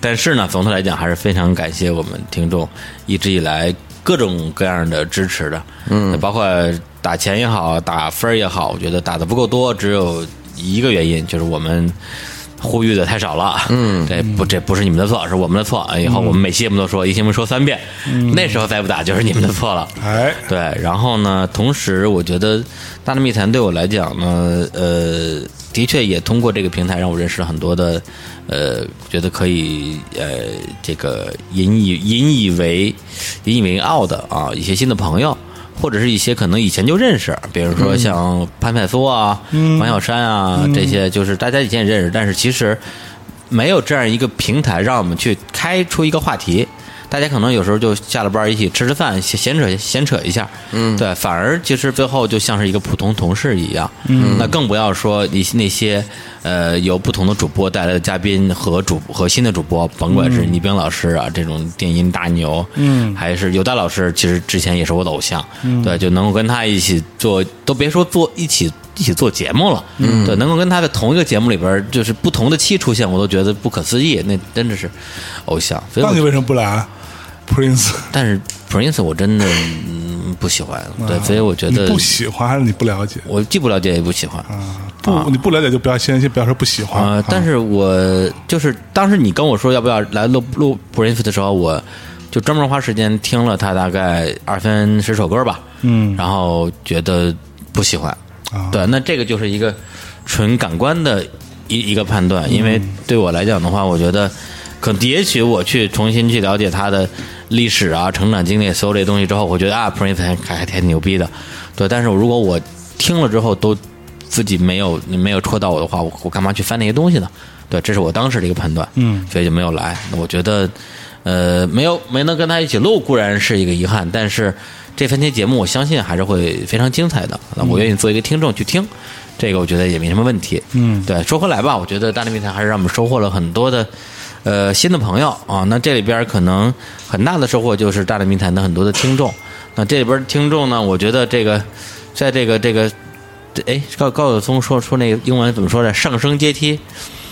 S3: 但是呢，总体来讲还是非常感谢我们听众一直以来各种各样的支持的，嗯，包括打钱也好，打分儿也好，我觉得打的不够多，只有一个原因，就是我们。呼吁的太少了，嗯，这不这不是你们的错，是我们的错。以后我们每期节目都说，一期节目说三遍，那时候再不打就是你们的错了。
S2: 哎，
S3: 对，然后呢，同时我觉得《大内密谈》对我来讲呢，呃，的确也通过这个平台让我认识了很多的，呃，觉得可以呃，这个引以引以为引以为傲的啊，一些新的朋友。或者是一些可能以前就认识，比如说像潘派夫啊、王小山啊、这些，就是大家以前也认识，但是其实没有这样一个平台让我们去开出一个话题。大家可能有时候就下了班一起吃吃饭，闲闲扯闲扯一下，嗯，对，反而其实最后就像是一个普通同事一样，嗯，那更不要说你那些呃由不同的主播带来的嘉宾和主和新的主播，甭管是倪兵老师啊这种电音大牛，嗯，还是尤丹老师，其实之前也是我的偶像，嗯、对，就能够跟他一起做，都别说做一起。一起做节目了，嗯，对，能够跟他在同一个节目里边儿，就是不同的期出现，我都觉得不可思议，那真的是偶像。所以我
S2: 那你为什么不来啊？Prince，
S3: 但是 Prince 我真的、嗯、不喜欢，对，所以我觉
S2: 啊你
S3: 得
S2: 不喜啊欢还是你不了解？
S3: 我既不了解也不喜欢。
S4: 啊
S2: 不，你不了解就不要先先不要说不喜欢
S3: 啊、
S2: 啊。
S3: 但是我就是当时你跟我说要不要来录录 Prince 的时候，我就专门花时间听了他大概二分十首歌吧，
S2: 嗯
S3: 然后觉得不喜欢。
S2: 啊
S3: 对，那这个就是一个纯感官的一一个判
S2: 嗯
S3: 断，因为对我来讲的话，我觉得可也许我去重新去了解他的历史啊、成长经历，所有这些东西之后，我觉得啊，Prince 还还还挺牛逼的，对。但是我如果我听了之后都自己没有没有戳到我的话，我我干嘛去翻那些东西呢？对，这是我当时的一个判断，
S2: 嗯
S3: 所以就没有来。我觉得，呃，没有没能跟他一起录固然是一个遗憾，但是这番期节目我相信还是会非常精彩的。那我愿意做一个听众去听，这个我觉得也没什么问题。
S2: 嗯
S3: 对，说回来吧，我觉得大内密谈还是让我们收获了很多的。呃，新的朋友啊，那这里边可能很大的收获就是大内密谈的很多的听众。那这里边听众呢，我觉得这个，在这个这个这哎，高高晓松说说那个英文怎么说来？上升阶梯，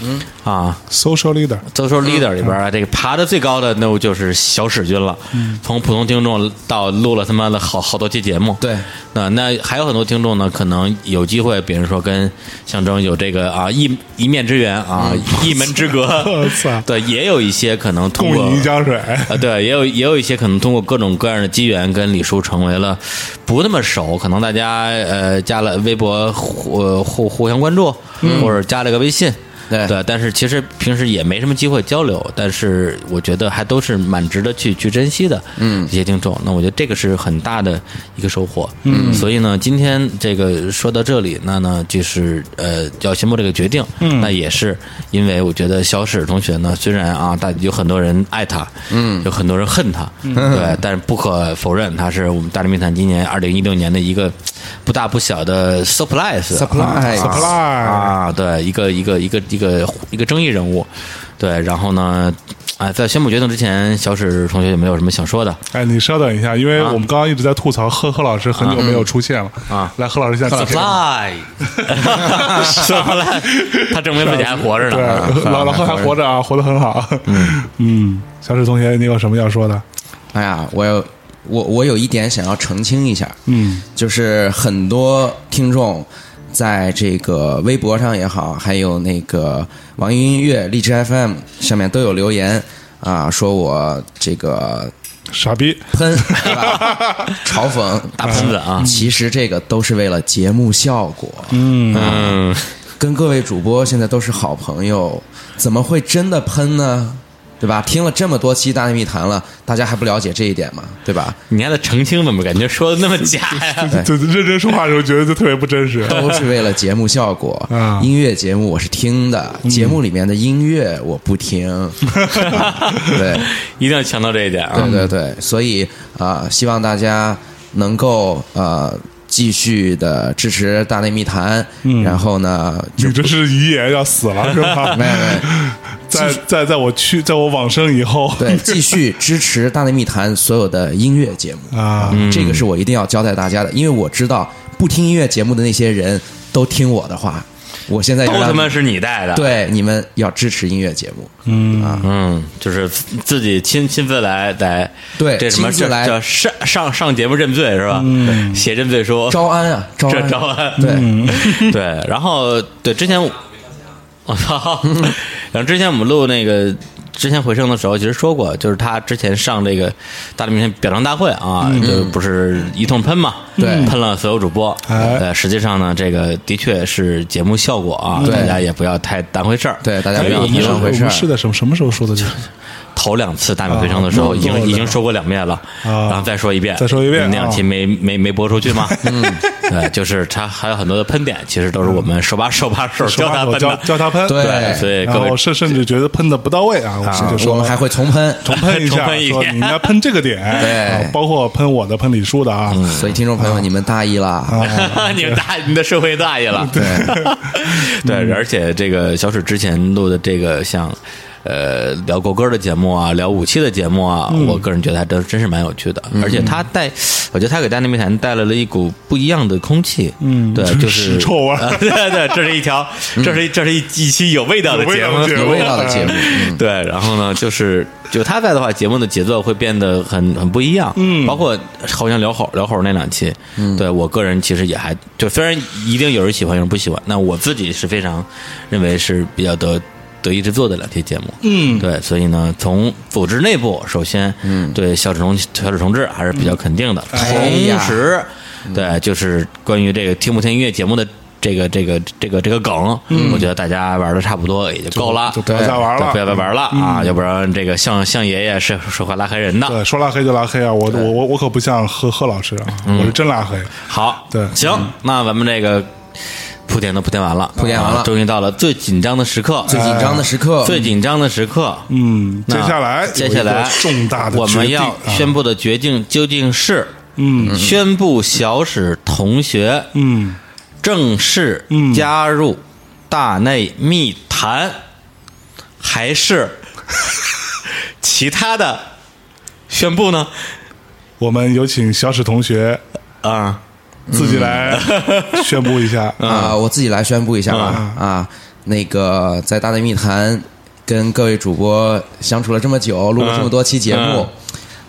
S3: 嗯啊，
S2: ，social leader，
S3: 都说 leader 里边啊，这个爬的最高的那我就是小史君了。
S2: 嗯
S3: 从普通听众到录了他妈的好好多期节目，
S4: 对，
S3: 那那还有很多听众呢，可能有机会，比如说跟象征有这个啊一一面之缘啊，一门之隔，
S2: 嗯 我操，
S3: 对，也有一些可能通
S2: 共
S3: 过
S2: 饮一江水。
S3: 啊， 对，也有也有一些可能通过各种各样的机缘跟李叔成为了不那么熟，可能大家呃加了微博互呃互互相关注，或者加了个微信。
S4: 对
S3: 但是其实平时也没什么机会交流，但是我觉得还都是蛮值得去去珍惜的，嗯，这些听众。那我觉得这个是很大的一个收获，嗯，所以呢，今天这个说到这里，那呢就是呃要宣布这个决定，嗯，那也是因为我觉得小史同学呢，虽然啊大有很多人爱他，嗯，有很多人恨他，嗯、对，但是不可否认，他是我们大力密探今年二零一六年的一个不大不小的 surprise，
S2: supply
S4: 哎，surprise，
S3: 啊，对，一个一个一个一个一个争议人物，对，然后呢，啊，在宣布决定之前，小史同学有没有什么想说的？
S2: 哎，你稍等一下，因为我们刚刚一直在吐槽贺贺老师很久没有出现了
S3: 啊
S2: 来，贺老师现在自评
S3: 说来，他证明自己
S2: 啊
S3: 还活着
S2: 对，
S3: 呢。
S2: 老老贺还活着啊，活得很好。嗯小史同学，你有什么要说的？
S4: 哎呀，我有我我有一点想要澄清一下，
S2: 嗯
S4: 就是很多听众在这个微博上也好，还有那个网易云音乐、荔枝 FM 上面都有留言啊，说我这个
S2: 傻逼，
S4: 喷，对吧嘲讽。
S3: 大喷子啊，
S4: 其实这个都是为了节目效果，
S3: 嗯，
S4: 跟各位主播现在都是好朋友，怎么会真的喷呢？对吧？听了这么多期《大内密谈》了，大家还不了解这一点吗？对吧？
S3: 你还得澄清，怎么感觉说的那么假呀？
S2: 就认真说话的时候觉得就特别不真实。
S4: 都是为了节目 效果
S2: 啊。
S4: 音乐节目我是听的，
S3: 嗯
S4: 节目里面的音乐我不听。 对
S3: 一定要强调这一点啊
S4: 对！对对，所以啊、希望大家能够呃继续的支持《大内密谈》，
S3: 嗯
S4: 然后呢，就
S2: 你这是遗言要死了是吧？
S4: 没有没有，
S2: 在在在我去，在我往生以后，
S4: 对，继续支持《大内密谈》所有的音乐节 目。
S2: 啊，
S3: 嗯
S4: 这个是我一定要交代大家的，因为我知道不听音乐节目的那些人都听我的话，我现在
S3: 都
S4: 要
S3: 他
S4: 让
S3: 妈是你带的，
S4: 对你们要支持音乐节目，
S3: 嗯，就是自己亲亲自来来，
S4: 对
S3: 这什么
S4: 亲自
S3: 这
S4: 来嗯
S3: 叫上上上节目认罪是吧？写认罪书，
S4: 招安啊，招
S3: 这
S4: 安，
S3: 招安，
S4: 对，
S3: 对，然后对之前我我操，然后之前我们录那个之前回声的时候，其实说过，就是他之前上这个大力明星表彰大会啊，就不是一通喷嘛，
S4: 嗯对
S3: 喷了所有主播。
S2: 哎
S3: 呃，实际上呢，这个的确是节目效果啊，
S4: 对
S3: 大家也不要太当回事儿。
S4: 对大家
S3: 不
S4: 不
S3: 要
S4: 要
S2: 我
S4: 一
S3: 一
S2: 们是
S4: 当回事
S2: 哎我
S4: 儿
S2: 们是在什么什么时候说的？就是
S3: 头两次大米回声的时候，
S2: 啊
S3: 已经
S2: 弄
S3: 已经说过两遍了，
S2: 啊
S3: 然后再说一遍，
S2: 再说一遍
S3: 嗯那两
S2: 啊
S3: 期没没没播出 去嘛。嗯，对，就是他还有很多的喷点，其实都是我们手把手把手
S2: 手
S3: 教
S2: 把手
S3: 他喷
S2: 啊教
S3: 的。
S2: 教他喷，
S4: 对
S3: 对，所以各
S2: 然
S3: 位
S2: 后甚甚至觉得喷的不到位啊，我们就
S4: 我
S2: 说
S4: 们还会重喷，
S2: 重喷一
S3: 重
S2: 下，
S3: 喷一
S2: 说
S3: 遍
S2: 你应该喷这个点，啊包括喷我的，喷李叔的啊，
S4: 嗯所以听众朋友，你们大意了，
S3: 你们大你的社会大爷了，对
S2: 嗯
S3: 对，而且这个小史之前录的这个像呃聊国歌的节目啊，聊武器的节目啊，
S2: 嗯
S3: 我个人觉得还真真是蛮有趣的，而且他带，我觉得他给《大内密谈》带来了一股不一样的空气，嗯，对，就
S2: 屎
S3: 是
S2: 臭味儿
S3: 啊 对对，这是一条，这是一这是一一期有味道的
S2: 有味
S3: 节
S2: 道
S3: 目
S2: 的，节目
S4: 有味道的节目，
S3: 对，然后呢，就是就他在的话，节目的节奏会变得很很不一样。嗯，包括好像聊猴聊猴那两期，嗯，对我个人其实也还就虽然一定有人喜欢，有人不喜欢，那我自己是非常认为是比较得。得意之作的两期节目，嗯，对，所以呢，从组织内部，首先，嗯，哎对小史同小史同志还是比较肯定的。同
S4: 呀
S3: 时，对，就是关于这个听不听音乐节目的这个这个这个这个梗，我觉得大家玩的差不多也就够了，
S2: 就不要再玩
S3: 嗯
S2: 了。嗯
S3: 对不要再玩了啊，要不然这个像像爷爷是是会拉黑人的。
S2: 对，说拉黑就拉黑啊！我我我我可不像贺贺老师啊，我是真拉黑。
S3: 好，
S2: 对嗯
S3: 行，那咱们这个铺垫都铺垫完了，
S4: 铺垫完了
S3: 啊终于到了最紧张的时刻，
S4: 最紧张的时刻，
S3: 最紧张的时刻。
S2: 哎嗯，接
S3: 那
S2: 下来
S3: 接下来
S2: 有一个重大的
S3: 我
S2: 决
S3: 们
S2: 定
S3: 要宣布的决定究竟是，
S2: 嗯，
S3: 宣布小史同学
S2: 嗯，
S3: 正式
S2: 嗯
S3: 加入大内密谈，还是其他的宣布呢？
S2: 我们有请小史同学
S3: 啊，
S2: 自己来
S3: 嗯
S2: 宣布一 下。
S4: 啊，我自己来宣布一下吧。
S2: 嗯
S4: 啊，那个在《大内密谈》跟各位主播相处了这么久，录了这么多期节目，
S2: 嗯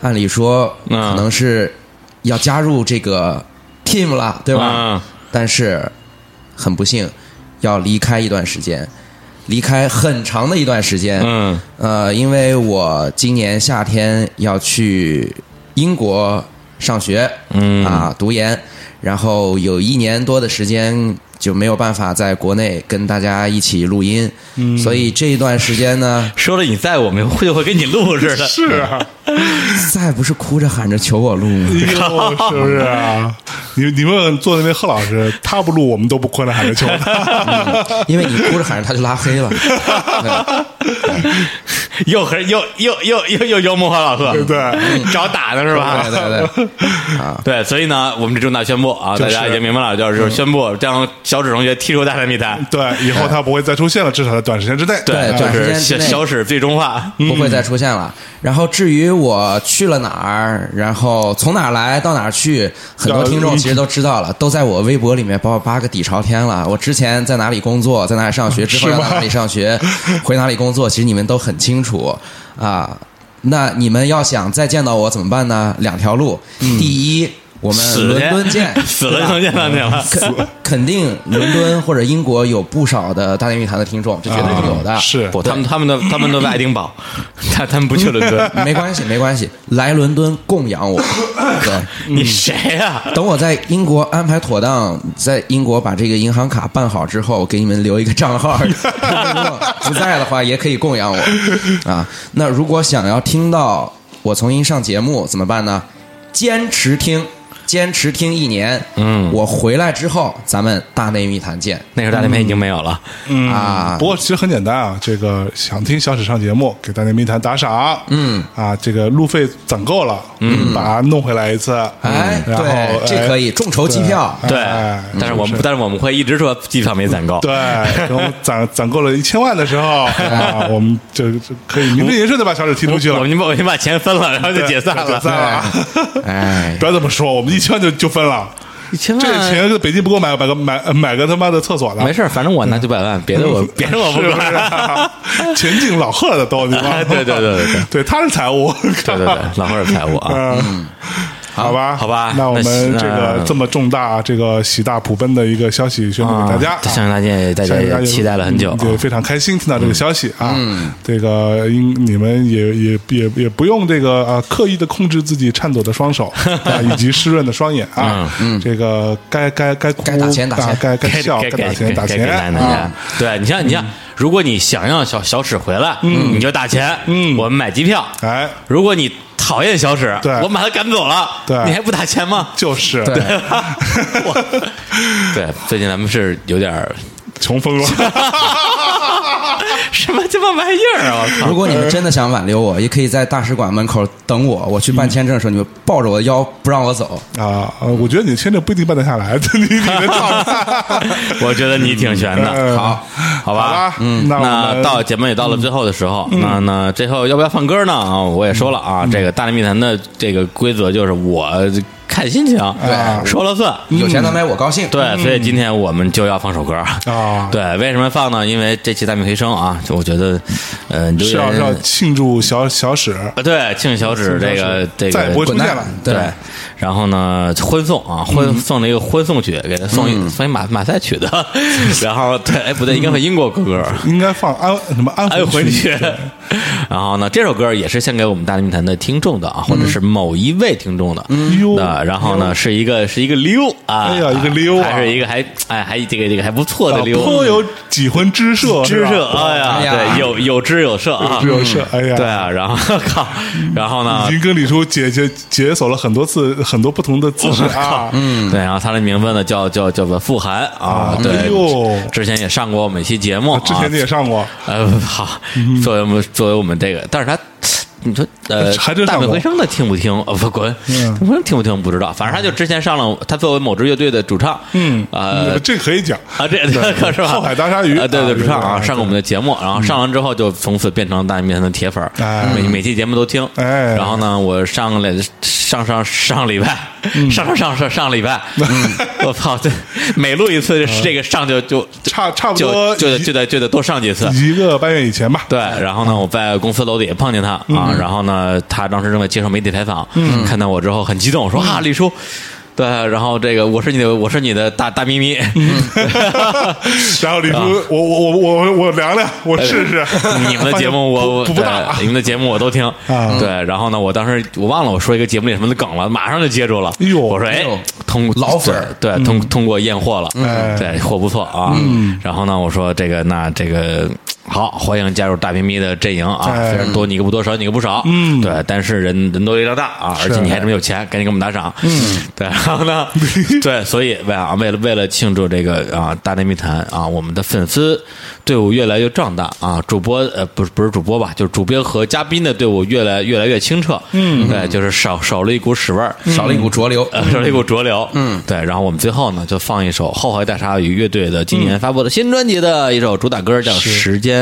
S4: 按理说
S3: 嗯
S4: 可能是要加入这个 team 了，对
S3: 嗯
S4: 吧？但是很不幸，要离开一段时间，离开很长的一段时间。
S3: 嗯，
S4: 呃，因为我今年夏天要去英国上学，
S3: 嗯，
S4: 啊，读研，然后有一年多的时间就没有办法在国内跟大家一起录音，嗯，所以这一段时间呢
S3: 说了你在我们会就会跟你录似的。
S2: 是啊，
S4: 再不是哭着喊着求我录吗？
S2: 哟是不是啊？你你问问坐那位贺老师，他不录我们都不困了，喊着求他。
S4: 因为你哭着喊着他就拉黑了，对
S3: 又很又又又又又幽默化老贺，
S2: 对，
S3: 找打的是吧？
S4: 对对对，
S3: 对所以呢，我们这重大宣布啊，
S2: 就是
S3: 大家已经明白了，就是宣布将小史同学踢出大内密谈，
S2: 对，以后他不会再出现了，至少在短时间之内。哎
S4: 对
S3: 就
S4: 短时
S3: 是
S4: 间之
S3: 小
S4: 内
S3: 小史最终化。
S4: 不会再出现了。然后至于我去了哪儿，然后从哪儿来到哪儿去，很多听众其实都知道了，都在我微博里面把我扒个底朝天了。我之前在哪里工作，在哪 里上学，之后要到哪里上学，回哪里工作，其实你们都很清楚啊。那你们要想再见到我怎么办呢？两条路，第一，我
S3: 死
S4: 们伦敦
S3: 去
S4: 见，
S3: 死了就能见到你了。
S4: 肯肯定伦敦或者英国有不少的大内密谈的听众，这绝对是有的。
S2: 是
S3: 不，他们他们的他们都在爱丁堡，他他们不去伦敦。
S4: 没关系，没关系，来伦敦供养 我。对，
S3: 你谁呀？
S4: 等我在英国安排妥当，在英国把这个银行卡办好之后，给你们留一个 账号。如果不在的话，也可以供养我啊。那如果想要听到我重新上节目怎么办呢？坚持听，坚持听一年。嗯，我回来之后，咱们大内密谈见。
S3: 那时候大内密谈已经没有了。
S4: 啊，
S2: 嗯不过其实很简单啊，这个想听小史上节目，给大内密谈打赏，嗯，啊，这个路费攒够了，嗯，把它弄回来一次，
S4: 哎，
S2: 嗯然后
S4: 对，这可以众筹机票。
S2: 哎
S3: 对
S2: 哎，
S3: 但是我们但是我们会一直说机票没攒够。
S2: 对，等我们攒 攒够了一千万的时候，啊，我们就就可以名正言顺的把小史踢出去
S3: 我
S2: 了，
S3: 们就把我们就把钱分了，然后就
S2: 对
S3: 解散
S2: 解
S3: 了。
S2: 散了。
S4: 哎，
S2: 不要这么说，我们一千万就就分了，
S3: 一千万
S2: 这个钱在北京不够买买个买呃买个他妈的厕所了，
S3: 没事儿，反正我拿九百万，别 的我别的我不
S2: 是不是
S3: 管。
S2: 啊？前进老贺的都，你忘了
S3: 对对对对对
S2: 对，他是财务，
S3: 对对对，老二财务啊，
S2: 嗯，好吧，
S3: 好吧
S2: 那我
S3: 那
S2: 们
S3: 行
S2: 这个
S3: 那
S2: 这么重大、这个喜大普奔的一个消息宣布嗯给大家
S3: 啊，相信大家也大
S2: 相
S3: 家
S2: 信
S3: 也期待了很久
S2: 嗯
S3: 啊。
S2: 对，非常开心听到这个消息啊。这个应你们也也也也不用这个啊刻意的控制自己颤抖的双手啊，以及湿润的双眼啊。这个该该该哭，
S4: 该打钱打钱
S2: 啊该该笑，该
S3: 该
S2: 打钱
S3: 给
S2: 打
S3: 给给
S2: 钱
S3: 男的
S2: 啊。
S3: 对你像你像，如果你想要小小史回来，嗯，你就打钱，嗯我们买机票。
S2: 哎，
S3: 如果你讨厌小史，
S2: 对
S3: 我们把他赶走了，
S2: 对
S3: 你还不打钱吗？
S2: 就是
S4: 对
S3: 我 对，最近咱们是有点 儿
S2: 穷疯了。
S3: 什么鸡巴玩意儿啊！我
S4: 如果你们真的想挽留我，也可以在大使馆门口等我。我去办签证的时候，你们抱着我的腰不让我走。
S2: 啊，呃我觉得你签证不一定办得下来， 你你的状态。
S3: 靠我觉得你挺悬的，
S2: 嗯
S3: 好，好
S2: 好
S3: 吧
S2: 吧，嗯那我
S3: 那
S2: 们嗯
S3: 到节目也到了最后的时候，那那最后要不要放歌呢？啊，我也说了啊，这个大内密谈的这个规则就是我看心情，
S2: 嗯对嗯
S3: 说了算，
S4: 有钱能买我高兴。
S3: 对，所以今天我们就要放首歌
S2: 啊
S3: 对，为什么放呢？因为这期大米回声啊，就我觉得，呃，留
S2: 是要是要啊
S3: 言
S2: 庆祝小小史
S3: 啊，对，庆小指这个这
S2: 再也不会
S3: 个。
S2: 出 现了。
S4: 对
S3: 对，然后呢，欢送啊，欢
S2: 嗯
S3: 送了一个欢送曲，给他送一送一马马赛曲 的，然后对，哎不对，应该是英国歌歌，
S2: 应该放安什么安
S3: 安
S2: 魂
S3: 魂曲。 然后呢，这首歌也是献给我们大内密谈的听众的啊，或者是某一位听众的。
S2: 嗯哟
S3: 那然后呢，是一个是一个溜啊，
S2: 哎呀一个溜啊
S3: 还是一个还哎还这个这个还不错的
S2: 啊
S3: 溜，
S2: 颇有几魂之 社，
S3: 知
S2: 是
S3: 社，
S2: 吧
S3: 哎呀，
S4: 哎呀
S3: 对，有有知有社啊，
S2: 知有嗯社哎呀
S3: 对啊，然后 靠，然后呢
S2: 已，经跟李叔解解解锁了很多次很多不同的姿势啊，
S3: 嗯，对，然后他的名字呢叫叫叫做傅寒啊，
S2: 哎
S3: 对
S2: 呦，啊
S3: 之前也上过我们一期节目，
S2: 之前你也上嗯过，
S3: 呃，好，作为我们作为我们这个，但是他，你说呃，
S2: 还真上
S3: 大
S2: 过
S3: 本回声的听不听？呃，不滚，
S2: 嗯
S3: 大本回声听不听不知道，反正他就之前上了，他作为某支乐队的主唱，
S2: 嗯
S3: 呃。
S2: 这可以讲，
S3: 啊，这这可是吧？
S2: 后海大鲨鱼
S3: 啊，对
S2: 啊
S3: 对，主唱
S2: 对
S3: 啊，
S2: 对
S3: 上过我们的节目，然后上完之后就从此变成大面团的铁粉儿
S2: 哎，
S3: 每每期节目都听。
S2: 哎
S3: 然后呢，我上个礼上上上礼拜，
S2: 嗯
S3: 上上上上上礼拜，我操，这每录一次这个上就就
S2: 嗯差差不
S3: 就
S2: 多
S3: 就得
S2: 一
S3: 就得就得多上几次，
S2: 一个半月以前吧，
S3: 对，然后呢，我在公司楼底下碰见他
S2: 嗯
S3: 啊，然后呢，他当时正在接受媒体采访，看到我之后很激动，说
S2: 嗯
S3: 啊，李叔。对，然后这个我是你的，我是你的大大咪咪，
S2: 嗯 然后李叔，我我我我我量量，我试试，
S3: 哎 你们的节目我我
S2: 不不大啊
S3: 对，你们的节目我都听。对，然后呢，我当时我忘了我说一个节目里什么的梗了，马上就接住了。
S2: 哎呦嗯
S3: 我说哎，通
S4: 老粉儿
S3: 对，通通过验货了，
S2: 哎嗯
S3: 对，货不错啊。然后呢，我说这个那这个。好，欢迎加入大咪咪的阵营啊！
S2: 哎
S3: 虽然多你一个不多，少你一个不少，
S2: 嗯
S3: 对，但是人人多力量大啊，而且你还这么有钱，赶紧给我们打赏，嗯，对，然后 呢，对，所以为啊，为了为了庆祝这个啊大内密谈啊，我们的粉丝队伍越来越壮大啊，主播呃不是不是主播吧，就是主编和嘉宾的队伍越来越来越清澈，嗯，对，就是少少了一股屎味儿，
S4: 少了一股浊流。
S3: 呃，这是一股浊流。嗯，对。然后我们最后呢，就放一首后海大鲨鱼乐队的今年发布的新专辑的一首主打歌，叫《时间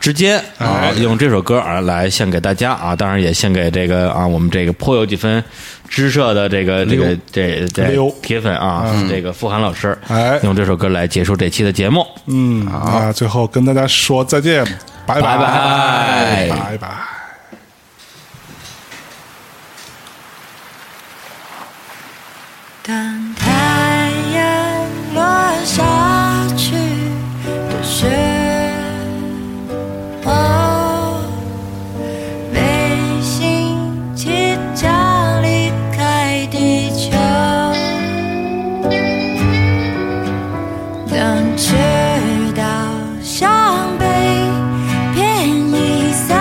S3: 之间》啊，用这首歌啊来献给大家啊，当然也献给这个啊，我们这个颇有几分知社的这个这个这这
S2: 溜
S3: 铁粉啊，这个傅寒老师
S2: 哎，
S3: 用这首歌来结束这期的节目。
S2: 嗯，啊，最后跟大家说再见，拜拜
S3: 拜拜
S2: 拜拜。
S11: 当太阳落下去的时候，卫星即将离开地球。当赤道向北偏移三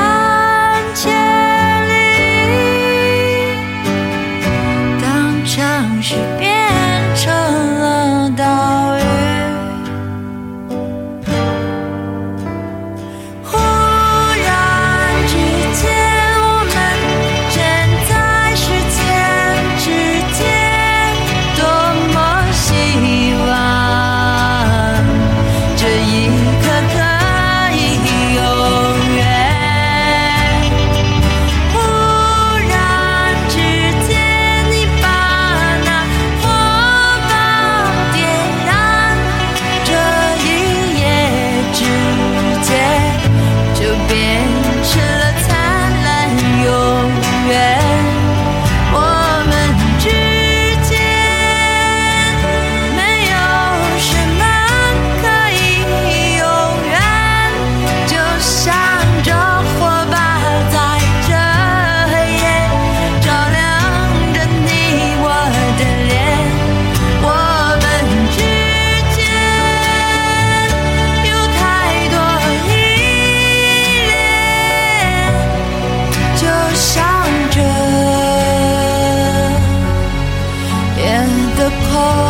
S11: 后，